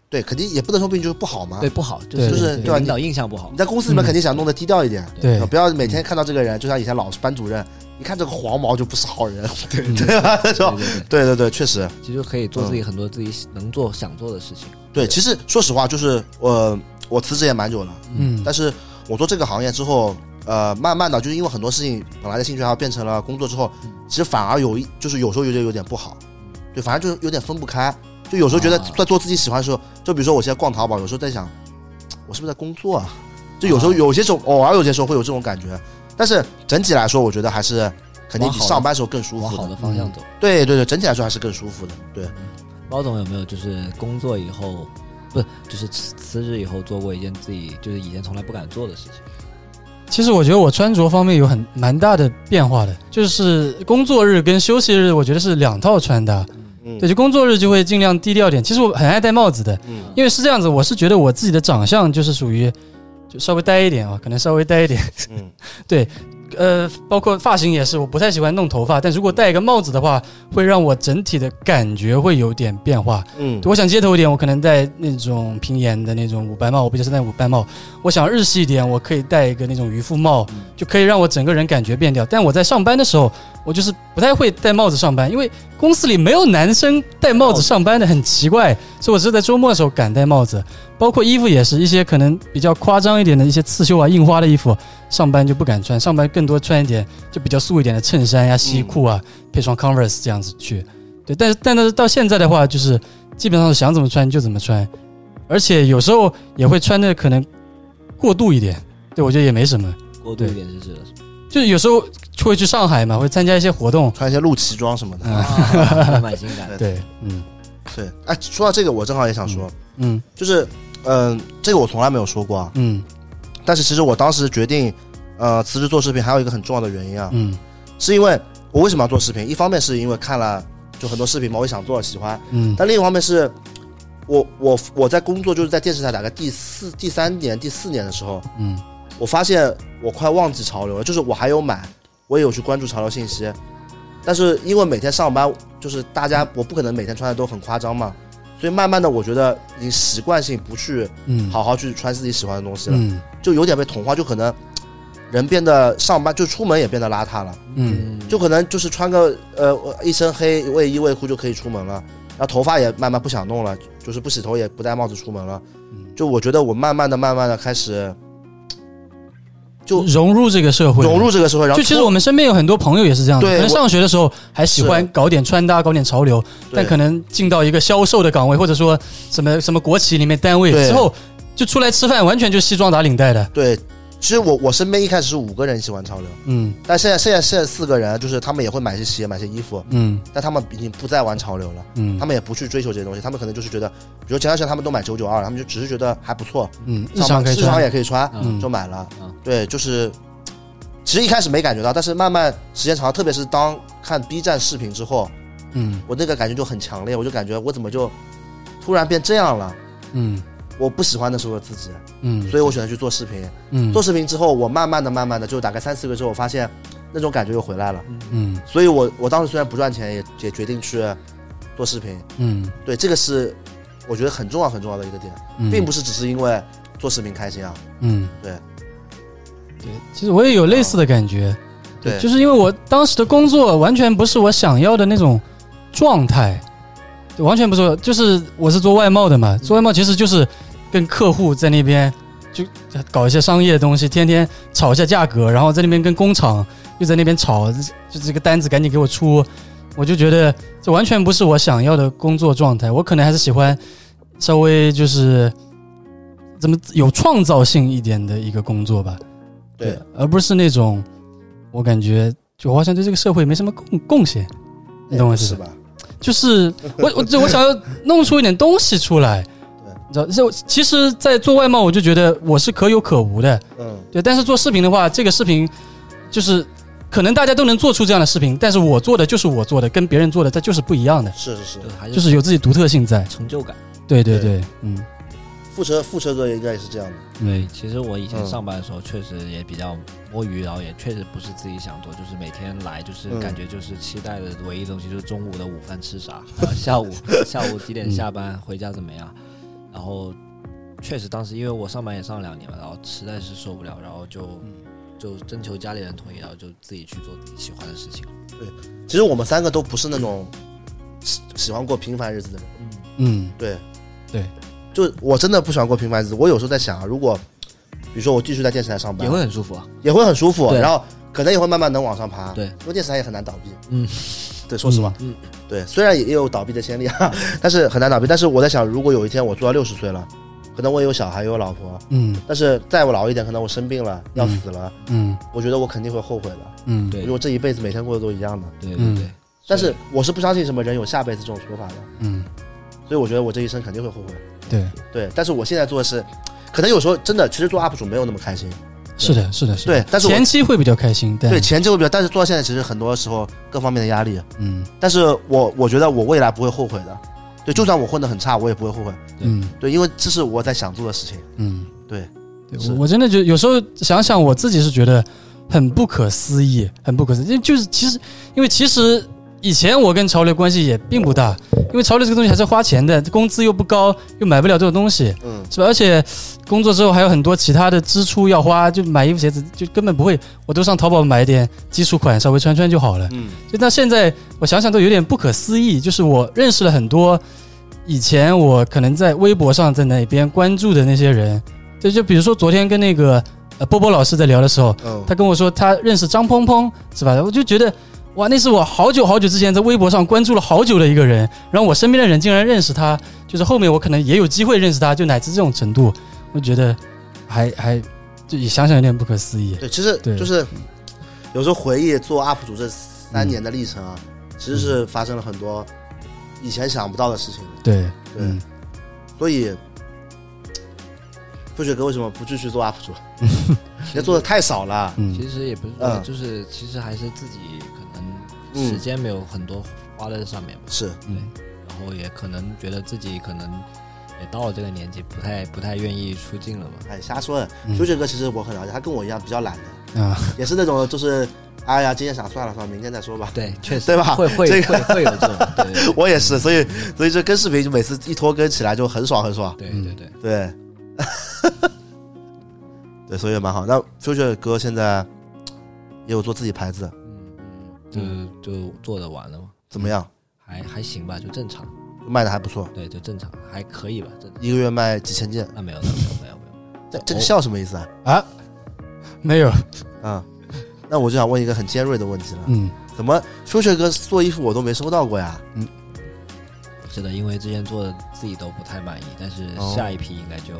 Speaker 2: 对，肯定也不能说病就是不好嘛。
Speaker 3: 对，，不好，就
Speaker 1: 对
Speaker 3: 是
Speaker 2: 就是
Speaker 3: 给
Speaker 2: 啊对吧
Speaker 3: 领导印象不好
Speaker 2: 你，在公司里面
Speaker 1: 嗯
Speaker 2: 肯定想弄得低调一点，呃
Speaker 1: 对，
Speaker 2: 不要每天看到这个人，就像以前老师班主任，一看这个黄毛就不是好人，对对吧？是
Speaker 3: 对
Speaker 2: 吧？
Speaker 3: 对对，
Speaker 2: 对对对，确实，
Speaker 3: 其实可以做自己很多自己能做想做的事情，
Speaker 2: 对。其实说实话，就是呃，我辞职也蛮久了，
Speaker 1: 嗯
Speaker 2: 但是我做这个行业之后，呃，慢慢的就是因为很多事情本来的兴趣爱好变成了工作之后，
Speaker 3: 嗯
Speaker 2: 其实反而有一就是有时候有点有点不好，对，反而就是有点分不开，就有时候觉得
Speaker 3: 啊
Speaker 2: 在做自己喜欢的时候，就比如说我现在逛淘宝，有时候在想，我是不是在工作啊？就有时候
Speaker 3: 啊
Speaker 2: 有些时候偶尔有些时候会有这种感觉，但是整体来说，我觉得还是肯定比
Speaker 3: 往好的
Speaker 2: 上班时候更舒
Speaker 3: 往
Speaker 2: 服
Speaker 3: 好的
Speaker 2: 的。
Speaker 3: 方向走。
Speaker 2: 对对对，整体来说还是更舒服的。对，
Speaker 3: 包总有没有就是工作以后，不就是辞辞职以后做过一件自己就是以前从来不敢做的事情？
Speaker 1: 其实我觉得我穿着方面有很蛮大的变化的，就是工作日跟休息日，我觉得是两套穿搭。
Speaker 2: 嗯
Speaker 1: 对，就工作日就会尽量低调点。其实我很爱戴帽子的，
Speaker 2: 嗯
Speaker 1: 因为是这样子，我是觉得我自己的长相就是属于就稍微呆一点啊，可能稍微呆一点。
Speaker 2: 嗯，
Speaker 1: 呃，包括发型也是，我不太喜欢弄头发，但如果戴一个帽子的话，会让我整体的感觉会有点变化。
Speaker 2: 嗯，
Speaker 1: 我想街头一点，我可能戴那种平沿的那种五白帽，我不就是戴五白帽。我想日系一点，我可以戴一个那种渔夫帽，就可以让我整个人感觉变掉。但我在上班的时候，我就是不太会戴帽子上班，因为公司里没有男生戴帽子上班的，很奇怪。所以我只是在周末的时候敢戴帽子，包括衣服也是一些可能比较夸张一点的一些刺绣啊、印花的衣服，上班就不敢穿，上班更多穿一点就比较素一点的衬衫呀、西裤啊，配双 Converse 这样子去。对，但是但是到现在的话，就是基本上想怎么穿就怎么穿，而且有时候也会穿的可能过度一点。对，我觉得也没什么。
Speaker 3: 过渡一点是指的什么？
Speaker 1: 就是有时候会去上海嘛，会参加一些活动。
Speaker 2: 穿一些露脐装什么的。
Speaker 3: 啊蛮性感的。
Speaker 1: 对，嗯
Speaker 2: 对，哎，说到这个，我正好也想说，
Speaker 1: 嗯
Speaker 2: 就是，嗯、这个我从来没有说过啊。
Speaker 1: 嗯
Speaker 2: 但是其实我当时决定，呃，辞职做视频，还有一个很重要的原因啊，
Speaker 1: 嗯
Speaker 2: 是因为我为什么要做视频？一方面是因为看了就很多视频嘛，我也想做，喜欢；
Speaker 1: 嗯
Speaker 2: 但另一方面是，我我我在工作就是在电视台打概第四、第三年、第四年的时候，
Speaker 1: 嗯
Speaker 2: 我发现我快忘记潮流了，就是我还有买，我也有去关注潮流信息，但是因为每天上班，就是大家我不可能每天穿的都很夸张嘛，所以慢慢的我觉得已经习惯性不去
Speaker 1: 嗯，，
Speaker 2: 好好去穿自己喜欢的东西了，
Speaker 1: 嗯
Speaker 2: 就有点被同化，就可能人变得上班就出门也变得邋遢了，
Speaker 1: 嗯
Speaker 2: 就可能就是穿个呃一身黑卫衣卫裤就可以出门
Speaker 1: 嗯
Speaker 2: 了，然后头发也慢慢不想弄了，就是不洗头也不戴帽子出门了，
Speaker 1: 嗯
Speaker 2: 就我觉得我慢慢的慢慢的开始。就
Speaker 1: 融入这个社会，
Speaker 2: 融入。这个社会，然后
Speaker 1: 就其实我们身边有很多朋友也是这样的，
Speaker 2: 对
Speaker 1: 可能
Speaker 2: 我
Speaker 1: 上学的时候还喜欢搞点穿搭、搞点潮流，
Speaker 2: 对
Speaker 1: 但可能进到一个销售的岗位，或者说什么什么国企里面单位
Speaker 2: 对
Speaker 1: 之后，就出来吃饭完全就西装打领带的，
Speaker 2: 对，其实我我身边一开始是五个人喜欢潮流，
Speaker 1: 嗯
Speaker 2: 但现在现在现在四个人，就是他们也会买些鞋、买些衣服，
Speaker 1: 嗯
Speaker 2: 但他们已经不再玩潮流了，
Speaker 1: 嗯
Speaker 2: 他们也不去追求这些东西，他们可能就是觉得，比如前段时间他们都买九九二，他们就只是觉得还不错，
Speaker 1: 嗯，日
Speaker 2: 上
Speaker 1: 常
Speaker 2: 班
Speaker 1: 可以
Speaker 2: 日常
Speaker 1: 穿，
Speaker 2: 也可以穿，
Speaker 1: 嗯
Speaker 2: 就买了
Speaker 3: 嗯。
Speaker 2: 对，就是其实一开始没感觉到，但是慢慢时间长了，特别是当看 B 站视频之后，
Speaker 1: 嗯
Speaker 2: 我那个感觉就很强烈，我就感觉我怎么就突然变这样了，
Speaker 1: 嗯
Speaker 2: 我不喜欢那时候的自己，
Speaker 1: 嗯
Speaker 2: 所以我选择去做视频。
Speaker 1: 嗯
Speaker 2: 做视频之后，我慢慢的、慢慢的，就大概三四个月之后，我发现那种感觉又回来了。
Speaker 1: 嗯
Speaker 2: 所以我我当时虽然不赚钱，也也决定去做视频。
Speaker 1: 嗯
Speaker 2: 对，这个是我觉得很重要、很重要的一个点，
Speaker 1: 嗯，
Speaker 2: 并不是只是因为做视频开心啊。
Speaker 1: 嗯，
Speaker 2: 对
Speaker 1: 对，其实我也有类似的感觉，
Speaker 2: 对，
Speaker 1: 就是因为我当时的工作完全不是我想要的那种状态，对完全不是我，就是我是做外贸的嘛，做外贸其实就是跟客户在那边就搞一些商业的东西，天天吵一下价格，然后在那边跟工厂又在那边吵，就这个单子赶紧给我出，我就觉得这完全不是我想要的工作状态，我可能还是喜欢稍微就是怎么有创造性一点的一个工作吧。
Speaker 2: 对，
Speaker 1: 而不是那种我感觉就我好像对这个社会没什么贡贡献，你懂我意思
Speaker 2: 是
Speaker 1: 吧？
Speaker 2: 吧？
Speaker 1: 就是我我就我想要弄出一点东西出来，你知道？就其实，在做外贸，我就觉得我是可有可无的，
Speaker 2: 嗯，
Speaker 1: 对。但是做视频的话，这个视频就是可能大家都能做出这样的视频，但是我做的就是我做的，跟别人做的它就是不一样的，
Speaker 2: 是是是
Speaker 3: 对，，还是
Speaker 1: 就是有自己独特性在。
Speaker 3: 成就感。
Speaker 1: 对对
Speaker 2: 对
Speaker 1: 对，嗯
Speaker 2: 副车副车作业应该也是这样的。
Speaker 3: 对，其实我以前
Speaker 2: 嗯
Speaker 3: 上班的时候确实也比较摸鱼，然后也确实不是自己想做，就是每天来就是
Speaker 2: 嗯
Speaker 3: 感觉就是期待的唯一东西就是中午的午饭吃啥，然后下午下午几点下班回家怎么样，然后确实当时因为我上班也上了两年嘛，然后实在是受不了，然后就就征求家里人同意，然后就自己去做自己喜欢的事情。
Speaker 2: 其实我们三个都不是那种喜喜欢过平凡日子的人。
Speaker 3: 嗯，
Speaker 1: 嗯
Speaker 2: 对，
Speaker 1: 对，
Speaker 2: 就我真的不喜欢过平凡日子。我有时候在想啊，如果比如说我继续在电视台上班，
Speaker 3: 也会很舒服啊。
Speaker 2: 也会很舒服，
Speaker 3: 对
Speaker 2: 然后可能也会慢慢能往上爬。
Speaker 3: 对
Speaker 2: 因为电视台也很难倒闭。
Speaker 3: 嗯，
Speaker 2: 对，说实话，
Speaker 3: 嗯
Speaker 2: 对，虽然也也有倒闭的先例啊， 但是很难倒闭。但是我在想，如果有一天我做到六十岁了，可能我也有小孩，也有老婆，
Speaker 1: 嗯
Speaker 2: 但是再我老一点，可能我生病了，要
Speaker 1: 嗯
Speaker 2: 死了，
Speaker 1: 嗯
Speaker 2: 我觉得我肯定会后悔的。
Speaker 1: 嗯，
Speaker 3: 对
Speaker 2: 如果这一辈子每天过得都一样的，
Speaker 3: 对对
Speaker 1: 嗯
Speaker 3: 对。
Speaker 2: 但是我是不相信什么人有下辈子这种说法的，
Speaker 1: 嗯
Speaker 2: 所以我觉得我这一生肯定会后悔。
Speaker 1: 对，
Speaker 2: 对，但是我现在做的是，可能有时候真的，其实做 UP 主没有那么开心，
Speaker 1: 是的，是的，是的。
Speaker 2: 对但是我
Speaker 1: 前期会比较开心，但
Speaker 2: 对，前期会比较，但是做到现在，其实很多时候各方面的压力，
Speaker 1: 嗯
Speaker 2: 但是我我觉得我未来不会后悔的，对，就算我混得很差，我也不会后悔，
Speaker 1: 嗯
Speaker 2: 对，因为这是我在想做的事情，
Speaker 1: 嗯，
Speaker 2: 对
Speaker 1: 对，
Speaker 2: 是
Speaker 1: 我我真的就有时候想想，我自己是觉得很不可思议，很不可思议，因为就是其实因为其实。以前我跟潮流关系也并不大，因为潮流这个东西还是花钱的，工资又不高，又买不了这种东西，
Speaker 2: 嗯，
Speaker 1: 是吧？而且工作之后还有很多其他的支出要花，就买衣服、鞋子，就根本不会，我都上淘宝买一点基础款，稍微穿穿就好了。
Speaker 2: 嗯，
Speaker 1: 就到现在，我想想都有点不可思议。就是我认识了很多以前我可能在微博上在那边关注的那些人，就就比如说昨天跟那个呃波波老师在聊的时候，
Speaker 2: 嗯，
Speaker 1: 他跟我说他认识张鹏鹏，是吧？我就觉得哇，那是我好久好久之前在微博上关注了好久的一个人，然后我身边的人竟然认识他，就是后面我可能也有机会认识他，就乃至这种程度，我觉得还还就也想想有点不可思议。
Speaker 2: 对，其实
Speaker 1: 对
Speaker 2: 就是有时候回忆做 UP 主这
Speaker 1: 嗯
Speaker 2: 三年的历程啊，其实是发生了很多以前想不到的事情，
Speaker 1: 对，
Speaker 2: 对，
Speaker 1: 嗯
Speaker 2: 所以不学哥为什么不继续做 UP 主？人家做的太少了，
Speaker 1: 嗯
Speaker 3: 其实也不是说，
Speaker 2: 嗯
Speaker 3: 就是其实还是自己可能
Speaker 2: 嗯
Speaker 3: 时间没有很多花在这上面吧，
Speaker 2: 是，
Speaker 1: 嗯
Speaker 3: 然后也可能觉得自己可能也到了这个年纪，不太不太愿意出镜了嘛。
Speaker 2: 哎，瞎说的。
Speaker 1: 嗯
Speaker 2: 修杰哥其实我很了解，他跟我一样比较懒的，
Speaker 1: 啊，
Speaker 2: 也是那种就是，哎呀，今天想算了算了，明天再说吧。
Speaker 3: 对，确实
Speaker 2: 对吧
Speaker 3: 会会
Speaker 2: 这
Speaker 3: 会 会有这种，对 对
Speaker 2: 我也是，所以
Speaker 1: 嗯
Speaker 2: 所以这跟视频就每次一拖更起来就很爽很爽。
Speaker 3: 对对对对，
Speaker 2: 对， 对，所以也蛮好。那 Future 哥现在也有做自己牌子，
Speaker 3: 嗯嗯，就就做的完了嘛，
Speaker 2: 怎么样？
Speaker 3: 还还行吧，就正常，
Speaker 2: 卖的还不错，
Speaker 3: 对，就正常，还可以吧，正常。
Speaker 2: 一个月卖几千件。
Speaker 3: 那没有，那没有，没有，没有。
Speaker 2: 这这个笑什么意思啊？
Speaker 1: 啊，没有，
Speaker 2: 啊、那我就想问一个很尖锐的问题了，
Speaker 1: 嗯
Speaker 2: 怎么 Future 哥做衣服我都没收到过呀？
Speaker 3: 是的，因为之前做的自己都不太满意，但是
Speaker 2: 哦
Speaker 3: 下一批应该就，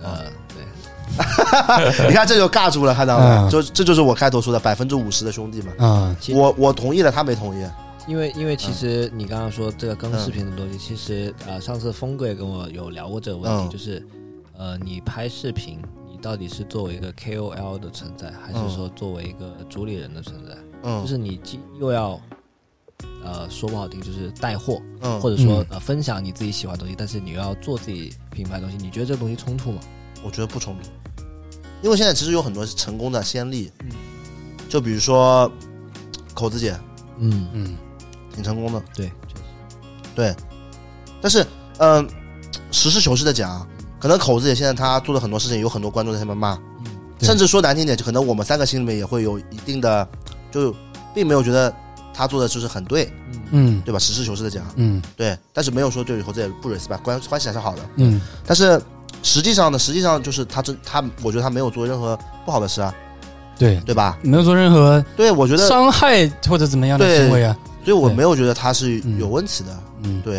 Speaker 3: 呃，对，
Speaker 2: 你看这就尬住了，看到吗？
Speaker 1: 嗯
Speaker 2: 就这就是我开头说的百分之五十的兄弟们。
Speaker 1: 啊，
Speaker 3: 其实
Speaker 2: 我我同意了，他没同意。
Speaker 3: 因为因为
Speaker 2: 嗯
Speaker 3: 其实你刚刚说这个更视频的东西，其实呃上次峰哥也跟我有聊过这个问题，
Speaker 2: 嗯
Speaker 3: 就是呃你拍视频，你到底是作为一个 KOL 的存在，还
Speaker 2: 嗯
Speaker 3: 是说作为一个主理人的存在？
Speaker 2: 嗯
Speaker 3: 就是你既又要呃说不好听就是带货，
Speaker 2: 嗯
Speaker 3: 或者说、
Speaker 1: 嗯
Speaker 3: 呃分享你自己喜欢的东西，但是你又要做自己品牌的东西，你觉得这个东西冲突吗？
Speaker 2: 我觉得不冲突，因为现在其实有很多是成功的先例，
Speaker 3: 嗯
Speaker 2: 就比如说口子姐
Speaker 3: 嗯，
Speaker 1: 嗯
Speaker 2: 挺成功的，
Speaker 3: 对，确实
Speaker 2: 对。但是，嗯、实事求是的讲，啊可能口子姐现在她做的很多事情，有很多观众在下面骂，
Speaker 3: 嗯
Speaker 1: 对
Speaker 2: 甚至说难听点，就可能我们三个心里面也会有一定的，就并没有觉得她做的就是很对，
Speaker 3: 嗯
Speaker 1: 嗯
Speaker 2: 对吧？实事求是的讲，啊
Speaker 1: 嗯
Speaker 2: 对。但是没有说对口子姐不 respect，关关系还是好的。
Speaker 1: 嗯
Speaker 2: 但是实际上呢，实际上就是她真她，我觉得她没有做任何不好的事啊，
Speaker 1: 对，
Speaker 2: 对吧？
Speaker 1: 没有做任何
Speaker 2: 对，我觉得，所
Speaker 1: 伤害或者怎么样的
Speaker 2: 对
Speaker 1: 行为啊。
Speaker 2: 以我没有觉得她是
Speaker 1: 嗯
Speaker 2: 有问题的。
Speaker 1: 嗯，
Speaker 2: 对，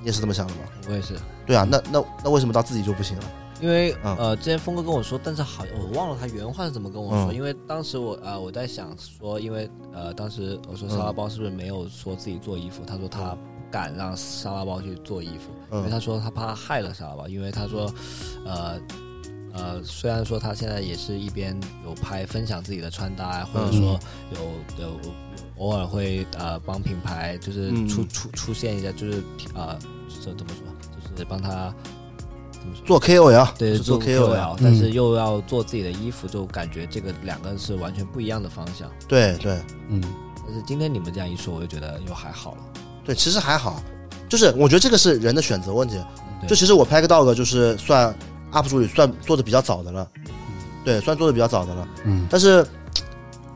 Speaker 2: 你也是这么想的吗？
Speaker 3: 我也是。
Speaker 2: 对啊，那那那为什么到自己就不行了？
Speaker 3: 因为、
Speaker 2: 嗯
Speaker 3: 呃，之前峰哥跟我说，但是好像我忘了他原话是怎么跟我说。
Speaker 2: 嗯
Speaker 3: 因为当时我啊、呃我在想说，因为呃，当时我说沙拉包是不是没有说自己做衣服？他说他不敢让沙拉包去做衣服，因为他
Speaker 2: 嗯
Speaker 3: 说他怕害了沙拉包。因为他说，呃呃，虽然说他现在也是一边有拍分享自己的穿搭啊，或者说
Speaker 2: 嗯
Speaker 3: 有有有偶尔会呃帮品牌就是
Speaker 2: 嗯
Speaker 3: 出、出出现一下，就是呃这怎么说，就是帮他怎么说？
Speaker 2: 做 KOL，
Speaker 3: 对，
Speaker 2: 是
Speaker 3: 做
Speaker 2: 做
Speaker 3: KOL，但
Speaker 1: 嗯
Speaker 3: 是又要做自己的衣服，就感觉这个两个是完全不一样的方向。
Speaker 2: 对对
Speaker 1: 嗯
Speaker 3: 但是今天你们这样一说，我就觉得又还好了。
Speaker 2: 对，其实还好，就是我觉得这个是人的选择问题。
Speaker 3: 对
Speaker 2: 就其实我拍个 dog 就是算 UP 主里算做的比较早的了，
Speaker 3: 嗯
Speaker 2: 对，算做的比较早的了。
Speaker 1: 嗯
Speaker 2: 但是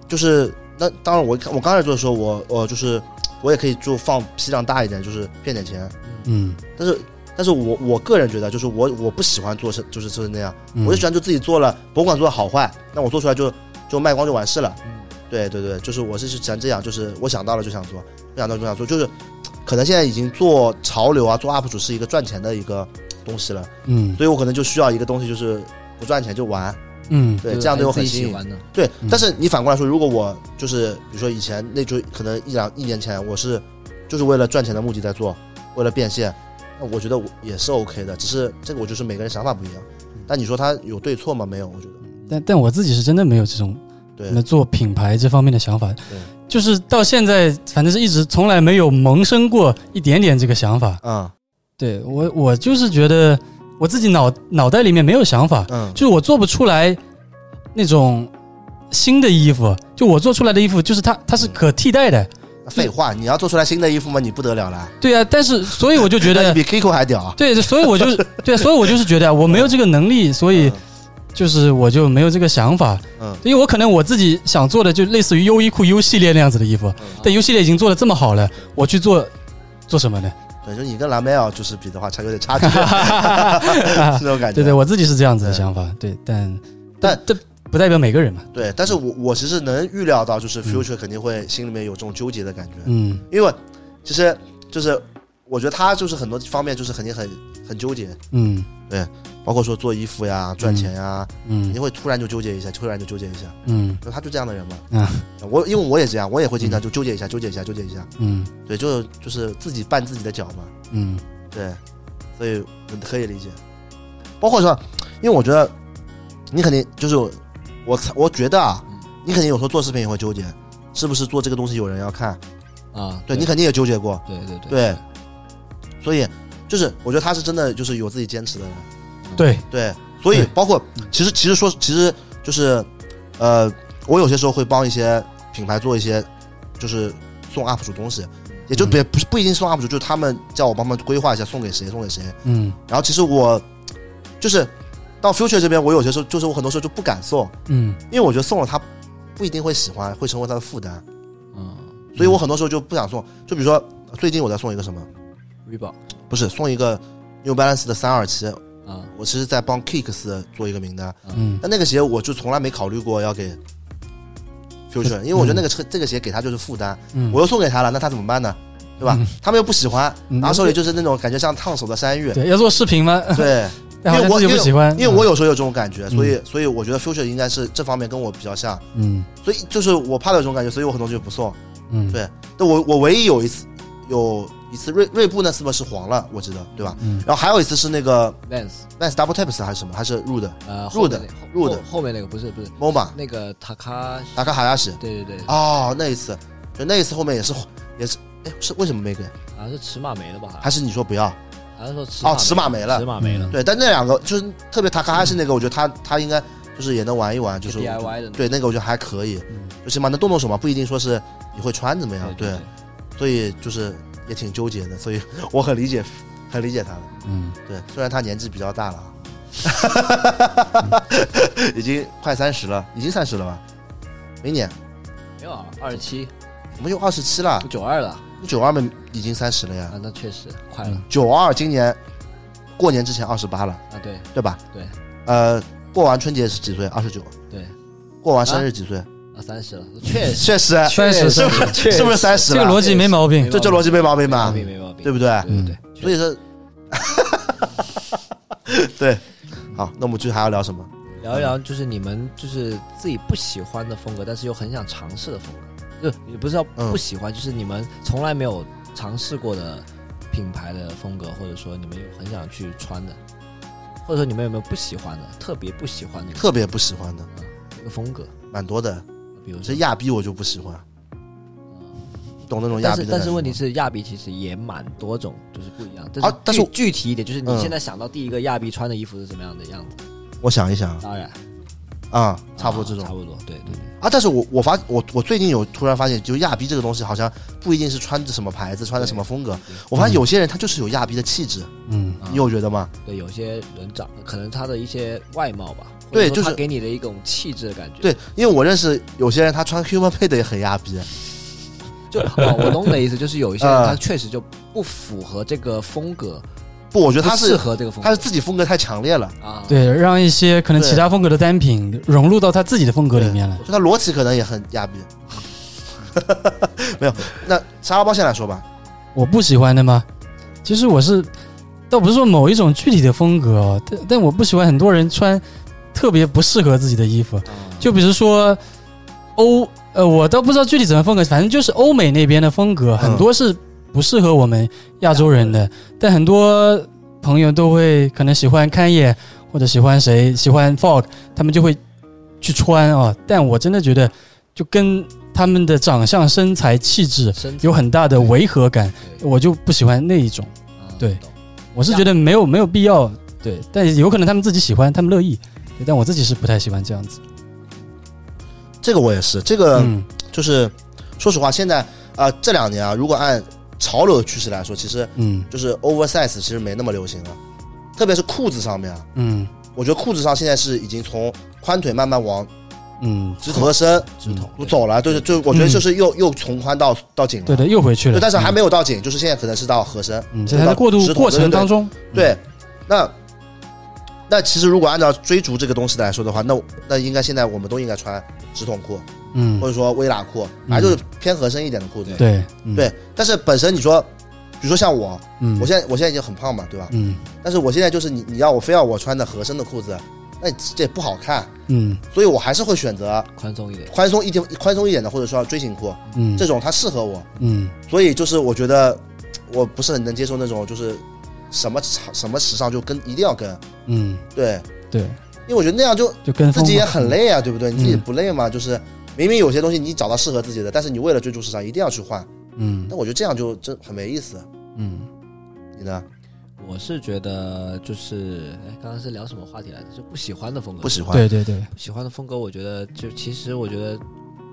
Speaker 2: 就是那当然我一开我刚开始做的时候，我我就是我也可以就放批量大一点，就是骗点钱。
Speaker 1: 嗯，
Speaker 2: 但是但是我我个人觉得，就是我我不喜欢做是就是就是那样，
Speaker 1: 嗯
Speaker 2: 我就喜欢就自己做了，甭管做的好坏，那我做出来就就卖光就完事了。
Speaker 3: 嗯
Speaker 2: 对对对，就是我是喜欢这样，就是我想到了就想做，不想到就不想做，就是可能现在已经做潮流啊，做 UP 主是一个赚钱的一个东西了，
Speaker 1: 嗯
Speaker 2: 所以我可能就需要一个东西，就是不赚钱就玩，
Speaker 1: 嗯
Speaker 2: 对，
Speaker 3: 就
Speaker 2: 这样对我
Speaker 3: 自
Speaker 2: 很
Speaker 3: 己
Speaker 2: 吸
Speaker 3: 喜
Speaker 2: 引。
Speaker 3: 欢的。
Speaker 2: 对
Speaker 1: 嗯，
Speaker 2: 但是你反过来说，如果我就是比如说以前那就可能一两一年前，我是就是为了赚钱的目的在做，为了变现，那我
Speaker 1: 嗯
Speaker 2: 觉得我也是 OK 的，只是这个我就是每个人想法不一样。但你说他有对错吗？没有，我觉得
Speaker 1: 但但我自己是真的没有这种
Speaker 2: 对
Speaker 1: 嗯那做品牌这方面的想法
Speaker 2: 对，
Speaker 1: 就是到现在，反正是一直从来没有萌生过一点点这个想法。
Speaker 2: 嗯
Speaker 1: 对我，我就是觉得我自己脑脑袋里面没有想法，
Speaker 2: 嗯，
Speaker 1: 就是我做不出来那种新的衣服，就我做出来的衣服，就是它它是可替代的。
Speaker 2: 废话，你要做出来新的衣服吗？你不得了了，
Speaker 1: 对啊，但是所以我就觉
Speaker 2: 那你
Speaker 1: 得，
Speaker 2: 比 Kiko 还屌啊！
Speaker 1: 对，所以我 就是对，啊所以我就是觉得我没有这个能力，所以就是我就没有这个想法。
Speaker 2: 嗯
Speaker 1: 因为我可能我自己想做的就类似于优衣库 U 系列那样子的衣服，
Speaker 2: 嗯
Speaker 1: 但 U 系列已经做的这么好了，我去做做什么 呢？
Speaker 2: 对，就你跟蓝莓尔就是比的话，差有点 差距，是那种感觉。
Speaker 1: 对对，我自己是这样子的想法，对，但
Speaker 2: 但
Speaker 1: 这不代表每个人嘛，
Speaker 2: 对但是我我其实能预料到，就是 Future 肯定会心里面有这种纠结的感觉，
Speaker 1: 嗯
Speaker 2: 因为其实就是我觉得他就是很多方面就是肯定很很纠结，
Speaker 1: 嗯
Speaker 2: 包括说做衣服呀、赚钱呀，肯
Speaker 1: 嗯
Speaker 2: 定会突然就纠结一下，突然就纠结一下。
Speaker 1: 嗯
Speaker 2: 那他就这样的人嘛。
Speaker 1: 嗯
Speaker 2: 我因为我也这样，我也会经常就纠结一下，纠结一下，纠结一下。
Speaker 1: 嗯
Speaker 2: 对，就就是自己绊自己的脚嘛。
Speaker 1: 嗯
Speaker 2: 对，所以嗯可以理解。包括说，因为我觉得你肯定就是我，我觉得啊，你肯定有时候做视频也会纠结，是不是做这个东西有人要看？
Speaker 3: 啊，
Speaker 2: 对你肯定也纠结过。
Speaker 3: 对对对
Speaker 2: 对，所以就是我觉得他是真的就是有自己坚持的人。
Speaker 1: 对，
Speaker 2: 对，所以
Speaker 1: 对
Speaker 2: 包括其实其实说其实就是，呃，我有些时候会帮一些品牌做一些就是送 UP 主东西，也就
Speaker 1: 嗯
Speaker 2: 别不是不一定送 UP 主，就是他们叫我帮忙规划一下送给谁送给谁。
Speaker 1: 嗯
Speaker 2: 然后其实我就是到 Future 这边，我有些时候就是我很多时候就不敢送，
Speaker 1: 嗯
Speaker 2: 因为我觉得送了他不一定会喜欢，会成为他的负担，
Speaker 3: 嗯
Speaker 2: 所以我很多时候就不想送。就比如说最近我在送一个什么，
Speaker 3: ，Reebok
Speaker 2: 不是送一个 New Balance 的三二七，
Speaker 3: 啊，
Speaker 2: 我其实在帮 Kicks 做一个名单。
Speaker 1: 嗯
Speaker 2: 但那个鞋我就从来没考虑过要给 Future，因为我觉得那个车、这个鞋给他就是负担，
Speaker 1: 嗯，
Speaker 2: 我又送给他了，那他怎么办呢？对吧？
Speaker 1: 嗯
Speaker 2: 他们又不喜欢，
Speaker 1: 嗯
Speaker 2: 然后手里就是那种感觉像烫手的山芋。
Speaker 1: 对要嗯做视频吗？
Speaker 2: 对，
Speaker 1: 但好
Speaker 2: 因
Speaker 1: 像
Speaker 2: 为我
Speaker 1: 自己不喜欢，
Speaker 2: 因为我有时候有这种感觉，所以所以我觉得 Future 应该是这方面跟我比较像，
Speaker 1: 嗯
Speaker 2: 所以就是我怕有这种感觉，所以我很多东西不送。
Speaker 1: 嗯
Speaker 2: 对但我我唯一有一次有一次锐锐步那次吧是黄了，我记得对吧？
Speaker 1: 嗯
Speaker 2: 然后还有一次是那个
Speaker 3: Vans
Speaker 2: Vans Double Taps 还是什么，还是 Rude
Speaker 3: 呃，
Speaker 2: 入的
Speaker 3: 后面那
Speaker 2: 入的
Speaker 3: 后后面那个不是不是
Speaker 2: MoMA
Speaker 3: 那个塔卡，
Speaker 2: 达卡哈亚什，
Speaker 3: 对对对，
Speaker 2: 哦，那一次，就那一次后面也是也是，哎，是为什么没给？
Speaker 3: 好像是尺码没了吧？
Speaker 2: 还是你说不要？
Speaker 3: 好像说尺
Speaker 2: 哦，尺码没了
Speaker 3: 尺。码没了，
Speaker 2: 对，但那两个就是特别塔卡哈西那个，我觉得他他应该就是也能玩一玩，就是
Speaker 3: 就 DIY 的那
Speaker 2: 对那个我觉得还可以，就起码能动动手嘛，不一定说是你会穿怎么样。啊对，所以就是也挺纠结的，所以 我很理解，很理解他的。
Speaker 1: 嗯
Speaker 2: 对，虽然他年纪比较大了 啊。已经快三十了，已经三十了吧？明年
Speaker 3: 没有啊，二十七
Speaker 2: 我们又二十七了，
Speaker 3: 九二了
Speaker 2: 九二们已经三十了呀
Speaker 3: 啊。，那确实快了
Speaker 2: 九二今年过年之前二十八了，
Speaker 3: 啊，对
Speaker 2: 对吧？
Speaker 3: 对。
Speaker 2: 呃，过完春节是几岁？二十九。
Speaker 3: 对
Speaker 2: 过完生日几岁？
Speaker 3: 啊，三十了，确实
Speaker 2: 确实，
Speaker 1: 确实
Speaker 2: 是不是
Speaker 3: 确实
Speaker 2: 是不是三十
Speaker 1: 这个
Speaker 2: 了？
Speaker 1: 逻辑没毛病，
Speaker 2: 这这逻辑没毛病吧？
Speaker 3: 没毛病没毛病，
Speaker 2: 啊对不对？啊嗯
Speaker 3: 对对对，
Speaker 2: 所以说， 对，好，那我们继续还要聊什么？
Speaker 3: 聊一聊，就是你们就是自己不喜欢的风格，但是又很想尝试的风格，就也不是要
Speaker 2: 嗯
Speaker 3: 不喜欢，就是你们从来没有尝试过的品牌的风格，或者说你们有很想去穿的，或者说你们有没有不喜欢的，特别不喜欢的
Speaker 2: 特别不喜欢的，
Speaker 3: 一个风格，
Speaker 2: 蛮多的。
Speaker 3: 比如
Speaker 2: 这
Speaker 3: 说。嗯
Speaker 2: 亚逼我就不喜欢，懂那种亚
Speaker 3: 但
Speaker 2: 逼
Speaker 3: 是
Speaker 2: 的
Speaker 3: 但
Speaker 2: 感
Speaker 3: 是
Speaker 2: 觉
Speaker 3: 问题
Speaker 2: 吗，
Speaker 3: 是，亚比其实也蛮多种，就是不一样。但是具、
Speaker 2: 啊但是我
Speaker 3: 具体一点，就是你
Speaker 2: 嗯
Speaker 3: 现在想到第一个亚比穿的衣服是什么样的样子？
Speaker 2: 我想一想
Speaker 3: 当然，
Speaker 2: 啊、差不多
Speaker 3: 啊
Speaker 2: 这种
Speaker 3: 差不多，对对对，
Speaker 2: 啊，但是我我发我我最近有突然发现，就亚逼这个东西好像不一定是穿着什么牌子，穿着什么风格
Speaker 3: 对。嗯
Speaker 2: 我发现有些人他就是有亚逼的气质，
Speaker 1: 嗯
Speaker 3: 啊
Speaker 2: 你有觉得吗？
Speaker 3: 对，有些人长得可能他的一些外貌吧，
Speaker 2: 对
Speaker 3: 或者说
Speaker 2: 就是
Speaker 3: 他给你的一种气质的感觉。，
Speaker 2: 对，因为我认识有些人他穿 Human Pay 的也很亚逼，
Speaker 3: 就、哦、我懂你的意思，就是有一些人
Speaker 2: 啊
Speaker 3: 他确实就不符合这个风格，
Speaker 2: 不，我觉得他
Speaker 3: 不适
Speaker 2: 是
Speaker 3: 合这个风
Speaker 2: 他
Speaker 3: 格
Speaker 2: 是自己风格太强烈了，
Speaker 3: 啊。，
Speaker 1: 对，让一些可能
Speaker 2: 对
Speaker 1: 其他风格的单品融入到他自己的风格里面来
Speaker 2: 对，就他裸体可能也很亚 逼。没有，那沙拉包先来说吧，
Speaker 1: 我不喜欢的吗？其实我是，倒不是说某一种具体的风格哦，但但我不喜欢很多人穿特别不适合自己的衣
Speaker 3: 啊
Speaker 1: 服，就比如说欧，呃，我倒不知道具体怎么风格，反正就是欧美那边的风格，很多是不适合我们亚洲人的，但很多朋友都会可能喜欢 Kanye 或者喜欢谁，喜欢 Fog，他们就会去穿啊，但我真的觉得就跟他们的长相、身材、气质
Speaker 3: 身材
Speaker 1: 有很大的违和感，
Speaker 3: 对
Speaker 1: 我就不喜欢那一种。
Speaker 3: 嗯
Speaker 1: 对
Speaker 3: 懂
Speaker 1: 我是觉得没有没有必要，对，但有可能他们自己喜欢，他们乐意，对但我自己是不太喜欢这样子。
Speaker 2: 这个我也是，这个
Speaker 1: 嗯
Speaker 2: 就是、说实话，现在啊、呃这两年啊，如果按潮流趋势来说，其实
Speaker 1: 嗯
Speaker 2: 就是 oversize 其实没那么流行了，特别是裤子上面啊，
Speaker 1: 嗯
Speaker 2: 我觉得裤子上现在是已经从宽腿慢慢往
Speaker 1: 嗯，
Speaker 2: 合身
Speaker 3: 直筒
Speaker 2: 不走了，就是就我觉得就是又、又从宽到到紧了，
Speaker 1: 对的，又回去了
Speaker 2: 对，。但是还
Speaker 1: 嗯
Speaker 2: 没有到紧，就是现在可能是到合身，
Speaker 1: 嗯，在他的过渡
Speaker 2: 直筒
Speaker 1: 过程当中，
Speaker 2: 对，那那其实如果按照追逐这个东西来说的话，那那应该现在我们都应该穿直筒裤，
Speaker 1: 嗯
Speaker 2: 或，者说微喇裤，反正就是偏合身一点的裤子。
Speaker 1: 对嗯
Speaker 2: 对，但是本身你说，比如说像我，
Speaker 1: 嗯，
Speaker 2: 我现在我现在已经很胖嘛，对吧？
Speaker 1: 嗯
Speaker 2: 但是我现在就是你你要我非要我穿的合身的裤子，那这也不好看，
Speaker 1: 嗯
Speaker 2: 所以我还是会选择
Speaker 3: 宽松一点，
Speaker 2: 宽松一点宽松一点的，或者说锥形裤，
Speaker 1: 嗯，
Speaker 2: 这种它适合我。
Speaker 1: 嗯
Speaker 2: 所以就是我觉得我不是很能接受那种就是什么什么时尚就跟一定要跟
Speaker 1: 嗯
Speaker 2: 对。
Speaker 1: 对，
Speaker 2: 因为我觉得那样就
Speaker 1: 就跟
Speaker 2: 自
Speaker 1: 风
Speaker 2: 己也
Speaker 1: 嘛
Speaker 2: 很，累啊，对不对？你自己
Speaker 1: 嗯
Speaker 2: 不累吗？就是明明有些东西你找到适合自己的，但是你为了追逐市场一定要去换，
Speaker 1: 嗯
Speaker 2: 那我觉得这样就真很没意思。
Speaker 1: 嗯
Speaker 2: 你呢？
Speaker 3: 我是觉得就是，哎，刚刚是聊什么话题来着？就不喜欢的风格，
Speaker 2: 不喜欢，
Speaker 1: 对对对，
Speaker 3: 不喜欢的风格，我觉得就其实我觉得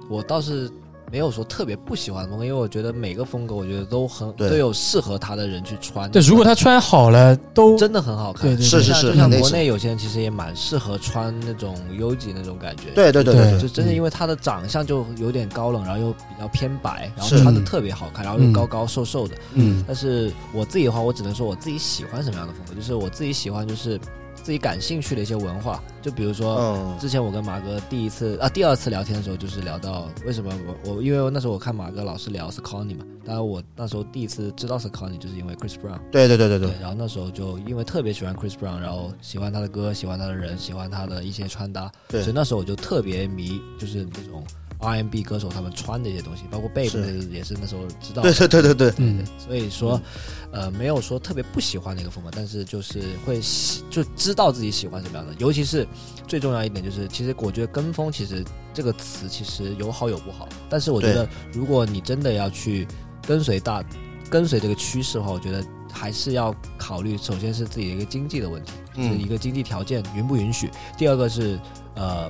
Speaker 3: 我倒是没有说特别不喜欢的风格，因为我觉得每个风格我觉得都很
Speaker 2: 对
Speaker 3: 都有适合他的人去穿。
Speaker 1: 对，如果他穿好了都
Speaker 3: 真的很好看，
Speaker 1: 对对
Speaker 2: 是
Speaker 1: 对
Speaker 2: 是
Speaker 3: 像
Speaker 2: 是
Speaker 3: 就像
Speaker 2: 肯定
Speaker 3: 国
Speaker 2: 是
Speaker 3: 内有些人其实也蛮适合穿那种优级那种感觉，
Speaker 2: 对对对对
Speaker 1: 对
Speaker 2: 对
Speaker 3: 就真的
Speaker 1: 嗯
Speaker 3: 因为他的长相就有点高冷，然后又比较偏白，然后
Speaker 2: 是
Speaker 3: 穿的特别好看，然后又
Speaker 1: 嗯
Speaker 3: 高高瘦瘦的。
Speaker 1: 嗯
Speaker 3: 但是我自己的话，我只能说我自己喜欢什么样的风格，就是我自己喜欢就是自己感兴趣的一些文化，就比如说。
Speaker 2: 嗯，
Speaker 3: 之前我跟马哥第一次啊，第二次聊天的时候，就是聊到为什么我我因为那时候我看马哥老是聊 s c o n y 嘛，当然我那时候第一次知道 s c o n y 就是因为 Chris Brown，
Speaker 2: 对对对对对，
Speaker 3: 然后那时候就因为特别喜欢 Chris Brown，然后喜欢他的歌，喜欢他的人，喜欢他的一些穿搭，
Speaker 2: 对
Speaker 3: 所以那时候我就特别迷，就是那种 R&B 歌手他们穿的一些东西，包括 Babe
Speaker 2: 是
Speaker 3: 那也是那时候知道的
Speaker 2: 对对对对对，
Speaker 1: 嗯
Speaker 3: 所以说，呃，没有说特别不喜欢的一个风格，但是就是会喜，就知道自己喜欢什么样的。尤其是最重要一点就是，其实我觉得跟风其实这个词其实有好有不好，但是我觉得如果你真的要去跟随大跟随这个趋势的话，我觉得还是要考虑，首先是自己的一个经济的问题，就是一
Speaker 2: 嗯，
Speaker 3: 个经济条件允不允许；第二个是呃，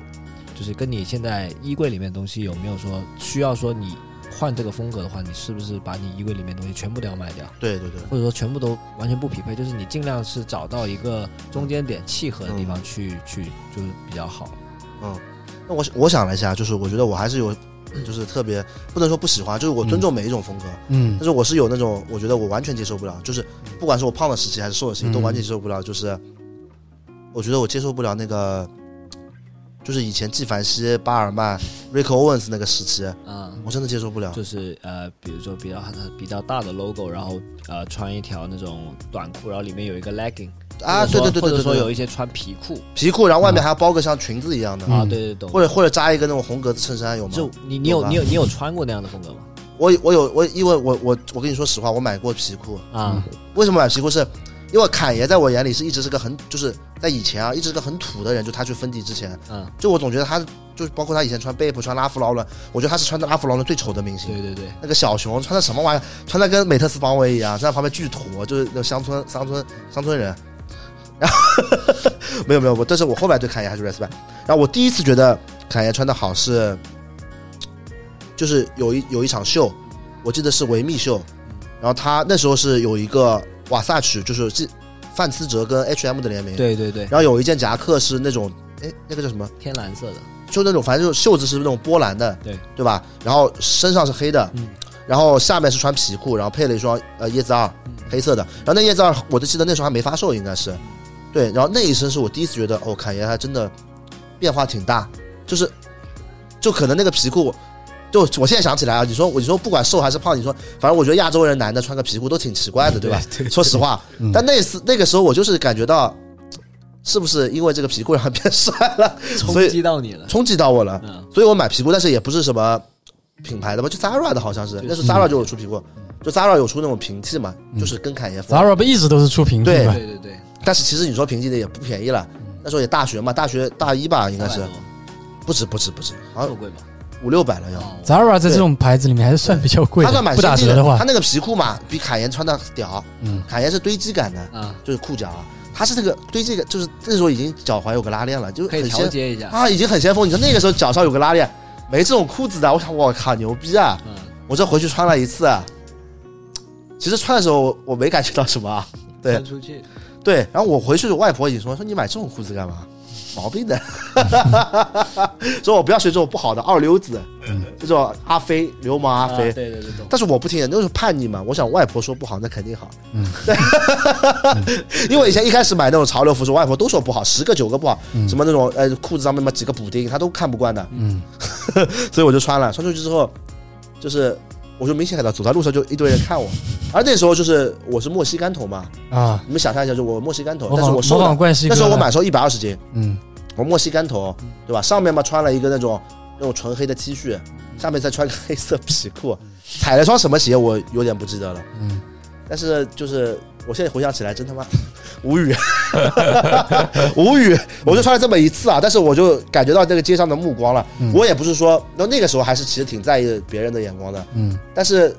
Speaker 3: 就是跟你现在衣柜里面的东西有没有说需要说你换这个风格的话，你是不是把你衣柜里面的东西全部都要卖掉，
Speaker 2: 对对对，
Speaker 3: 或者说全部都完全不匹配？就是你尽量是找到一个中间点契合的地方去、去，就是比较好。
Speaker 2: 嗯。那我我想了一下，就是我觉得我还是有，就是特别不能说不喜欢，就是我尊重每一种风格，
Speaker 1: 嗯
Speaker 2: 但是我是有那种我觉得我完全接受不了，就是不管是我胖的时期还是瘦的时期，都
Speaker 1: 嗯
Speaker 2: 完全接受不了。就是我觉得我接受不了那个，就是以前纪梵希、巴尔曼、Rico Owens 那个时期，
Speaker 3: 嗯，
Speaker 2: 我真的接受不了。
Speaker 3: 就是呃，比如说比较比较大的 logo，然后呃穿一条那种短裤，然后里面有一个 legging
Speaker 2: 啊，
Speaker 3: 或
Speaker 2: 对对
Speaker 3: 者说
Speaker 2: 对
Speaker 3: 或者
Speaker 2: 对
Speaker 3: 说
Speaker 2: 对
Speaker 3: 有一
Speaker 2: 对，
Speaker 3: 嗯些穿皮裤
Speaker 2: 皮裤，然后外面还要包个像裙子一样的，
Speaker 1: 嗯
Speaker 3: 啊，对对懂。
Speaker 2: 或者或者扎一个那种红格子衬衫，有吗？
Speaker 3: 就你你
Speaker 2: 有
Speaker 3: 有
Speaker 2: 吧
Speaker 3: 你有你有穿过那样的风格吗？
Speaker 2: 我我有我，因为我我我跟你说实话，我买过皮裤。
Speaker 3: 啊，
Speaker 2: 为什么买皮裤是？因为侃爷在我眼里是一直是个很，就是在以前啊，一直是个很土的人。就他去芬迪之前，
Speaker 3: 嗯，
Speaker 2: 就我总觉得他，就是包括他以前穿贝普、穿拉夫劳伦，我觉得他是穿的拉夫劳伦最丑的明星。
Speaker 3: 对对对，
Speaker 2: 那个小熊穿的什么玩意儿？穿的跟美特斯邦威一样，站在旁边巨土，就是那种乡村乡村乡村人。 然后没有没有，我但是我后来对侃爷还是 respect。然后我第一次觉得侃爷穿的好是，就是有一有一场秀，我记得是维密秀，然后他那时候是有一个瓦萨奇，就是这范思哲跟 H&M 的联名，
Speaker 3: 对对对，
Speaker 2: 然后有一件夹克是那种哎那个叫什么？
Speaker 3: 天蓝色的，
Speaker 2: 就那种反正就是袖子是那种波兰的，
Speaker 3: 对
Speaker 2: 对吧？然后身上是黑的，
Speaker 3: 嗯
Speaker 2: 然后下面是穿皮裤，然后配了一双呃椰子二，
Speaker 3: 嗯
Speaker 2: 黑色的。然后那椰子二，我都记得那时候还没发售，应该是，对。然后那一身是我第一次觉得，哦，侃爷还真的变化挺大，就是就可能那个皮裤。就我现在想起来啊，你说我你说不管瘦还是胖，你说反正我觉得亚洲人男的穿个皮裤都挺奇怪的，对吧？
Speaker 3: 对
Speaker 2: 说实 话，
Speaker 1: 嗯
Speaker 2: 但那次那个时候我就是感觉到，是不是因为这个皮裤让他变帅了，
Speaker 3: 冲
Speaker 2: 所以
Speaker 3: 击到你了，
Speaker 2: 冲击到我了？
Speaker 3: 嗯，
Speaker 2: 所以我买皮裤，但是也不是什么品牌的吧，就 Zara 的好像是，
Speaker 3: 对
Speaker 2: 那时候
Speaker 1: 嗯
Speaker 2: Zara 就有出皮裤，就 Zara 有出那种平替嘛，就是跟侃爷风。
Speaker 1: ，Zara 不一直都是出平
Speaker 2: 对
Speaker 1: 替吧？
Speaker 3: 对对对，
Speaker 1: 嗯
Speaker 2: 但是其实你说平替的也不便宜了，那时候也大学嘛，大学大一吧应该
Speaker 3: 300
Speaker 2: 是
Speaker 3: 多，
Speaker 2: 不止不止不止，好嗯
Speaker 3: 这
Speaker 2: 像
Speaker 3: 么贵吗？
Speaker 2: 五六百了要。
Speaker 3: 哦
Speaker 1: Zara 在这种牌子里面还是算比较贵
Speaker 2: 他
Speaker 1: 的
Speaker 2: 算，蛮
Speaker 1: 不打
Speaker 2: 先进
Speaker 1: 折的话
Speaker 2: 他，那个皮裤嘛，比卡宴穿的屌。
Speaker 1: 嗯，
Speaker 2: 卡宴是堆积感的，
Speaker 3: 啊，
Speaker 2: 就是裤脚啊，他是那个堆积感，就是那时候已经脚踝有个拉链了，就是
Speaker 3: 可以
Speaker 2: 很
Speaker 3: 调
Speaker 2: 先
Speaker 3: 节一下。
Speaker 2: 啊，已经很先锋。你说那个时候脚上有个拉链，没这种裤子的，我想我靠牛逼啊！
Speaker 3: 嗯，
Speaker 2: 我这回去穿了一次，啊，其实穿的时候我没感觉到什么啊。对
Speaker 3: 穿出去，
Speaker 2: 对，然后我回去，我外婆已经说说你买这种裤子干嘛？毛病的， 说我不要学这种不好的二流子，这种阿飞流氓阿飞
Speaker 3: 啊。对对对，懂。
Speaker 2: 但是我不听，那是叛逆嘛。我想外婆说不好，那肯定好。
Speaker 1: 嗯
Speaker 2: 因为我以前一开始买那种潮流服装，外婆都说不好，十个九个不好，什么那种呃裤子上面嘛几个补丁，她都看不惯的。
Speaker 1: 嗯，
Speaker 2: 所以我就穿了。穿出去之后，就是我就明显感到走在路上就一堆人看我，而那时候就是我是莫西干头嘛，
Speaker 1: 啊，
Speaker 2: 你们想象一下，就我莫西干头，
Speaker 1: 模
Speaker 2: 但是
Speaker 1: 仿
Speaker 2: 我
Speaker 1: 模
Speaker 2: 瘦
Speaker 1: 仿
Speaker 2: 了，
Speaker 1: 怪西哥
Speaker 2: 那
Speaker 1: 了，
Speaker 2: 时候我买时候一百二十斤，
Speaker 1: 啊嗯
Speaker 2: 我莫西干头，对吧？上面嘛穿了一个那种那种纯黑的 T 恤，
Speaker 1: 嗯
Speaker 2: 下面再穿个黑色皮裤，踩了双什么鞋我有点不记得了，
Speaker 1: 嗯，
Speaker 2: 但是就是我现在回想起来真他妈 无语，无语，我就穿了这么一次啊，但是我就感觉到这个街上的目光了，
Speaker 1: 嗯
Speaker 2: 我也不是说那那个时候还是其实挺在意别人的眼光的，
Speaker 1: 嗯
Speaker 2: 但是。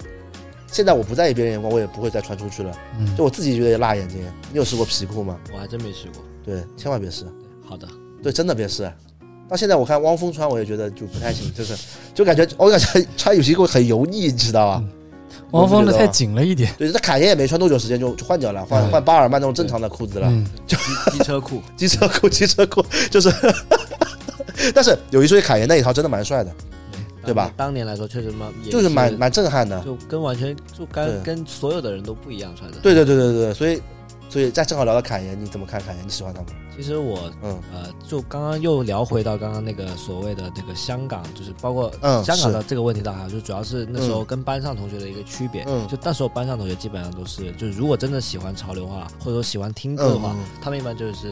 Speaker 2: 现在我不在意别人眼光，我也不会再穿出去了。
Speaker 1: 嗯，
Speaker 2: 就我自己觉得辣眼睛。你有试过皮裤吗？
Speaker 3: 我还真没试过。
Speaker 2: 对，千万别试。
Speaker 3: 好的，
Speaker 2: 对，真的别试。到现在我看汪峰穿，我也觉得就不太行，就是就感觉我感觉穿有些裤很油腻，你知道吧？
Speaker 3: 嗯
Speaker 1: 王峰的
Speaker 2: 我不知啊
Speaker 1: 太
Speaker 2: 道
Speaker 1: 紧了一点，
Speaker 2: 对，那卡宴也没穿多久时间就就换掉了，换
Speaker 1: 嗯
Speaker 2: 换巴尔曼那种正常的裤子了，
Speaker 1: 嗯
Speaker 3: 机机 车库，
Speaker 2: 机车裤、机车裤 就是。但是有一说一，卡宴那一套真的蛮帅的， 对吧
Speaker 3: 当年来说确实蛮，也
Speaker 2: 就是蛮蛮震撼的。
Speaker 3: 就跟完全就
Speaker 2: 对
Speaker 3: 跟跟所有的人都不一样穿的。，
Speaker 2: 对对对对对，对所以所以再正好聊到卡宴，你怎么看卡宴？你喜欢他吗？
Speaker 3: 其实我
Speaker 2: 嗯
Speaker 3: 呃，就刚刚又聊回到刚刚那个所谓的那个香港，就是包括
Speaker 2: 嗯
Speaker 3: 香港的这个问题上哈，就主要是那时候跟班上同学的一个区别。
Speaker 2: 嗯
Speaker 3: 就那时候班上同学基本上都是，就如果真的喜欢潮流的话，或者说喜欢听歌的话，
Speaker 2: 嗯嗯
Speaker 3: 他们一般就是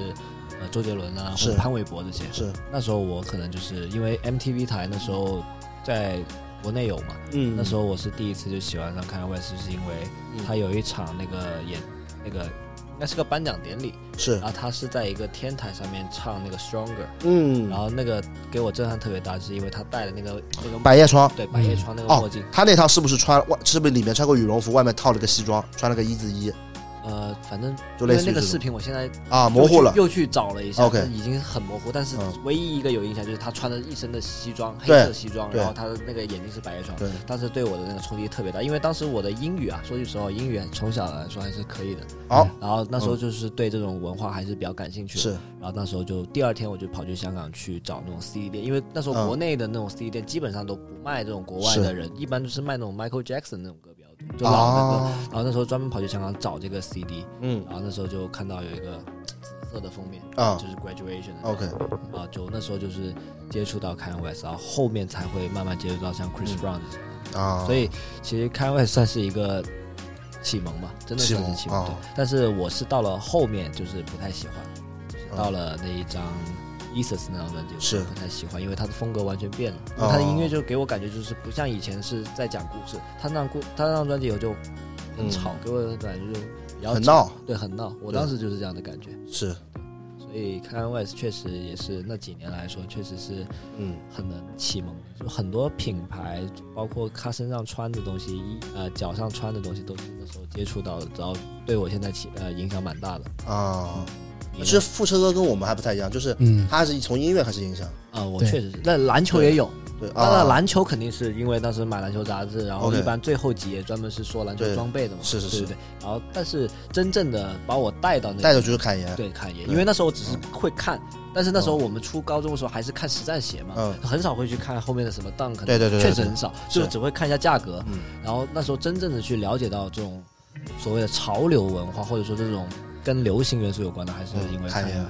Speaker 3: 呃周杰伦啊，
Speaker 2: 是
Speaker 3: 或者潘玮柏这些。
Speaker 2: 是
Speaker 3: 那时候我可能就是因为 MTV 台那时候在国内有嘛，
Speaker 2: 嗯
Speaker 3: 那时候我是第一次就喜欢上 Kanye West，是因为他有一场那个演那个应该是个颁奖典礼，
Speaker 2: 是
Speaker 3: 然后他是在一个天台上面唱那个 Stronger，
Speaker 2: 嗯
Speaker 3: 然后那个给我震撼特别大，是因为他戴了那个那个
Speaker 2: 百叶窗。
Speaker 3: 对百叶窗那个
Speaker 2: 哦
Speaker 3: 墨镜，
Speaker 2: 他那套是不是穿外？是不是里面穿过羽绒服，外面套了个西装，穿了个一字衣，
Speaker 3: 呃，反正
Speaker 2: 就
Speaker 3: 因
Speaker 2: 类
Speaker 3: 为
Speaker 2: 似于
Speaker 3: 那个
Speaker 2: 这种
Speaker 3: 视频我现在
Speaker 2: 啊，
Speaker 3: 又
Speaker 2: 模糊
Speaker 3: 去
Speaker 2: 了。
Speaker 3: 又去找了一下
Speaker 2: OK
Speaker 3: 但已经很模糊，但是
Speaker 2: 嗯
Speaker 3: 唯一一个有印象就是他穿的一身的西装，黑
Speaker 2: 对
Speaker 3: 色西装，
Speaker 2: 对
Speaker 3: 然后他的那个眼睛是百叶窗。
Speaker 2: 对，
Speaker 3: 当时对我的那个冲击特别大，因为当时我的英语啊，说句实话，英语从小来说还是可以的。
Speaker 2: 好
Speaker 3: 然后那时
Speaker 2: 嗯
Speaker 3: 候就是对这种文化还是比较感兴趣的。
Speaker 2: 是
Speaker 3: 然后那时候就第二天我就跑去香港去找那种 CD 店，因为那时候国内的那种 CD 店基本上都不卖这种国外的人，一般就是卖那种 Michael Jackson 那种歌比较多，就老的歌。
Speaker 2: 啊，
Speaker 3: 然后那时候专门跑去香港找这个 CD，
Speaker 2: 嗯
Speaker 3: 然后那时候就看到有一个紫色的封面，
Speaker 2: 啊
Speaker 3: 就是 Graduation 的
Speaker 2: ，OK，
Speaker 3: 啊，就那时候就是接触到 Kanye West，然后后面才会慢慢接触到像 Chris Brown 这些。
Speaker 2: 啊，
Speaker 3: 所以其实 Kanye West 算是一个启蒙吧，真的算是
Speaker 2: 启
Speaker 3: 启
Speaker 2: 蒙
Speaker 3: 蒙。
Speaker 2: 啊
Speaker 3: 对，但是我是到了后面就是不太喜欢，就是到了那一张 Jesus 那张专辑，我
Speaker 2: 嗯是
Speaker 3: 不太喜欢，因为他的风格完全变了，
Speaker 2: 哦
Speaker 3: 他的音乐就给我感觉就是不像以前是在讲故事，他那张故他那张专辑以后就很吵，给我的感觉就比较
Speaker 2: 嗯很，闹，
Speaker 3: 对，很闹。我
Speaker 2: 对
Speaker 3: 当时就是这样的感觉，
Speaker 2: 是，
Speaker 3: 所以 Kanye West 确实也是那几年来说，确实是。
Speaker 2: 嗯
Speaker 3: 很能启蒙的，就很多品牌，包括他身上穿的东西，衣呃脚上穿的东西，都是那时候接触到的，然后对我现在起呃影响蛮大的。
Speaker 2: 啊，
Speaker 3: 嗯你
Speaker 2: 其实
Speaker 3: 呢
Speaker 2: 复车哥跟我们还不太一样，就是
Speaker 1: 嗯
Speaker 2: 他是从音乐开始影响，
Speaker 3: 啊，我
Speaker 1: 对
Speaker 3: 确实是。那篮球也有，
Speaker 2: 对
Speaker 3: 当然
Speaker 2: 啊，
Speaker 3: 篮球肯定是因为当时买篮球杂志，然后
Speaker 2: OK
Speaker 3: 一般最后几页专门是说篮球
Speaker 2: 对
Speaker 3: 装备的嘛，
Speaker 2: 是是
Speaker 3: 对
Speaker 2: 是
Speaker 3: 对对。然后，但是真正的把我带到那个
Speaker 2: 带着就是侃爷，
Speaker 3: 对，看爷，
Speaker 2: 对
Speaker 3: 因为那时候我只是会看，但是那时
Speaker 2: 嗯
Speaker 3: 候我们初高中的时候还是看实战鞋嘛，
Speaker 2: 嗯
Speaker 3: 很少会去看后面的什么 dunk，啊
Speaker 2: 对对对对
Speaker 3: 确实很少，
Speaker 2: 是
Speaker 3: 就只会看一下价格
Speaker 2: 嗯。
Speaker 3: 然后那时候真正的去了解到这种所谓的潮流文化，或者说这种跟流行元素有关的，还是
Speaker 2: 嗯
Speaker 3: 因为
Speaker 2: 看
Speaker 3: 看
Speaker 2: 爷
Speaker 3: 爷。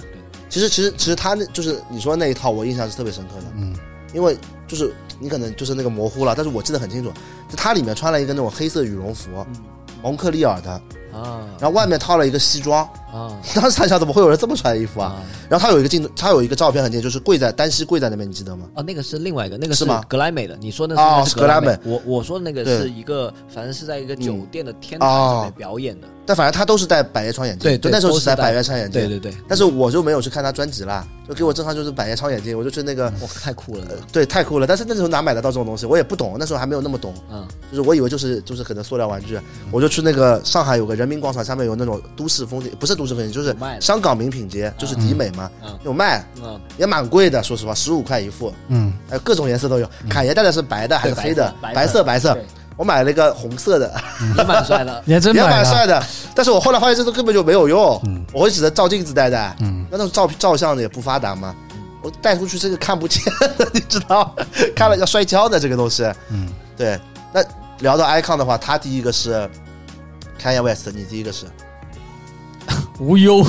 Speaker 2: 其实其实其实他那就是你说那一套，我印象是特别深刻的，
Speaker 1: 嗯
Speaker 2: 因为就是你可能就是那个模糊了，但是我记得很清楚，就他里面穿了一个那种黑色羽绒服，
Speaker 3: 嗯
Speaker 2: 蒙克利尔的，
Speaker 3: 对啊
Speaker 2: 然后外面套了一个西装，
Speaker 3: 啊
Speaker 2: 当时在想怎么会有人这么穿衣服啊？！然后他有一个镜头，他有一个照片很近，就是跪在单膝跪在那边，你记得吗？
Speaker 3: 哦，那个是另外一个，那个
Speaker 2: 是吗
Speaker 3: 格莱美的。你说那
Speaker 2: 哦
Speaker 3: 是
Speaker 2: 是
Speaker 3: 格
Speaker 2: 格莱
Speaker 3: 美，我我说的那个
Speaker 2: 对
Speaker 3: 是一个，反正是在一个酒
Speaker 2: 嗯
Speaker 3: 店的天台上
Speaker 2: 哦
Speaker 3: 面表演的。
Speaker 2: 但反正他都是戴百叶窗眼镜，
Speaker 3: 对
Speaker 2: 就
Speaker 3: 对
Speaker 2: 那时候
Speaker 3: 都
Speaker 2: 只
Speaker 3: 是
Speaker 2: 戴
Speaker 3: 戴
Speaker 2: 百叶窗眼镜，
Speaker 3: 对对对，
Speaker 2: 但是我就没有去看他专辑啦，就给我震撼就是百叶窗眼镜，我就去那个，
Speaker 3: 哇，太酷了，
Speaker 2: 对，太酷了。但是那时候哪买得到这种东西，我也不懂，那时候还没有那么懂，
Speaker 3: 嗯，
Speaker 2: 就是我以为就是就是可能塑料玩具，我就去那个上海有个人民广场下面有那种都市风景，不是都市风景，就是
Speaker 3: 有卖的啊
Speaker 2: 香港名品街，就是迪美嘛
Speaker 3: 嗯，
Speaker 2: 有卖，
Speaker 3: 嗯，
Speaker 2: 也蛮贵的，说实话，十五块一副，
Speaker 1: 嗯，，
Speaker 2: 还有各种颜色都有。侃爷戴的是白的还是
Speaker 3: 嗯对
Speaker 2: 黑的？白
Speaker 3: 白
Speaker 2: 色
Speaker 3: 色
Speaker 2: 白色
Speaker 3: 对，
Speaker 2: 我买了一个红色的，
Speaker 3: 也蛮帅 的
Speaker 1: 你还真
Speaker 2: 也
Speaker 1: 买啊嗯
Speaker 2: 蛮
Speaker 1: 了，
Speaker 2: 帅的。但是我后来发现这都根本就没有用，我会只能照镜子戴戴。嗯，那种照照相的也不发达嘛，我带出去这个看不见的， 你知道，看了要摔跤的这个东西。
Speaker 1: 嗯，
Speaker 2: 对。那聊到 icon 的话，他第一个是 Kanye West，你第一个是
Speaker 1: 无忧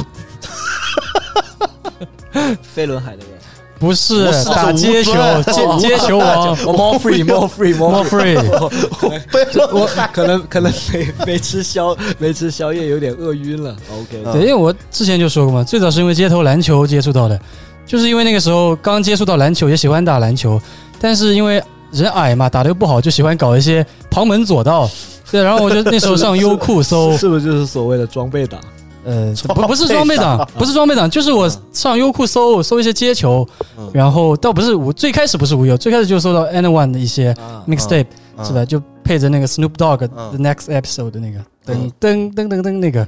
Speaker 3: 飞轮海那个
Speaker 1: 不是
Speaker 2: 不是
Speaker 1: 打
Speaker 2: 是无
Speaker 1: 街球
Speaker 2: 尊
Speaker 1: 接接球王
Speaker 3: ，more free more free
Speaker 1: ，More
Speaker 3: more free，
Speaker 1: Free，
Speaker 2: 飞轮
Speaker 3: 我可能可能没没吃宵没吃宵夜，有点饿晕了，OK，
Speaker 1: 对，因为我之前就说过嘛，最早是因为街头篮球接触到的，就是因为那个时候刚接触到篮球，也喜欢打篮球，但是因为人矮嘛，打的又不好，就喜欢搞一些旁门左道。对，然后我就那时候上优酷搜
Speaker 3: 是，是不是就是所谓的装备党？
Speaker 1: 呃，不不是装备党，不是装备党，就是我上优酷搜搜一些街球，然后倒不是无，最开始不是无忧，最开始就搜到 Anyone 的一些
Speaker 3: 啊
Speaker 1: mixtape，是吧？就配着那个 Snoop Dogg
Speaker 2: 嗯
Speaker 1: The Next Episode 的那个
Speaker 2: 嗯
Speaker 1: 噔噔噔噔噔那个，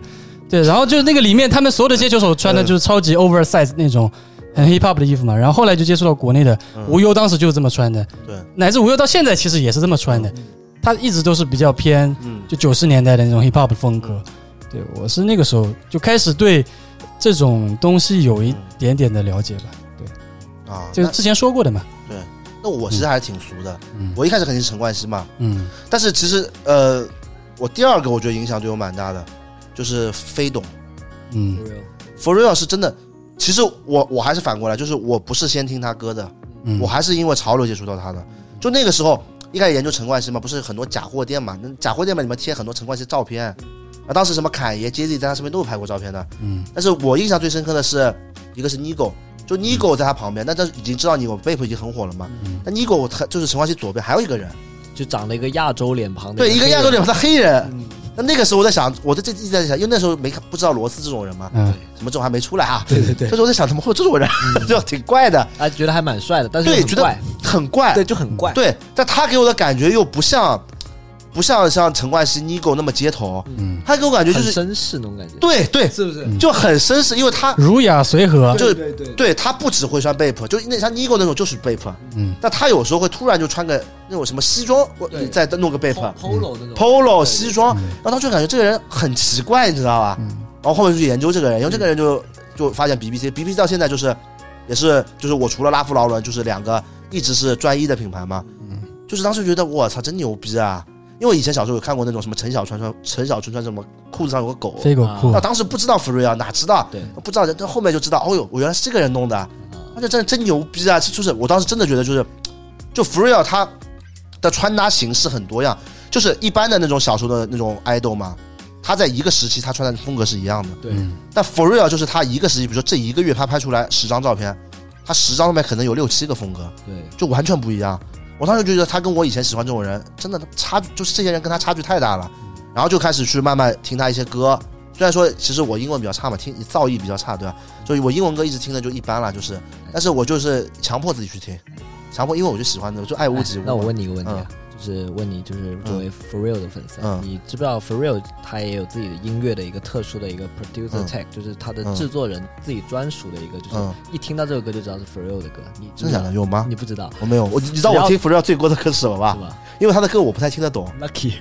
Speaker 1: 对，然后就那个里面他们所有的街球手穿的
Speaker 2: 嗯
Speaker 1: 就是超级 oversize 那种很 hip hop 的衣服嘛，然后后来就接触到国内的无忧，当时就是这么穿的，
Speaker 2: 嗯对，
Speaker 1: 乃至无忧到现在其实也是这么穿的，他一直都是比较偏
Speaker 2: 嗯
Speaker 1: 就九十年代的那种 hip hop 的风格。对我是那个时候就开始对这种东西有一点点的了解吧，
Speaker 2: 啊，
Speaker 1: 就
Speaker 2: 嗯那
Speaker 1: 之前说过的嘛。
Speaker 2: 那我其实还是挺俗的，
Speaker 1: 嗯
Speaker 2: 我一开始肯定是陈冠希嘛，
Speaker 1: 嗯，
Speaker 2: 但是其实呃，我第二个我觉得影响对我蛮大的，就是飞董
Speaker 1: 嗯
Speaker 2: For Real 是真的。其实我我还是反过来，就是我不是先听他歌的，
Speaker 1: 嗯，
Speaker 2: 我还是因为潮流接触到他的。就那个时候一开始研究陈冠希嘛，不是很多假货店嘛，那假货店嘛里面贴很多陈冠希照片，啊，当时什么侃爷、杰 Z 在他身边都有拍过照片的。
Speaker 1: 嗯
Speaker 2: 但是我印象最深刻的是，一个是 Nigo，就 Nigo 在他旁边，那这已经知道 Nigo Vape 已经很火了嘛。那 Nigo 他就是陈冠希左边还有一个人，
Speaker 3: 就长了一个亚洲脸庞的，
Speaker 2: 对，一个亚洲脸，庞的黑人。嗯那那个时候我在想，我在这一直在想，因为那时候没看不知道罗斯这种人嘛，
Speaker 1: 嗯
Speaker 2: 什么这种还没出来啊。
Speaker 3: 对对对嗯
Speaker 2: 所以，我在想，怎么 会有这种人？就挺怪的，
Speaker 3: 啊，觉得还蛮帅的，但是
Speaker 2: 对，
Speaker 3: 又
Speaker 2: 觉
Speaker 3: 很
Speaker 2: 得
Speaker 3: 怪，
Speaker 2: 很怪。
Speaker 3: 对，就很怪，
Speaker 2: 对，但他给我的感觉又不像，不像像陈冠希、Nigo 那么街头，
Speaker 1: 嗯，
Speaker 2: 他给我感觉就
Speaker 3: 很
Speaker 2: 是
Speaker 3: 绅士那种感觉，
Speaker 2: 对对，
Speaker 3: 是不是？
Speaker 2: 就很绅士，因为他
Speaker 1: 儒雅随和。
Speaker 2: 就是
Speaker 3: 对对
Speaker 2: 对他不只会穿 Bape，就那像 Nigo 那种就是 Bape，
Speaker 1: 嗯，
Speaker 2: 但他有时候会突然就穿个那种什么西装，我
Speaker 3: 对
Speaker 2: 再弄个 Bape。
Speaker 3: ，polo 那种
Speaker 2: polo
Speaker 3: 对嗯
Speaker 2: 西装，然后当时就感觉这个人很奇怪，你知道吧？然后后面就去研究这个人，然后这个人
Speaker 3: 嗯
Speaker 2: 就就发现 BBC，BBC 到现在就是也是就是我除了拉夫劳伦，就是两个一直是专一的品牌嘛。
Speaker 3: 嗯
Speaker 2: 就是当时觉得我操，真牛逼啊！因为我以前小时候有看过那种什么陈小春穿陈小春穿什么裤子上有个狗，
Speaker 1: 飞狗裤
Speaker 2: 那，当时不知道福瑞啊，哪知道？
Speaker 3: 对
Speaker 2: 不知道，但后面就知道，哦呦，我原来是这个人弄的，那就真的真牛逼啊！就是我当时真的觉得，就是就 Freya 他的穿搭形式很多样，就是一般的那种小时候的那种 idol 嘛，他在一个时期他穿的风格是一样的，
Speaker 3: 对
Speaker 2: 但 Freya 就是他一个时期，比如说这一个月他拍出来十张照片，他十张上面可能有六七个风格，
Speaker 3: 对，
Speaker 2: 就完全不一样。我当时就觉得他跟我以前喜欢这种人，真的差距就是这些人跟他差距太大了。然后就开始去慢慢听他一些歌，虽然说其实我英文比较差嘛，听造诣比较差，对吧？所以我英文歌一直听的就一般了，就是，但是我就是强迫自己去听，强迫，因为我就喜欢的，我就爱屋及乌嘛。
Speaker 3: 那我问你一个问题啊，就是问你，就是作为 For Real 的粉丝啊，
Speaker 2: 嗯
Speaker 3: 你知不知道 For Real 他也有自己的音乐的一个特殊的一个 producer
Speaker 2: 嗯
Speaker 3: tag，、就是他的
Speaker 2: 嗯
Speaker 3: 制作人自己专属的一个，就是
Speaker 2: 嗯
Speaker 3: 一听到这首歌就知道是 For Real 的歌。你知
Speaker 2: 真
Speaker 3: 不知道
Speaker 2: 的假的？？有吗？
Speaker 3: 你不知道
Speaker 2: 我没有，我你知道
Speaker 3: 只要
Speaker 2: 我听 f r e e 最多的歌是什么吧
Speaker 3: 是？吧
Speaker 2: 因为他的歌我不太听得懂。
Speaker 3: ？Lucky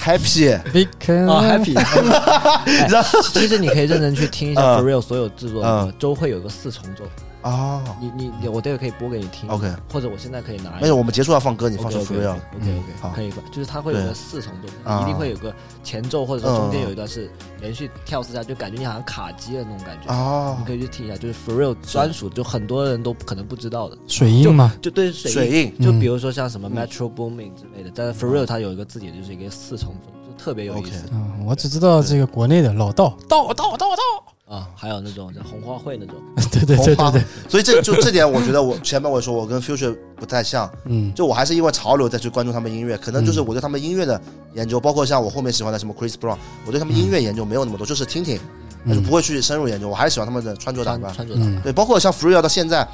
Speaker 2: Happy，
Speaker 1: Big 啊 Can
Speaker 3: 哦，Happy。
Speaker 2: 你知道
Speaker 3: 其实你可以认真去听一下
Speaker 2: 嗯
Speaker 3: For Real 所有制作的歌，周会有个四重奏。
Speaker 2: 哦
Speaker 3: 你你你，我待会可以播给你听。
Speaker 2: ，OK，
Speaker 3: 或者我现在可以拿一个。
Speaker 2: 没有，我们结束要放歌，你
Speaker 3: OK，
Speaker 2: 放首 f r e e
Speaker 3: OK OK，
Speaker 2: 好
Speaker 3: 可以吧？就是它会有
Speaker 2: 对
Speaker 3: 个四重奏，
Speaker 2: 啊
Speaker 3: 一定会有个前奏，或者说中
Speaker 2: 嗯
Speaker 3: 间有一段是连续跳四下，就感觉你好像卡机的那种感觉。
Speaker 2: 哦
Speaker 3: 你，可以去听一下，就是 For Real 专属，就很多人都可能不知道的，
Speaker 1: 水印嘛，
Speaker 3: 就对
Speaker 2: 水
Speaker 3: 水
Speaker 2: 印，嗯
Speaker 3: 印，就比如说像什么 Metro Booming 之类的，但是 For Real 它有一个自己的，就是一个四重奏，就特别有意思。
Speaker 1: 嗯，我只知道这个国内的老道道道道道，
Speaker 3: 啊，还有那种叫红花会那种，
Speaker 1: 对对对对对，
Speaker 2: 所以这就这点，我觉得我前面我也说我跟 Future 不太像，
Speaker 1: 嗯，
Speaker 2: 就我还是因为潮流再去关注他们音乐，可能
Speaker 3: 嗯
Speaker 2: 就是我对他们音乐的研究，包括像我后面喜欢的什么 Chris Brown，我对他们音
Speaker 3: 嗯
Speaker 2: 乐研究没有那么多，就是听听，但是
Speaker 1: 嗯
Speaker 2: 不会去深入研究。我还是喜欢他们的穿着打
Speaker 3: 穿
Speaker 2: 扮，
Speaker 3: 穿着打扮
Speaker 1: 嗯
Speaker 2: 对，包括像 Freya 到现在。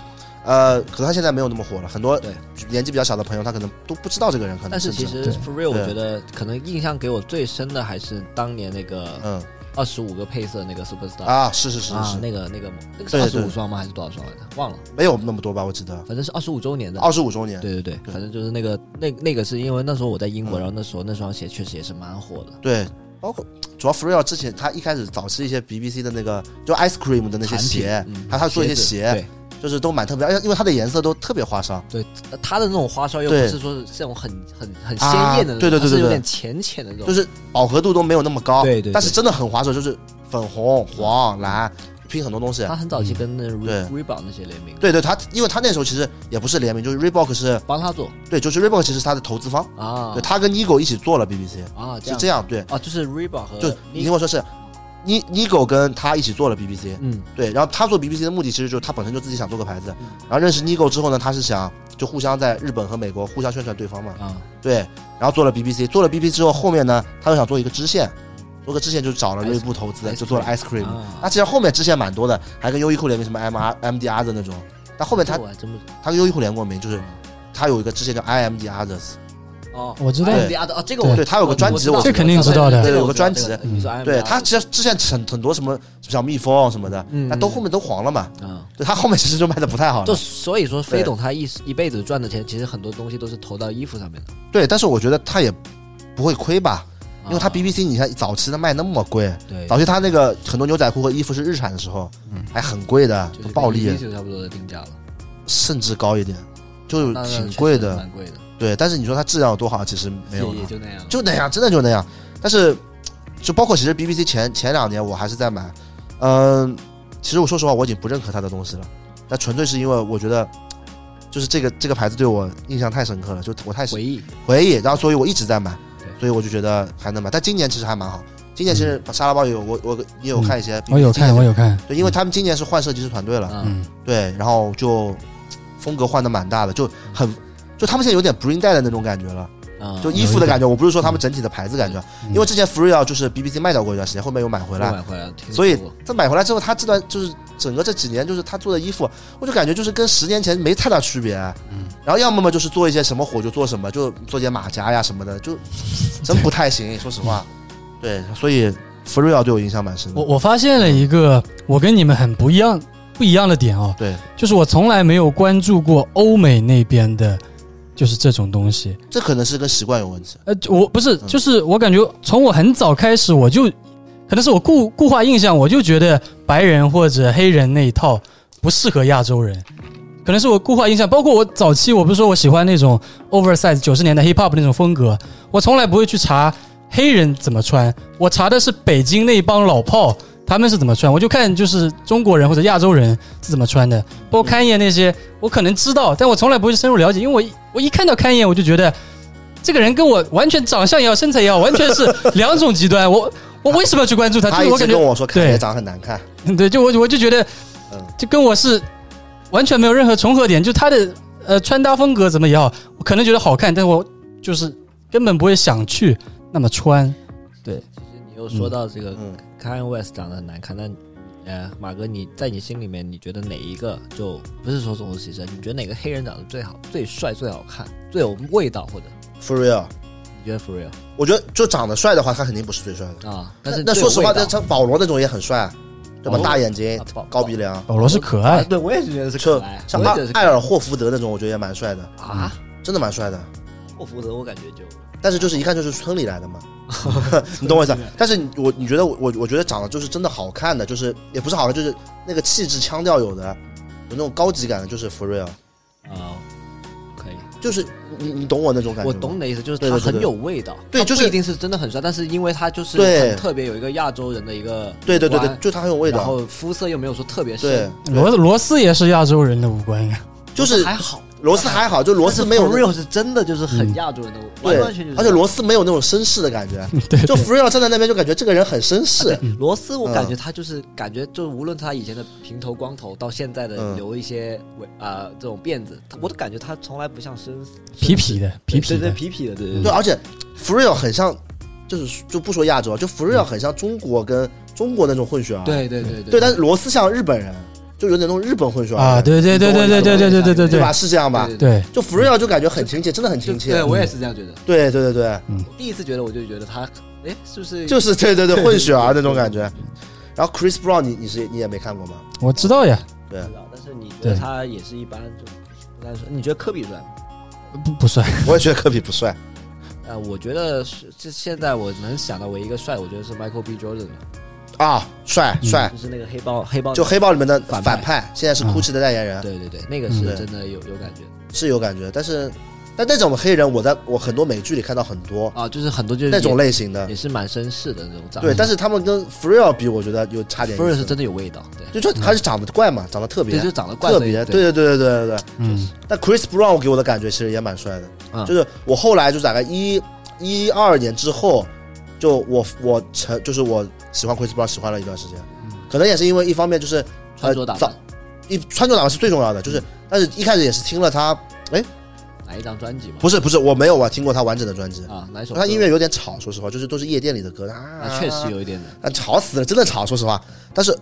Speaker 2: 呃，可能他现在没有那么火了，很多
Speaker 3: 对
Speaker 2: 年纪比较小的朋友，他可能都不知道这个人，可能
Speaker 3: 但是其
Speaker 2: 甚至
Speaker 3: 实
Speaker 1: 对
Speaker 3: For Real，我
Speaker 2: 对
Speaker 3: 觉得可能印象给我最深的还是当年那个
Speaker 2: 嗯
Speaker 3: 二十五个配色那个 Superstar
Speaker 2: 啊，是是是是
Speaker 3: 啊
Speaker 2: 是，
Speaker 3: 那个那个那个是
Speaker 2: 对
Speaker 3: 二
Speaker 2: 对
Speaker 3: 十五双吗？还是多少双来着？忘了，
Speaker 2: 没有那么多吧，我记得
Speaker 3: 反正是二十五周年的。
Speaker 2: 二十五周年，
Speaker 3: 对对对，
Speaker 2: 对
Speaker 3: 反正就是那个那那个是因为那时候我在英国，
Speaker 2: 嗯
Speaker 3: 然后那时候那双鞋确实也是蛮火的
Speaker 2: 对，包括主要 Freya 之前他一开始早期一些 BBC 的那个就 Ice Cream 的那些
Speaker 3: 产品
Speaker 2: 鞋，
Speaker 3: 嗯
Speaker 2: 还有他做一些
Speaker 3: 子
Speaker 2: 鞋，就是都蛮特别，而且因为它的颜色都特别花哨，
Speaker 3: 对，呃它的那种花哨又不
Speaker 2: 对
Speaker 3: 是说是这种很很很鲜
Speaker 2: 啊
Speaker 3: 艳的那种，
Speaker 2: 对对对
Speaker 3: 它是
Speaker 2: 对
Speaker 3: 有
Speaker 2: 对
Speaker 3: 点浅浅的那种，
Speaker 2: 就是饱和度都没有那么高，
Speaker 3: 对对对
Speaker 2: 但是真的很花哨，就是粉红、黄、蓝，拼很多东西
Speaker 3: 他。很早期跟那
Speaker 2: 嗯对
Speaker 3: Re- Reebok 那些联名，
Speaker 2: 对对，他因为他那时候其实也不是联名，就是 Reebok 是
Speaker 3: 帮他做
Speaker 2: 对，就是 Reebok 其实是他的投资方，
Speaker 3: 啊
Speaker 2: 对他跟 Nigo 一起做了 BBC，
Speaker 3: 啊这
Speaker 2: 是
Speaker 3: 样
Speaker 2: 这样，对，
Speaker 3: 啊，就是 Reebok 和
Speaker 2: 就你听我说是。尼尼狗跟他一起做了 BBC，
Speaker 3: 嗯
Speaker 2: 对，然后他做 BBC 的目的其实就是他本身就自己想做个牌子，然后认识 Nigo 之后呢，他是想就互相在日本和美国互相宣传对方嘛，
Speaker 3: 啊
Speaker 2: 对，然后做了 BBC，做了 BBC 之后，后面呢，他又想做一个支线，做个支线就找了锐步投资，
Speaker 3: Ice-
Speaker 2: 就做了 Ice Cream。
Speaker 3: 啊，
Speaker 2: 那其实后面支线蛮多的，还跟优衣库联名，什么 M R M D R 的那种。但后面他
Speaker 3: 这我还真不
Speaker 2: 他跟优衣库联过名，
Speaker 3: 嗯
Speaker 2: 就是他有一个支线叫 I M D Others，
Speaker 3: 哦，
Speaker 1: 我知道
Speaker 3: 对啊，哦，这个我
Speaker 2: 对他有个专辑我
Speaker 1: 这肯定知道的
Speaker 2: 对
Speaker 3: 这个
Speaker 2: 有
Speaker 3: 我
Speaker 2: 个
Speaker 3: 知道
Speaker 2: 专辑
Speaker 3: 这个你说 IMDR
Speaker 2: 对他其实之前很很多什么小蜜蜂什么的，
Speaker 3: 嗯
Speaker 2: 但都后面都黄了嘛。
Speaker 3: 啊，
Speaker 2: 对他后面其实就卖的不太好
Speaker 3: 就
Speaker 2: 了。
Speaker 3: 所以说飞董他一一辈子赚的钱，其实很多东西都是投到衣服上面的，
Speaker 2: 对，但是我觉得他也不会亏吧，因为他
Speaker 3: 啊
Speaker 2: B B C 你看早期他卖那么贵，
Speaker 3: 对嗯
Speaker 2: 早期他那个很多牛仔裤和衣服是日产的时候，还很贵的，
Speaker 3: 就是
Speaker 2: 暴利。
Speaker 3: 就差不多的定价了，
Speaker 2: 甚至高一点，就
Speaker 3: 那那
Speaker 2: 挺
Speaker 3: 确实
Speaker 2: 贵的。
Speaker 3: 蛮贵的，
Speaker 2: 对，但是你说它质量有多好，其实没有
Speaker 3: 也也
Speaker 2: 了，
Speaker 3: 就那样了，
Speaker 2: 就那样，真的就那样。但是就包括其实 BBC 前前两年我还是在买，嗯，其实我说实话我已经不认可它的东西了，但纯粹是因为我觉得。就是这个这个牌子对我印象太深刻了，就我太喜
Speaker 3: 回忆
Speaker 2: 回忆，然后所以我一直在买
Speaker 3: 对，
Speaker 2: 所以我就觉得还能买。但今年其实还蛮好，今年其实沙拉包也有我我也有看一些 BBC 的，
Speaker 1: 嗯我有看，我有看，
Speaker 2: 对，因为他们今年是换设计师团队了，
Speaker 3: 啊，
Speaker 1: 嗯
Speaker 2: 对，然后就风格换的蛮大的，就很就他们现在有点 Bring 带的那种感觉了，
Speaker 3: 啊
Speaker 2: 嗯就衣服的感觉。我不是说他们整体的牌子感觉，
Speaker 1: 嗯
Speaker 2: 因为之前 Freeal 就是 BBC 卖掉过一段时间，后面又买回来，
Speaker 3: 买回来，挺
Speaker 2: 所以
Speaker 3: 舒服
Speaker 2: 他买回来之后，他这段就是整个这几年就是他做的衣服，我就感觉就是跟十年前没太大区别。
Speaker 1: 嗯，
Speaker 2: 然后要么么就是做一些什么火就做什么，就做件马甲呀什么的，就真不太行，说实话。对，所以 Freeal 对我影响蛮深的。
Speaker 1: 我我发现了一个我跟你们很不一样不一样的点哦，
Speaker 2: 对，
Speaker 1: 就是我从来没有关注过欧美那边的，就是这种东西。
Speaker 2: 这可能是跟习惯有问题。
Speaker 1: 呃，我不
Speaker 2: 嗯
Speaker 1: 是，就是我感觉从我很早开始，我就可能是我固固化印象，我就觉得白人或者黑人那一套不适合亚洲人，可能是我固化印象。包括我早期，我不是说我喜欢那种 oversize 九十年代 hip hop 那种风格，我从来不会去查黑人怎么穿，我查的是北京那帮老炮。他们是怎么穿？我就看就是中国人或者亚洲人是怎么穿的，包括勘验那些，我可能知道，但我从来不会深入了解，因为我一我一看到勘验，我就觉得这个人跟我完全长相也好，身材也好，完全是两种极端。我我为什么要去关注他？
Speaker 2: 他
Speaker 1: 就是
Speaker 2: 一
Speaker 1: 我
Speaker 2: 直
Speaker 1: 感觉
Speaker 2: 跟我说看
Speaker 1: 对
Speaker 2: 也长得很难看。
Speaker 1: 对，就我我就觉得
Speaker 2: 嗯，
Speaker 1: 就跟我是完全没有任何重合点，就他的呃穿搭风格怎么也好，我可能觉得好看，但我就是根本不会想去那么穿。
Speaker 3: 其实你又说到这个
Speaker 2: 嗯
Speaker 3: Kanye West 长得很难看，那呃，马哥，你在你心里面，你觉得哪一个就不是说种族歧视？你觉得哪个黑人长得最好、最帅、最好看、最有味道，或者
Speaker 2: Freeal。
Speaker 3: 你觉得 For real
Speaker 2: 我觉得就长得帅的话，他肯定不是最帅的。
Speaker 3: 啊？但是
Speaker 2: 那
Speaker 3: 最
Speaker 2: 说
Speaker 3: 有
Speaker 2: 实话，
Speaker 3: 味
Speaker 2: 那
Speaker 3: 道
Speaker 2: 像保罗那种也很帅，啊对吧？
Speaker 3: 保罗
Speaker 2: 大眼睛
Speaker 3: 啊保、
Speaker 2: 高鼻梁，
Speaker 1: 保罗是可
Speaker 3: 啊，
Speaker 1: 爱，
Speaker 3: 对我也是觉得是
Speaker 2: 就
Speaker 3: 可爱，
Speaker 2: 像
Speaker 3: 我也觉得
Speaker 2: 艾
Speaker 3: 是可
Speaker 2: 艾尔霍福德那种，我觉得也蛮帅的，
Speaker 3: 爱啊。
Speaker 2: 真的蛮帅的。
Speaker 3: 霍福德，我感觉就
Speaker 2: 但是就是一看就是村里来 的嘛，你懂我意思啊？但是你我你觉得我我我觉得长得就是真的好看的，就是也不是好看，就是那个气质腔调有的，有那种高级感的，就是 f r e e l
Speaker 3: 啊，可以，
Speaker 2: 就是你你懂我那种感觉
Speaker 3: 我
Speaker 2: 吗
Speaker 3: 懂你的意思，就是
Speaker 2: 对
Speaker 3: 他
Speaker 2: 对对
Speaker 3: 很
Speaker 2: 对
Speaker 3: 有味道，
Speaker 2: 对
Speaker 3: 他
Speaker 2: 就是
Speaker 3: 不一定是真的很帅，但是因为他就是
Speaker 2: 对
Speaker 3: 很特别有一个亚洲人的一个
Speaker 2: 对对对对
Speaker 3: 弯，
Speaker 2: 就他很有味
Speaker 3: 然
Speaker 2: 道。
Speaker 3: 后肤色又没有说特别深
Speaker 2: 对，
Speaker 1: 罗罗斯也是亚洲人的五官，
Speaker 2: 就是
Speaker 3: 还好，
Speaker 2: 罗斯还好，就罗斯没有
Speaker 3: For real 是真的就是
Speaker 1: 嗯
Speaker 3: 很亚洲人的，完
Speaker 2: 对
Speaker 3: 完全全，。
Speaker 2: 而且罗斯没有那种绅士的感 觉，
Speaker 1: 对
Speaker 2: 就 Freeo 站在那边就感觉这个人很绅士，
Speaker 3: 罗斯，我
Speaker 2: 嗯
Speaker 3: 感觉他就是感觉，就是无论他以前的平头光头，到现在的
Speaker 2: 嗯
Speaker 3: 留一些尾啊这种辫子，他我都感觉他从来不像绅
Speaker 1: 痞痞的，痞痞
Speaker 3: 对对
Speaker 1: 的，
Speaker 3: 痞痞的，对对
Speaker 2: 对，而啊且 Freeo 很像，就是就不说亚洲啊，就 Freeo 很像中国跟中国那种混血儿，啊
Speaker 3: 对对对
Speaker 2: 对，但是罗斯像日本人，就有点那种日本混血儿
Speaker 1: 啊，对对对对对对对对对对
Speaker 2: 对
Speaker 1: 对
Speaker 2: 吧？是这样吧？
Speaker 3: 对
Speaker 1: 对，
Speaker 2: 就 Freeo 就感觉很亲切，真的很亲切
Speaker 3: 对，，我也是这样觉得。
Speaker 2: 对对对对，
Speaker 3: 第一次觉得我就觉得他，哎，是不是
Speaker 2: 就是对对对混血儿那种感觉。然后 Chris Brown 你你是你也没看过吗？
Speaker 1: 我知道呀，
Speaker 2: 对
Speaker 3: 不知道但是你觉
Speaker 1: 对
Speaker 3: 得他也是一般，就不太说。你觉得科比帅吗？
Speaker 1: 不不 帅，
Speaker 2: 我也觉得科比不帅，
Speaker 3: 呃，我觉得是，这现在我能想到唯一一个帅，我觉得是 Michael B. Jordan，
Speaker 2: 啊，帅
Speaker 1: 嗯
Speaker 2: 帅，
Speaker 3: 就是那个黑帮黑帮
Speaker 2: 就黑豹里面的
Speaker 3: 反派
Speaker 2: 反派，现在是
Speaker 1: 啊
Speaker 2: GUCCI 的代言人，
Speaker 3: 对对对，那个是
Speaker 2: 嗯
Speaker 3: 真的有有感觉
Speaker 2: 是有感觉。但是，但那种黑人，我在我很多美剧里看到很多
Speaker 3: 啊，就是很多就是
Speaker 2: 那种
Speaker 3: 也
Speaker 2: 类型的
Speaker 3: 也，是蛮绅士的那种长相。
Speaker 2: 对。但是他们跟 Freeo 比，我觉得有差点意
Speaker 3: f u r
Speaker 2: 思。
Speaker 3: 是真的有味道，对，
Speaker 2: 就就还是长得怪嘛，长得特别
Speaker 3: 对，就长得怪，
Speaker 2: 特别，对对对
Speaker 3: 对
Speaker 2: 对对对对。
Speaker 1: 嗯，
Speaker 2: 但 Chris Brown 给我的感觉其实也蛮帅的，
Speaker 3: 嗯
Speaker 2: 就是我后来就是大概一一二年之后，就我我成就是我喜欢 Chris Brown 喜欢了一段时间，可能也是因为一方面就是
Speaker 3: 嗯穿着打
Speaker 2: 呃早
Speaker 3: 扮，嗯
Speaker 2: 一穿着打扮是最重要的，就是但是一开始也是听了他，
Speaker 3: 哪一张专辑嘛？
Speaker 2: 不是不是我没有我听过他完整的专辑，
Speaker 3: 啊，哪一首歌？
Speaker 2: 他音乐有点吵，说实话，就是都是夜店里的歌啊
Speaker 3: 啊，确实有一点的。
Speaker 2: 啊，吵死了，真的吵，说实话。但是，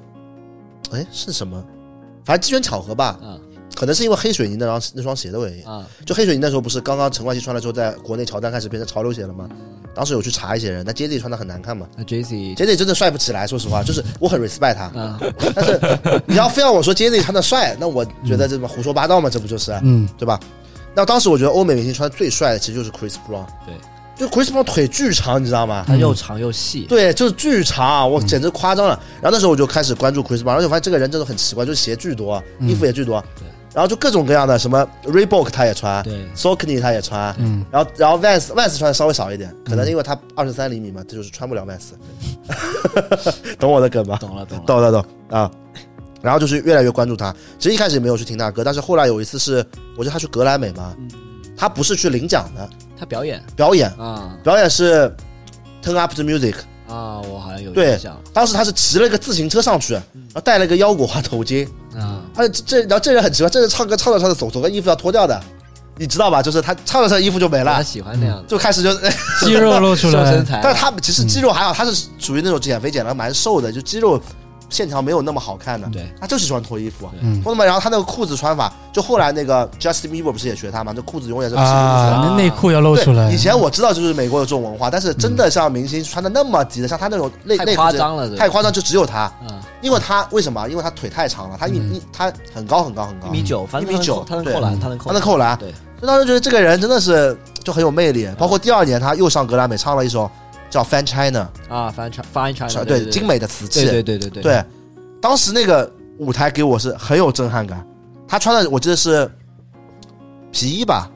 Speaker 2: 哎，是什么？反正机缘巧合吧，
Speaker 3: 嗯
Speaker 2: 可能是因为黑水泥那双那双鞋的原因。
Speaker 3: 啊，
Speaker 2: 就黑水泥那时候不是刚刚陈冠希穿了之后，在国内乔丹开始变成潮流鞋了吗？
Speaker 3: 嗯
Speaker 2: 当时有去查一些人，但 J D 穿的很难看嘛
Speaker 3: 那 J C
Speaker 2: ，J D 真的帅不起来，说实话，就是我很 respect 他，
Speaker 3: 啊，
Speaker 2: 但是 你要非要我说 J D 穿的帅，那我觉得这么胡说八道嘛，这不就是
Speaker 1: 嗯，
Speaker 2: 对吧？那当时我觉得欧美明星穿最帅的其实就是 Chris Brown，
Speaker 3: 对，
Speaker 2: 就 Chris Brown 腿巨长，你知道吗？
Speaker 3: 他又长又细，
Speaker 2: 嗯对，就是巨长，
Speaker 3: 嗯
Speaker 2: 我简直夸张了。然后那时候我就开始关注 Chris Brown，而且我发现这个人真的很奇怪，就是鞋巨多，啊衣服也巨多，
Speaker 3: 嗯对
Speaker 2: 然后就各种各样的，什么 Reebok 他也穿
Speaker 3: 对
Speaker 2: ，Saucony 他也穿，
Speaker 1: 嗯
Speaker 2: 然后然后 Vans Vans 穿的稍微少一点，
Speaker 3: 嗯
Speaker 2: 可能因为他二十三厘米嘛，这就是穿不了 Vans。懂 我的梗吧？
Speaker 3: 懂了懂了。
Speaker 2: 懂懂懂啊。然后就是越来越关注他，其实一开始也没有去听他的歌，但是后来有一次是，我记得他去格莱美嘛，
Speaker 3: 嗯
Speaker 2: 他不是去领奖的
Speaker 3: 他表演
Speaker 2: 表演，
Speaker 3: 啊
Speaker 2: 表演是 Turn Up the Music，
Speaker 3: 啊，我好像有
Speaker 2: 对
Speaker 3: 印象啊
Speaker 2: 当时他是骑了个自行车上去，
Speaker 3: 嗯
Speaker 2: 然后戴了个腰果花头巾，
Speaker 3: 啊，
Speaker 2: 而且这这然后这人很奇怪，这人唱歌唱着唱着走走个衣服要脱掉的，你知道吧？就是他唱着唱着衣服就没
Speaker 3: 他
Speaker 2: 了，嗯
Speaker 3: 喜欢那样的
Speaker 2: 就开始就，
Speaker 3: 哎
Speaker 1: 肌肉露出
Speaker 3: 瘦身
Speaker 1: 来，
Speaker 3: 材 啊
Speaker 2: 但是他其实肌肉还好，他是属于那种减肥减的蛮瘦的，就肌肉线条没有那么好看的，
Speaker 3: 对
Speaker 2: 他就喜欢脱衣服。啊
Speaker 1: 嗯
Speaker 2: 脱了嘛，然后他那个裤子穿法，就后来那个 Justin Bieber 不是也学他吗？这裤子永远是屁股穿
Speaker 1: 啊，那内裤要露
Speaker 2: 对，
Speaker 1: 出来
Speaker 2: 以，前我知道就是美国有这种文化，但是真的像明星穿的那么急的，像他那种内
Speaker 3: 嗯太
Speaker 2: 内
Speaker 3: 夸
Speaker 2: 裤子
Speaker 3: 张了，对吧
Speaker 2: 太夸张，就只有他。
Speaker 3: 啊，
Speaker 2: 因为他为什么？因为他腿太长了，他一
Speaker 3: 嗯
Speaker 2: 一他很高很高很高
Speaker 3: 一，米九，反正他能
Speaker 2: 一米九
Speaker 3: 扣他能
Speaker 2: 对
Speaker 3: 扣篮，他能扣
Speaker 2: 他能扣篮。
Speaker 3: 对嗯
Speaker 2: 所以当时觉得这个人真的是就很有魅力。包括第二年他又上格莱美唱了一首叫《Fan China
Speaker 3: 啊，翻唱翻唱》，
Speaker 2: 对
Speaker 3: 对
Speaker 2: 精美的瓷器，
Speaker 3: 对对对对对，
Speaker 2: 对当时那个舞台给我是很有震撼感。他穿的我记得是皮衣吧，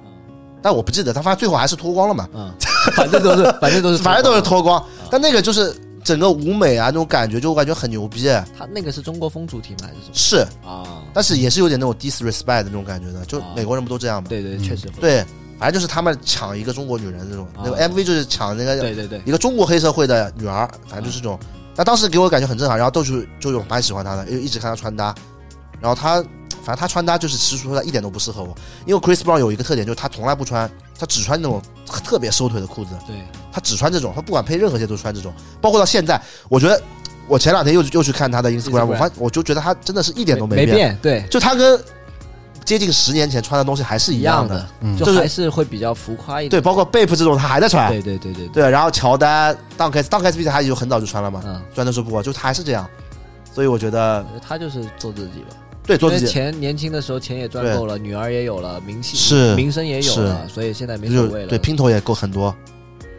Speaker 2: 但我不记得，他发现最后还是脱光了嘛。
Speaker 3: 嗯，反正都是反正都是
Speaker 2: 反正都是脱光，
Speaker 3: 嗯
Speaker 2: 但那个就是整个舞美啊，那种感觉就我感觉很牛逼，
Speaker 3: 他那个是中国风主题吗？还是什
Speaker 2: 是，
Speaker 3: 么啊？
Speaker 2: 但是也是有点那种 disrespect 的那种感觉的，就
Speaker 3: 啊
Speaker 2: 美国人不都这样吗？
Speaker 3: 对对，确实会，
Speaker 2: 对，反正就是他们抢一个中国女人那种，
Speaker 3: 啊
Speaker 2: 那个 MV 就是抢那个
Speaker 3: 对啊对对，
Speaker 2: 一个中国黑社会的女儿，反正就是这种。那当时给我感觉很震撼，然后都是就有蛮喜欢她的，因为一直看她穿搭，然后她反正她穿搭就是其实说她一点都不适合我，因为 Chris Brown 有一个特点就是他从来不穿，他只穿那种特别收腿的裤子，
Speaker 3: 对，
Speaker 2: 他只穿这种，他不管配任何鞋都穿这种，包括到现在，我觉得我前两天又又去看他的 Instagram，
Speaker 3: Instagram
Speaker 2: 我发我就觉得他真的是一点都
Speaker 3: 没
Speaker 2: 变，
Speaker 3: 变，对，
Speaker 2: 就他跟接近十年前穿的东西还是一
Speaker 3: 一
Speaker 2: 样
Speaker 3: 样
Speaker 2: 的，
Speaker 3: 的，
Speaker 1: 嗯
Speaker 3: 就
Speaker 2: 就是
Speaker 3: 还是会比较浮夸一点，
Speaker 2: 对，包括 Bape 这种他还在穿，
Speaker 3: 对对对对对，
Speaker 2: 对然后乔丹、当开当开 s 他也就很早就穿了嘛，
Speaker 3: 嗯，
Speaker 2: 虽然那时候不啊火，就他还是这样，所以我觉得
Speaker 3: 我觉得他就是做自己吧，
Speaker 2: 对做自
Speaker 3: 因为
Speaker 2: 己
Speaker 3: 钱年轻的时候钱也赚
Speaker 2: 对
Speaker 3: 够了，女儿也有了，名气
Speaker 2: 是
Speaker 3: 名声也有了，所以现在没所
Speaker 2: 就
Speaker 3: 谓了，
Speaker 2: 对拼头也够很多，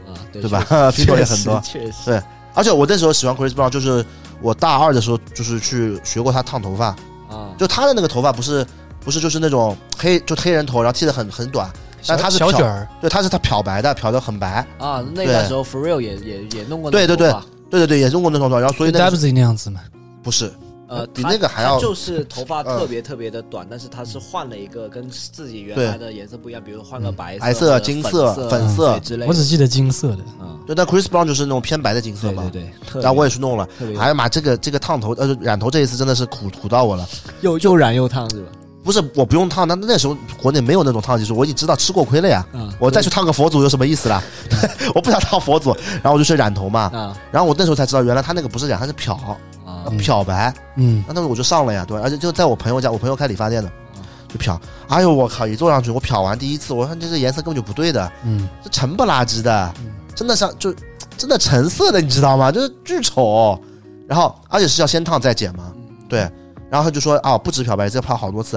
Speaker 3: 啊，对
Speaker 2: 对吧？ 拼头也很多，
Speaker 3: 确实确实，
Speaker 2: 而且我那时候喜欢 Chris Brown 就是我大二的时候就是去学过他烫头发，
Speaker 3: 啊，
Speaker 2: 就他的那个头发不是不是就是那种黑就黑人头，然后剃得很很短，
Speaker 1: 小
Speaker 2: 但他是
Speaker 1: 小
Speaker 2: 漂
Speaker 1: 卷儿，
Speaker 2: 对，他是他漂白的，漂得很白，
Speaker 3: 啊，那
Speaker 2: 对
Speaker 3: 个时候 For Real 也也也弄过那
Speaker 2: 对
Speaker 3: 个
Speaker 2: 对对
Speaker 3: 头发，
Speaker 2: 对对对，也是用过那种头，然后所以
Speaker 1: 就
Speaker 2: 那个
Speaker 1: Dubsy 那样子嘛，
Speaker 2: 不是
Speaker 3: 呃，
Speaker 2: 比
Speaker 3: 他
Speaker 2: 那个还哦嗯
Speaker 3: 他
Speaker 2: 要
Speaker 3: 就是头发特别特别的短，但是他是换了一个跟自己原
Speaker 2: 对嗯
Speaker 3: 来的颜色不一样，比如换个白
Speaker 2: 白
Speaker 3: 色、
Speaker 2: 色、金
Speaker 3: 色、
Speaker 2: 粉色
Speaker 3: 对，之类的。
Speaker 1: 我只记得金色的，
Speaker 3: 嗯，
Speaker 2: 对，但 Chris Brown 就是那种偏白的金色
Speaker 3: 对
Speaker 2: 嘛。
Speaker 3: 对对，特
Speaker 2: 然后我
Speaker 3: 别
Speaker 2: 也去弄了，
Speaker 3: 特别
Speaker 2: 哎呀妈，这个这个烫头呃染头这一次真的是苦苦到我了。
Speaker 4: 又又染又烫是吧？
Speaker 2: 不是我不用烫，那那时候国内没有那种烫技术，我已经知道吃过亏了呀。
Speaker 4: 啊，
Speaker 2: 我再去烫个佛祖有什么意思啦？ 我不想烫佛祖，然后我就去染头
Speaker 3: 嗯
Speaker 2: 嘛。
Speaker 4: 啊
Speaker 2: 然后我那时候才知道，原来他那个不是染，他是漂
Speaker 4: 啊
Speaker 2: 漂白。
Speaker 1: 嗯，
Speaker 2: 那那时候我就上了呀，对吧？而且就在我朋友家，我朋友开理发店的，就漂。哎呦我靠！一坐上去，我漂完第一次，我看这个颜色根本就不对的，
Speaker 1: 嗯，
Speaker 2: 这沉不拉几的，真的像就真的橙色的，你知道吗？就是巨丑。然后而且是要先烫再剪嘛，对。然后他就说啊，不止漂白，这漂好多次。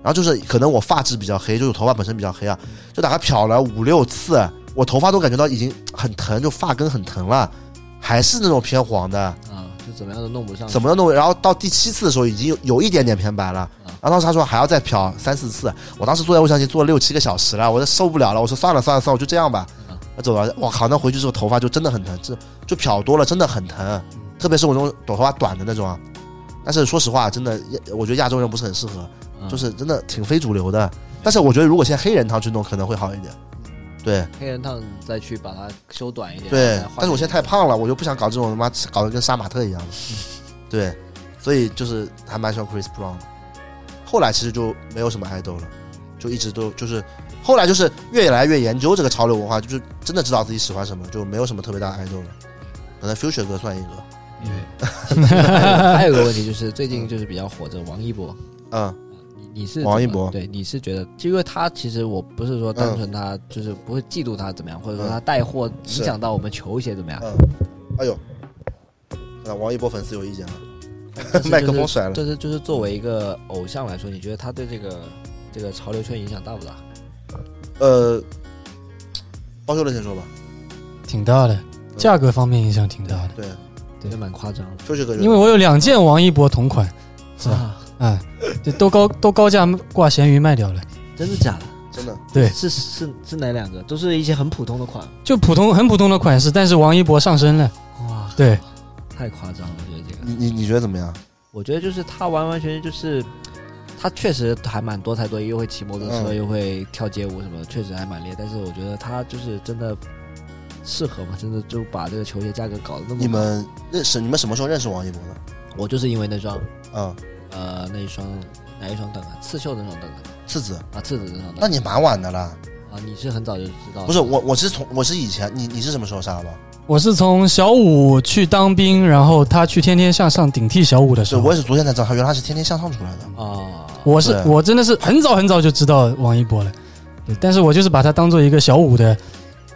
Speaker 2: 然后就是可能我发质比较黑，就是我头发本身比较黑啊，就大概漂了五六次，我头发都感觉到已经很疼，就发根很疼了，还是那种偏黄的。
Speaker 4: 啊，就怎么样都弄不
Speaker 3: 嗯
Speaker 4: 上去，
Speaker 2: 怎么弄？然后到第七次的时候，已经有有一点点偏白了。然后当时他说还要再漂三四次，我当时坐在卫生间坐了六七个小时了，我都受不了了。我说算了算了算了，我就这样吧。我走了，我靠！那回去之后头发就真的很疼，这就漂多了真的很疼，特别是我这种头发短的那种啊。但是说实话，真的，亚我觉得亚洲人不是很适合，
Speaker 3: 啊
Speaker 4: 嗯
Speaker 2: 就是真的挺非主流的。但是我觉得如果现在黑人烫去弄可能会好一点，对
Speaker 4: 黑人烫再去把它修短一点。
Speaker 2: 对
Speaker 4: 再换。
Speaker 2: 但是我现在
Speaker 4: 一
Speaker 2: 太胖了，我就不想搞这种他妈搞得跟杀马特一样的， 对，所以就是还蛮喜欢 Chris Brown 的。后来其实就没有什么 idol 了，就一直都就是后来就是越来越研究这个潮流文化，就是真的知道自己喜欢什么，就没有什么特别大的 idol 了。可能 Future 哥算一个，
Speaker 4: 点
Speaker 3: 还有还有一个问题就是最近就是比较火这个王一博，
Speaker 2: 嗯，
Speaker 3: 你你是
Speaker 2: 王一
Speaker 3: 怎么
Speaker 2: 博嗯
Speaker 3: 对，你是觉得，就因为他其实我不是说单纯他就是不会嫉妒他怎么样，或者说他带货影
Speaker 2: 是
Speaker 3: 响到我们球鞋怎么样，
Speaker 2: 嗯，哎呦，那王一博粉丝有意见了，
Speaker 3: 但是就是
Speaker 2: 麦克风甩了
Speaker 3: 就是就是作为一个偶像来说，你觉得他对这个这个潮流圈影响大不大？
Speaker 2: 呃，包修了先说吧，
Speaker 1: 挺大
Speaker 2: 嗯
Speaker 1: 的，价格方面影响挺大的，
Speaker 2: 对
Speaker 3: 对，蛮夸张的。
Speaker 2: ，Future 哥就
Speaker 1: 因为我有两件王一博同款，是吧？
Speaker 3: 啊，
Speaker 1: 嗯，这都高都高价挂闲鱼卖掉了，
Speaker 3: 真的假的？
Speaker 2: 真的
Speaker 1: 对
Speaker 3: 是是是哪两个？都是一些很普通的款，
Speaker 1: 就普通很普通的款式，但是王一博上身了，
Speaker 3: 哇，
Speaker 1: 对，
Speaker 3: 太夸张了，我觉得这个。
Speaker 2: 你你你觉得怎么样？
Speaker 3: 我觉得就是他完完全全就是，他确实还蛮多才多艺，又会骑摩托车，
Speaker 2: 嗯
Speaker 3: 又会跳街舞什么的，确实还蛮厉害。但是我觉得他就是真的适合嘛，真的就把这个球鞋价格搞得那么高。
Speaker 2: 你们认识你们什么时候认识王一博的？
Speaker 3: 我就是因为那双
Speaker 2: 嗯，
Speaker 3: 呃那一双哪一双凳啊，刺绣的那双凳啊
Speaker 2: 赤子，
Speaker 1: 嗯
Speaker 3: 啊，刺子的那双
Speaker 2: 那
Speaker 3: 凳。
Speaker 2: 你蛮晚的啦。
Speaker 3: 啊，你是很早就知道？
Speaker 2: 不是我，，我是从我是以前，你你是什么时候杀的？
Speaker 1: 我是从小五去当兵，然后他去天天向上顶替小五的时
Speaker 2: 对，
Speaker 1: 候，
Speaker 2: 我也是昨天才知道，他原来他是天天向上出来的。
Speaker 3: 啊，
Speaker 1: 我是
Speaker 2: 对
Speaker 1: 我真的是很早很早就知道王一博了，对但是我就是把他当做一个小五的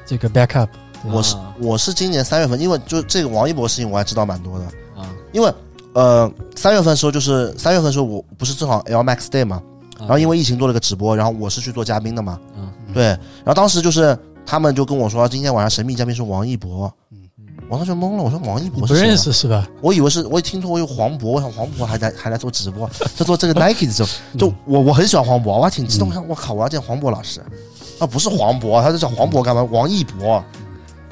Speaker 1: 这个 backup，
Speaker 2: 我是
Speaker 3: 啊
Speaker 2: 我是今年三月份，因为就这个王一博事情我还知道蛮多的，
Speaker 3: 啊
Speaker 2: 因为呃三月份的时候就是三月份的时候我不是正好 L Max Day 嘛，
Speaker 1: 啊
Speaker 2: 然后因为疫情做了个直播，然后我是去做嘉宾的嘛，
Speaker 3: 嗯
Speaker 2: 对，然后当时就是他们就跟我说今天晚上神秘嘉宾是王一博，我当时懵了，我说王一
Speaker 1: 嗯你
Speaker 2: 博
Speaker 1: 不
Speaker 2: 是谁啊
Speaker 1: 认识是吧？
Speaker 2: 我以为是，我一听说我有黄渤，我想黄渤还来还来做直播，在 做这个 Nike 的时候，
Speaker 1: 嗯
Speaker 2: 就我我很喜欢黄渤，我还挺激动，我想我靠，我要见黄渤老师，啊不是黄渤，他就叫黄渤干嘛？王一博，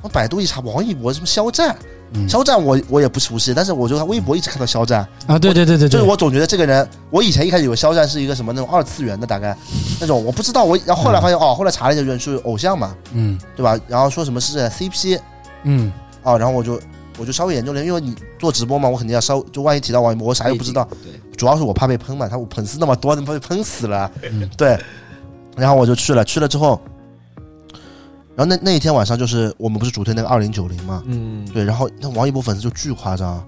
Speaker 2: 我百度一查，王一博什么肖战，
Speaker 1: 嗯
Speaker 2: 肖战我我也不熟悉，但是我就看微博一直看到肖战，
Speaker 1: 啊，对对对对
Speaker 2: 就
Speaker 1: 对，
Speaker 2: 是我总觉得这个人，我以前一开始以为肖战是一个什么那种二次元的，大概那种我不知道，我然后后来发现哦，后来查了一下，原来是偶像嘛，
Speaker 1: 嗯
Speaker 2: 对吧？然后说什么是 CP，
Speaker 1: 嗯，
Speaker 2: 哦，然后我就我就稍微研究了，因为你做直播嘛，我肯定要稍就万一提到王一博，我啥也不知道，
Speaker 3: 对，
Speaker 2: 主要是我怕被喷嘛，他我粉丝那么多，他妈被喷死了， 对，然后我就去了，去了之后，然后那那一天晚上就是我们不是主推那个二零九零嘛，
Speaker 3: 嗯，
Speaker 2: 对，然后那王一博粉丝就巨夸张，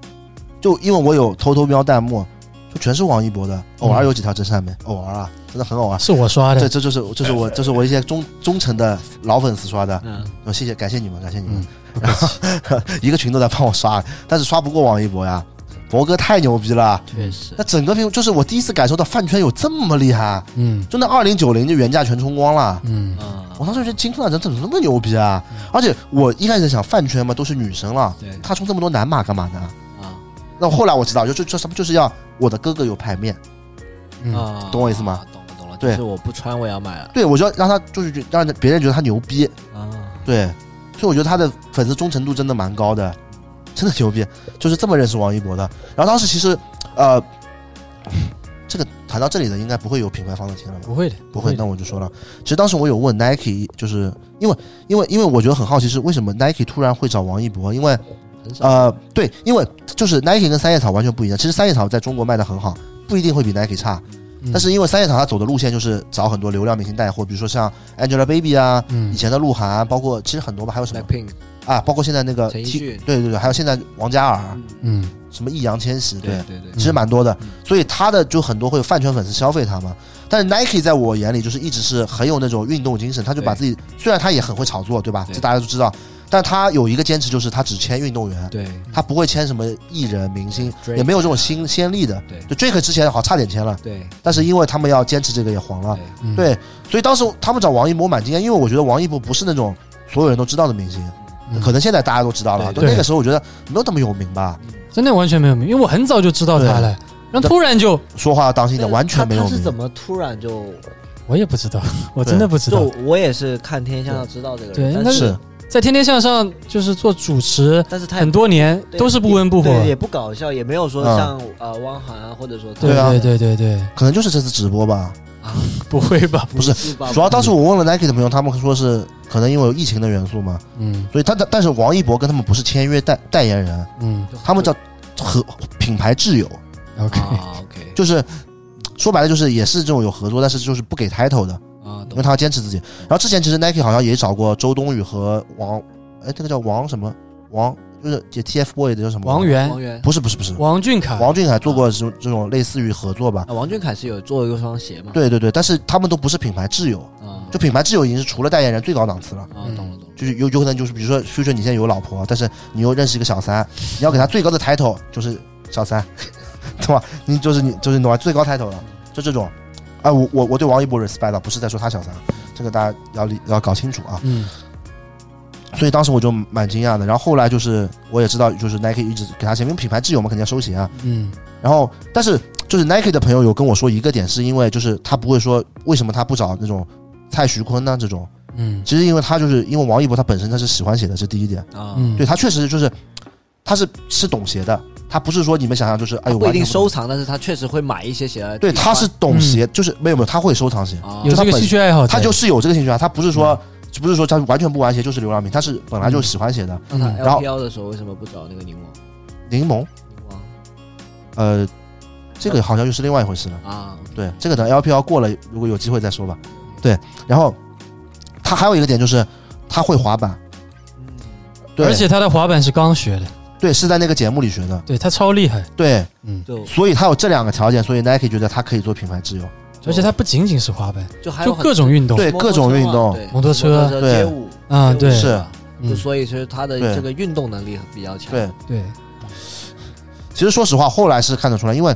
Speaker 2: 就因为我有偷偷瞄弹幕，就全是王一博的，偶尔有几条真善美，偶尔啊，真的 很偶尔。
Speaker 1: 是我刷
Speaker 2: 这
Speaker 1: 的，
Speaker 2: 这就是这是我这是我一些忠忠诚的老粉丝刷的，
Speaker 3: 嗯
Speaker 2: 呃谢谢感谢你们感谢你们，然后一个群都在帮我刷，但是刷不过王一博呀，博哥太牛逼了，
Speaker 3: 确实
Speaker 2: 那整个屏幕就是我第一次感受到饭圈有这么厉害，
Speaker 1: 嗯
Speaker 2: 就那二零九零就原价全冲光了。
Speaker 1: 嗯
Speaker 3: 啊，
Speaker 2: 我当时觉得金克人怎么那么牛逼啊！而且我一开始想饭圈嘛都是女生了，
Speaker 3: 对
Speaker 2: 他充这么多男码干嘛呢？
Speaker 3: 啊
Speaker 2: 那后来我知道，就就就什么就是要我的哥哥有牌面，
Speaker 1: 嗯，
Speaker 3: 啊，
Speaker 2: 懂我意思吗？
Speaker 3: 懂了懂了，就
Speaker 2: 对
Speaker 3: 是我不穿我也要买了
Speaker 2: 对我就要让他就是觉让别人觉得他牛逼，
Speaker 3: 啊。
Speaker 2: 对，所以我觉得他的粉丝忠诚度真的蛮高的，真的牛逼，就是这么认识王一博的。然后当时其实，呃， 这个谈到这里的应该不会有品牌方的听了吧？
Speaker 1: 不会的，
Speaker 2: 不会，
Speaker 1: 的
Speaker 2: 那我就说了。其实当时我有问 Nike，就是因为因为因为我觉得很好奇是为什么 Nike 突然会找王一博，因为
Speaker 3: 很少。
Speaker 2: 呃对，因为就是 Nike 跟三叶草完全不一样。其实三叶草在中国卖的很好，不一定会比 Nike 差，
Speaker 1: 嗯
Speaker 2: 但是因为三叶草它走的路线就是找很多流量明星带货，比如说像 Angelababy 啊，
Speaker 1: 嗯
Speaker 2: 以前的鹿晗，包括其实很多吧，还有什么
Speaker 3: Blackpink
Speaker 2: 啊，包括现在那个
Speaker 3: 陈奕
Speaker 2: T-
Speaker 3: 迅
Speaker 2: 对对对，还有现在王嘉尔，
Speaker 1: 嗯
Speaker 2: 什么易烊千玺，啊对
Speaker 3: 对，对对，
Speaker 2: 其实蛮多的
Speaker 3: 嗯，
Speaker 2: 所以他的就很多会有饭圈粉丝消费他嘛。但是 Nike 在我眼里就是一直是很有那种运动精神，他就把自己虽然他也很会炒作，对吧？
Speaker 3: 对
Speaker 2: 这大家都知道，但他有一个坚持就是他只签运动员，
Speaker 3: 对
Speaker 2: 他不会签什么艺人、明星，
Speaker 3: Drake
Speaker 2: 也没有这种新先例的。
Speaker 3: 对
Speaker 2: 就 Drake 之前好像差点签了，
Speaker 3: 对
Speaker 2: 但是因为他们要坚持这个也黄了。
Speaker 3: 对，
Speaker 1: 嗯，
Speaker 2: 对，所以当时他们找王一博蛮惊讶，因为我觉得王一博不是那种所有人都知道的明星，
Speaker 1: 嗯
Speaker 2: 可能现在大家都知道了，
Speaker 3: 对
Speaker 2: 就那
Speaker 1: 对
Speaker 2: 个时候我觉得没有那么有名吧，
Speaker 1: 真的完全没有名，因为我很早就知道他了，然后突然就
Speaker 2: 说话要当心一点，完全没有
Speaker 4: 他是
Speaker 2: 名
Speaker 4: 怎。么突然就
Speaker 1: 我也不知道，我真的不知
Speaker 4: 就
Speaker 1: 道。
Speaker 4: 我也是看天下知道这个
Speaker 1: 对
Speaker 4: 人，但
Speaker 1: 那
Speaker 2: 是，
Speaker 1: 在《天天向上》就是做主持
Speaker 4: 但是他也
Speaker 1: 很多年，
Speaker 4: 对
Speaker 1: 都是不温不火。
Speaker 4: 对，也不搞笑，也没有说
Speaker 2: 嗯
Speaker 4: 像呃汪涵啊，或者说
Speaker 1: 对
Speaker 2: 对啊
Speaker 1: 对对对对，
Speaker 2: 可能就是这次直播吧。
Speaker 4: 啊，
Speaker 1: 不会吧？
Speaker 2: 不是
Speaker 4: 是吧
Speaker 2: 主要当时我问了 Nike 的朋友，他们说是可能因为有疫情的元素嘛，
Speaker 1: 嗯
Speaker 2: 所以他但但是王一博跟他们不是签约代代言人，
Speaker 1: 嗯
Speaker 2: 他们叫合品牌挚友，
Speaker 1: ，OK，
Speaker 3: 啊 OK
Speaker 2: 就是说白了就是也是这种有合作，但是 就是不给 title 的，
Speaker 3: 啊，
Speaker 2: 因
Speaker 3: 懂
Speaker 2: 为他要坚持自己。然后之前其实 Nike 好像也找过周冬雨和王，哎，这个叫王什么王，就是也 TFBOY 的叫什么
Speaker 1: 王？源、
Speaker 4: 王源
Speaker 2: 不是不是不是，
Speaker 1: 王俊凯、
Speaker 2: 王俊凯做过这种这种类似于合作吧？
Speaker 4: 啊，王俊凯是有做一双鞋嘛？
Speaker 2: 对对对，但是他们都不是品牌挚友，
Speaker 4: 啊，
Speaker 2: 就品牌挚友已经是除了代言人最高档次了。
Speaker 4: 啊，懂了懂了，
Speaker 2: 就是有有可能就是比如说，future 你现在有老婆，但是你又认识一个小三，你要给他最高的 title 就是小三， 对吧？你就是你就是你懂吧？最高 title 了，就这种。啊，我我我对王一博 respect 啊，不是在说他小三，这个大家要理要搞清楚啊。
Speaker 1: 嗯
Speaker 2: 所以当时我就蛮惊讶的。然后后来就是我也知道，就是 Nike 一直给他钱，因为品牌挚友嘛，肯定要收钱啊。
Speaker 1: 嗯
Speaker 2: 然后，但是就是 Nike 的朋友有跟我说一个点，是因为就是他不会说为什么他不找那种蔡徐坤呢、啊这种，
Speaker 1: 嗯
Speaker 2: 其实因为他就是因为王一博他本身他是喜欢写的，这是第一点。
Speaker 4: 啊，
Speaker 1: 嗯，
Speaker 2: 对他确实就是，他是是懂鞋的，他不是说你们想象就是哎呦
Speaker 4: 不一定
Speaker 2: 完全懂
Speaker 4: 收藏，但是嗯他确实会买一些鞋来
Speaker 2: 对，
Speaker 4: 自己
Speaker 2: 他
Speaker 4: 穿
Speaker 2: 是懂鞋，就是没有没有，他会收藏鞋，
Speaker 4: 啊
Speaker 1: 有这
Speaker 2: 他
Speaker 1: 个
Speaker 2: 本
Speaker 1: 兴趣爱好在，
Speaker 2: 他就是有这个兴趣啊，他不是
Speaker 4: 嗯
Speaker 2: 说不是说他完全不玩鞋就是流浪品，他是本来就喜欢鞋的。
Speaker 4: 那
Speaker 1: 嗯
Speaker 4: 他
Speaker 2: 嗯然后
Speaker 4: LPL 的时候为什么不找那个柠檬？
Speaker 2: 柠檬，
Speaker 4: 柠檬啊
Speaker 2: 呃，这个好像又是另外一回事了。
Speaker 4: 啊，
Speaker 2: 对，这个等 LPL 过了，如果有机会再说吧。对，然后他还有一个点就是他会滑板，
Speaker 4: 嗯
Speaker 2: 对，
Speaker 1: 而且他的滑板是刚学的，
Speaker 2: 对是在那个节目里学的，
Speaker 1: 对他超厉害，
Speaker 2: 对，
Speaker 1: 嗯，
Speaker 4: 就
Speaker 2: 所以他有这两个条件，所以 Nike 觉得他可以做品牌挚友。
Speaker 1: 而且他不仅仅是滑板，
Speaker 4: 就还有
Speaker 1: 就
Speaker 4: 很
Speaker 1: 各种运动，
Speaker 2: 对各种运动
Speaker 4: 对
Speaker 1: 摩托车
Speaker 4: 摩托车
Speaker 2: 对
Speaker 4: 街舞
Speaker 1: 啊
Speaker 4: 街舞
Speaker 1: 对
Speaker 2: 是
Speaker 4: 吧
Speaker 1: 嗯
Speaker 4: 就所以说他的
Speaker 2: 对
Speaker 4: 这个运动能力比较强。
Speaker 2: 对，
Speaker 1: 对，
Speaker 2: 其实说实话，后来是看得出来，因为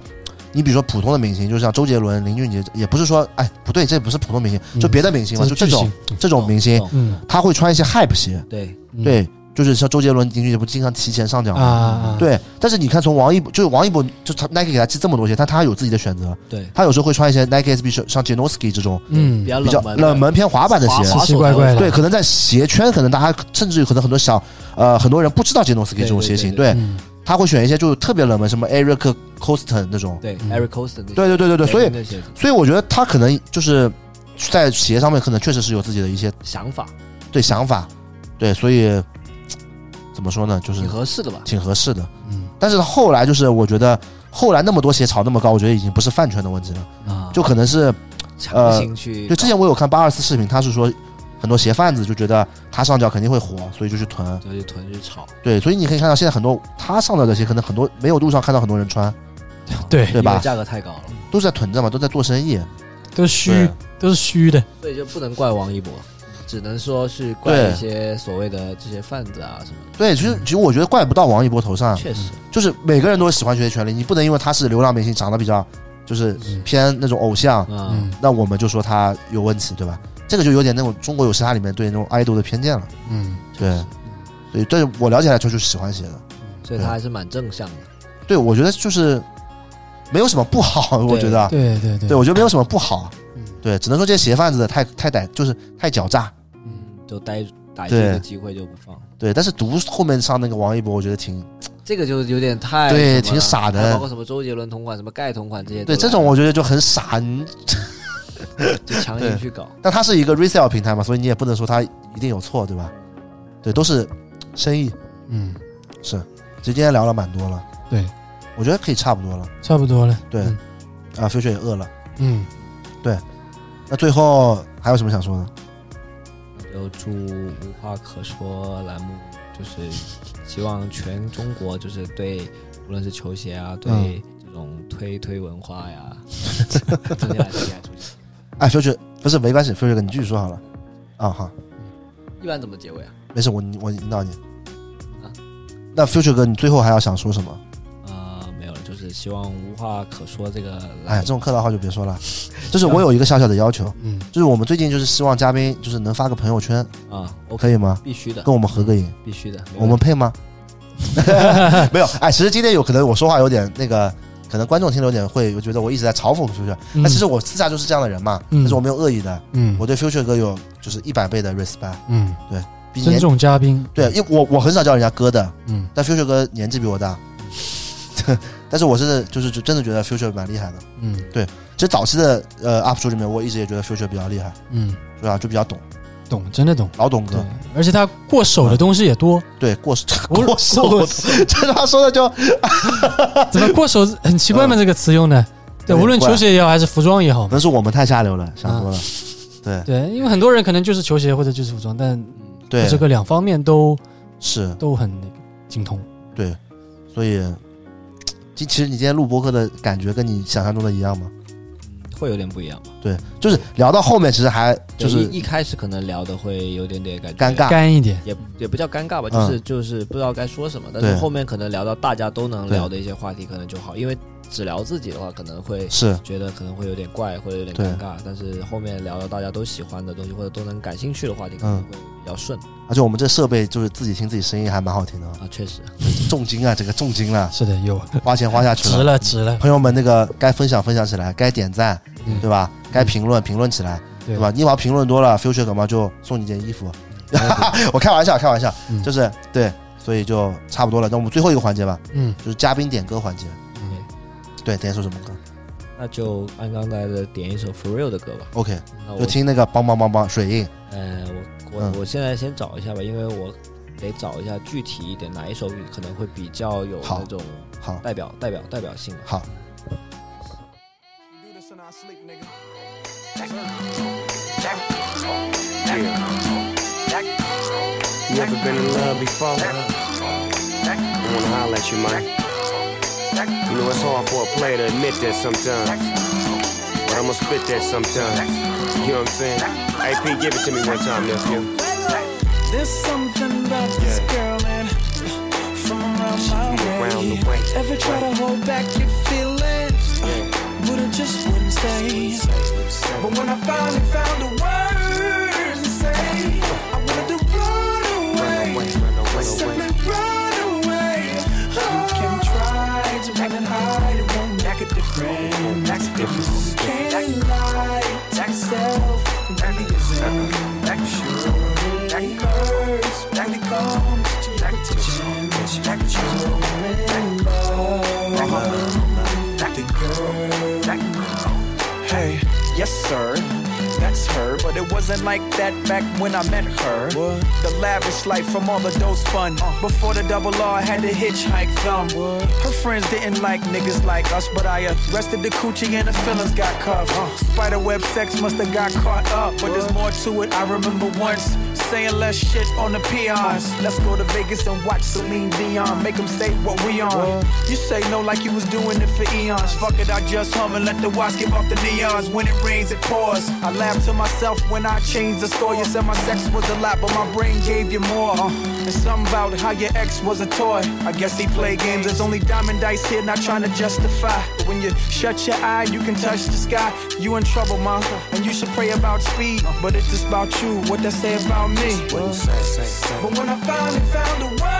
Speaker 2: 你比如说普通的明星，就像周杰伦、林俊杰，也不是说哎不对，这不是普通明星，
Speaker 1: 嗯
Speaker 2: 就别的明星嘛，就这
Speaker 1: 是巨
Speaker 2: 种
Speaker 1: 星，
Speaker 2: 这种明星
Speaker 4: 懂，
Speaker 1: 嗯，
Speaker 2: 他会穿一些 hype 鞋，
Speaker 4: 对，
Speaker 1: 嗯
Speaker 2: 对，就是像周杰伦、林俊杰不经常提前上脚
Speaker 1: 啊
Speaker 2: 吗？
Speaker 1: 啊，
Speaker 2: 对，但是你看，从王一博，就是王一博，就他 Nike 给他寄这么多鞋，但他有自己的选择。
Speaker 4: 对，
Speaker 2: 他有时候会穿一些 Nike SB 像像 Janoski 这种
Speaker 1: 嗯
Speaker 4: 比，较
Speaker 2: 比较
Speaker 4: 冷门
Speaker 2: 冷门偏滑板的
Speaker 4: 滑
Speaker 2: 鞋
Speaker 4: 滑，
Speaker 1: 奇奇怪怪的，
Speaker 2: 对，可能在鞋圈，可能大家甚至有可能很多小呃很多人不知道 Janoski 这种
Speaker 4: 对对
Speaker 2: 鞋型，
Speaker 4: 对
Speaker 2: 对，
Speaker 1: 嗯
Speaker 2: 他会选一些就是特别冷门，什么 Eric Coston 那种。
Speaker 4: 对
Speaker 1: 嗯
Speaker 4: ，Eric Costen 那些
Speaker 2: 对对对对对，所以
Speaker 4: 那些
Speaker 2: 所以我觉得他可能就是在鞋上面可能确实是有自己的一些
Speaker 4: 想法
Speaker 1: 嗯
Speaker 2: 对想法，对，所以怎么说呢，就是
Speaker 4: 挺合适的吧？
Speaker 2: 挺合适的。
Speaker 1: 嗯，
Speaker 2: 但是后来就是我觉得后来那么多鞋炒那么高，我觉得已经不是饭圈的问题了，
Speaker 4: 啊，
Speaker 2: 就可能是
Speaker 4: 强行去
Speaker 2: 呃就之前我有看八二四视频，他是说。很多鞋贩子就觉得他上脚肯定会火，所以就去囤。
Speaker 4: 就去囤去炒，
Speaker 2: 对，所以你可以看到现在很多他上脚的鞋，可能很多没有路上看到很多人穿，
Speaker 1: 对，
Speaker 2: 对吧
Speaker 4: 因为价格太高了，
Speaker 2: 都是在囤着嘛，都在做生意。
Speaker 1: 都是
Speaker 2: 对
Speaker 1: 虚，都是虚的，
Speaker 4: 所以就不能怪王一博，只能说是怪
Speaker 2: 对
Speaker 4: 一些所谓的这些贩子啊什么的。
Speaker 2: 对，其实其实我觉得怪不到王一博头
Speaker 1: 嗯
Speaker 2: 上，
Speaker 4: 确实，
Speaker 2: 就是每个人都有喜欢学习权利，你不能因为他是流浪明星，长得比较就是
Speaker 1: 嗯
Speaker 2: 偏那种偶像，
Speaker 4: 啊，
Speaker 1: 嗯
Speaker 2: 那我们就说他有问题，对吧？这个就有点那种中国有嘻哈里面对那种爱豆的偏见了。
Speaker 1: 嗯，
Speaker 2: 对，对，但是我了解来说就是喜欢写的。
Speaker 4: 所以他还是蛮正向的。
Speaker 2: 对，我觉得就是没有什么不好， 我觉得，啊
Speaker 1: 对对对
Speaker 2: 对，我觉得没有什么不好
Speaker 1: 嗯。
Speaker 2: 对，只能说这些鞋贩子太太歹，就是太狡诈。
Speaker 1: 嗯
Speaker 4: 就逮逮
Speaker 2: 对
Speaker 4: 这个机会就不放。
Speaker 2: 对，但是读后面上那个王一博，我觉得挺
Speaker 5: 这个就有点太
Speaker 2: 对
Speaker 5: 什么了
Speaker 2: 挺傻的
Speaker 5: 还包括什么周杰伦同款、什么盖同款这些都来
Speaker 2: 对
Speaker 5: 了，
Speaker 2: 这种我觉得就很傻。你
Speaker 5: 就强
Speaker 2: 对
Speaker 5: 行去搞。
Speaker 2: 但它是一个 resale 平台嘛，所以你也不能说它一定有错，对吧？对，都是生意。
Speaker 1: 嗯，
Speaker 2: 是，其实今天聊了蛮多了，
Speaker 1: 对，
Speaker 2: 我觉得可以差不多了。
Speaker 1: 差不多了。
Speaker 2: 对，
Speaker 1: 嗯
Speaker 2: 啊，future 也饿了。
Speaker 1: 嗯，
Speaker 2: 那最后还有什么想说的？
Speaker 3: 就祝无话可说栏目，就是希望全中国就是对，无论是球鞋啊，
Speaker 5: 嗯
Speaker 3: 对这种推推文化 呀，增加增加出去。
Speaker 2: 哎，future 不是没关系，future 哥你继续说好了。啊，好，
Speaker 5: 一般怎么结尾 啊？
Speaker 2: 没事，我我引导你
Speaker 5: 啊。
Speaker 1: 嗯
Speaker 2: 那 future 哥，你最后还要想说什么？
Speaker 3: 啊、没有了，就是希望无话可说这
Speaker 2: 哎
Speaker 3: 个
Speaker 2: 呀，
Speaker 3: 栏
Speaker 2: 这种客套话就别说了。就是我有一个小小的要求，
Speaker 1: 嗯，
Speaker 2: 就是我们最近就是希望嘉宾就是能发个朋友圈，
Speaker 3: 目啊，OK，
Speaker 2: 可以吗？
Speaker 3: 必
Speaker 1: 嗯
Speaker 3: 须的，
Speaker 2: 跟我们合个影，
Speaker 3: 必须的，没问题
Speaker 2: 我们 配吗？没有，哎，其实今天有可能我说话有点那个，可能观众听了有点会觉得我一直在嘲讽出去，但其实我私下就是这样的人嘛，
Speaker 1: 嗯
Speaker 2: 但是我没有恶意的，
Speaker 1: 嗯
Speaker 2: 我对 future 哥有就是一百倍的 respect，
Speaker 1: 嗯，
Speaker 2: 比
Speaker 1: 尊
Speaker 2: 年
Speaker 1: 重嘉宾，
Speaker 2: 对，因为我我很少叫人家哥的，
Speaker 1: 嗯
Speaker 2: 但 future 哥年纪比我大， 但是我是就是就真的觉得 future 蛮厉害的。
Speaker 1: 嗯
Speaker 2: 其实早期的呃 UP 主里面，我一直也觉得 future 比较厉害，
Speaker 1: 嗯，
Speaker 2: 是吧？就比较懂，
Speaker 1: 懂，真的懂。
Speaker 2: 老懂
Speaker 1: 对
Speaker 2: 哥，，
Speaker 1: 而且他过手的东西也多，
Speaker 2: 对过手
Speaker 1: 我
Speaker 2: 过手，这他说的就
Speaker 1: 怎么过手很奇怪吗？这个词用的，对，
Speaker 2: 嗯有点
Speaker 1: 无论
Speaker 2: 怪嗯
Speaker 1: 球鞋也好，还是服装也好
Speaker 2: 可，能是我们太下流了，想多了。对
Speaker 1: 对，因为很多人可能就是球鞋或者就是服装，但
Speaker 3: 嗯
Speaker 2: 对
Speaker 1: 这个两方面都
Speaker 2: 是，
Speaker 1: 都很那个精通。
Speaker 2: 对，所以其其实你今天录播客的感觉跟你想象中的一样吗？
Speaker 3: 会有点不一样吧？
Speaker 2: 对，就是聊到后面，其实还就
Speaker 3: 对
Speaker 2: 是
Speaker 3: 一一开始可能聊的会有点点感觉
Speaker 2: 尴尬，
Speaker 1: 干一点，
Speaker 3: 也也不叫尴尬吧，
Speaker 2: 嗯
Speaker 3: 就是、就是不知道该说什么，但
Speaker 2: 对
Speaker 3: 是后面可能聊到大家都能聊的一些话题，可能就好，因为只聊自己的话，可能会
Speaker 2: 是
Speaker 3: 觉得可能会有点怪，或者有点
Speaker 2: 对
Speaker 3: 尴尬，但是后面聊到大家都喜欢的东西，或者都能感兴趣的话题，可
Speaker 2: 嗯
Speaker 3: 能会比较顺、
Speaker 2: 而且我们这设备就是自己听自己声音还蛮好听的啊，
Speaker 3: 啊，确实，
Speaker 2: 重金啊，这个重金了，
Speaker 1: 是的，有
Speaker 2: 花钱花下去
Speaker 1: 值
Speaker 2: 了。
Speaker 1: 了，值了，
Speaker 2: 朋友们，那个该分享分享起来，该点赞，
Speaker 1: 嗯
Speaker 2: 对吧？该评论评论起来，
Speaker 1: 对
Speaker 2: 对吧？？你往评论多了，future 感冒就送你件衣服。我开玩笑，开玩笑，
Speaker 1: 嗯
Speaker 2: 就是对，所以就差不多了。那我们最后一个环节吧，
Speaker 1: 嗯
Speaker 2: 就是嘉宾点歌环节。
Speaker 1: 嗯
Speaker 2: 对，点一首什么歌
Speaker 3: 那就按刚才的点一首 For Real 的歌吧。
Speaker 2: ？OK，
Speaker 3: 那
Speaker 2: 就
Speaker 3: 我
Speaker 2: 听那个梆梆梆梆水印。
Speaker 3: 呃，我我、
Speaker 2: 嗯
Speaker 3: 我现在先找一下吧，因为我得找一下具体一点哪一首可能会比较有
Speaker 2: 好
Speaker 3: 那种
Speaker 2: 好，
Speaker 3: 代表代表代表性的。啊
Speaker 2: 好，
Speaker 6: do this in our sleep, nigga.
Speaker 7: Never been in love before. I wanna holler at you, man. You know it's hard for a player to admit that sometimes. But I'ma spit that sometimes. You know what I'm saying? AP, give it to me one time, nephew.
Speaker 6: There's something about this girl and from around my
Speaker 7: Around
Speaker 6: way.
Speaker 7: the way.
Speaker 6: Ever try to hold back your feelings? Would've just wouldn't stay. But when I finally found a word to say, I wanted to run away. Simply run away. Oh. You can try to run and hide, it won't make a difference. That's difference. Can't lie to yourself, it really isn't. Sure, it hurts when it comes to attention. You're in love with the girl. Hey, yes, sir. That's her, but it wasn't like that back when I met her. The lavish life from all the dough spun. Before the double R, I had to hitchhike thumb. Her friends didn't like niggas like us, but I arrested the coochie and the feelings got cuffed. Spiderweb sex must have got caught up, but there's more to it. I remember once saying less shit on the peons. Let's go to Vegas and watch Celine Dion. Make them say what we on. You say no like you was doing it for eons. Fuck it, I just hum and let the watch give off the neons. When it rains, it pours. I laugh to myself when I change the story. You said my sex was a lot, but my brain gave you more. Uh, and something about how your ex was a toy. I guess he played games. There's only diamond dice here, not trying to justify. But when you shut your eye, you can touch the sky. You in trouble, ma. And you should pray about speed. But it's just about you. What they say about me. But when I finally found a word Oh,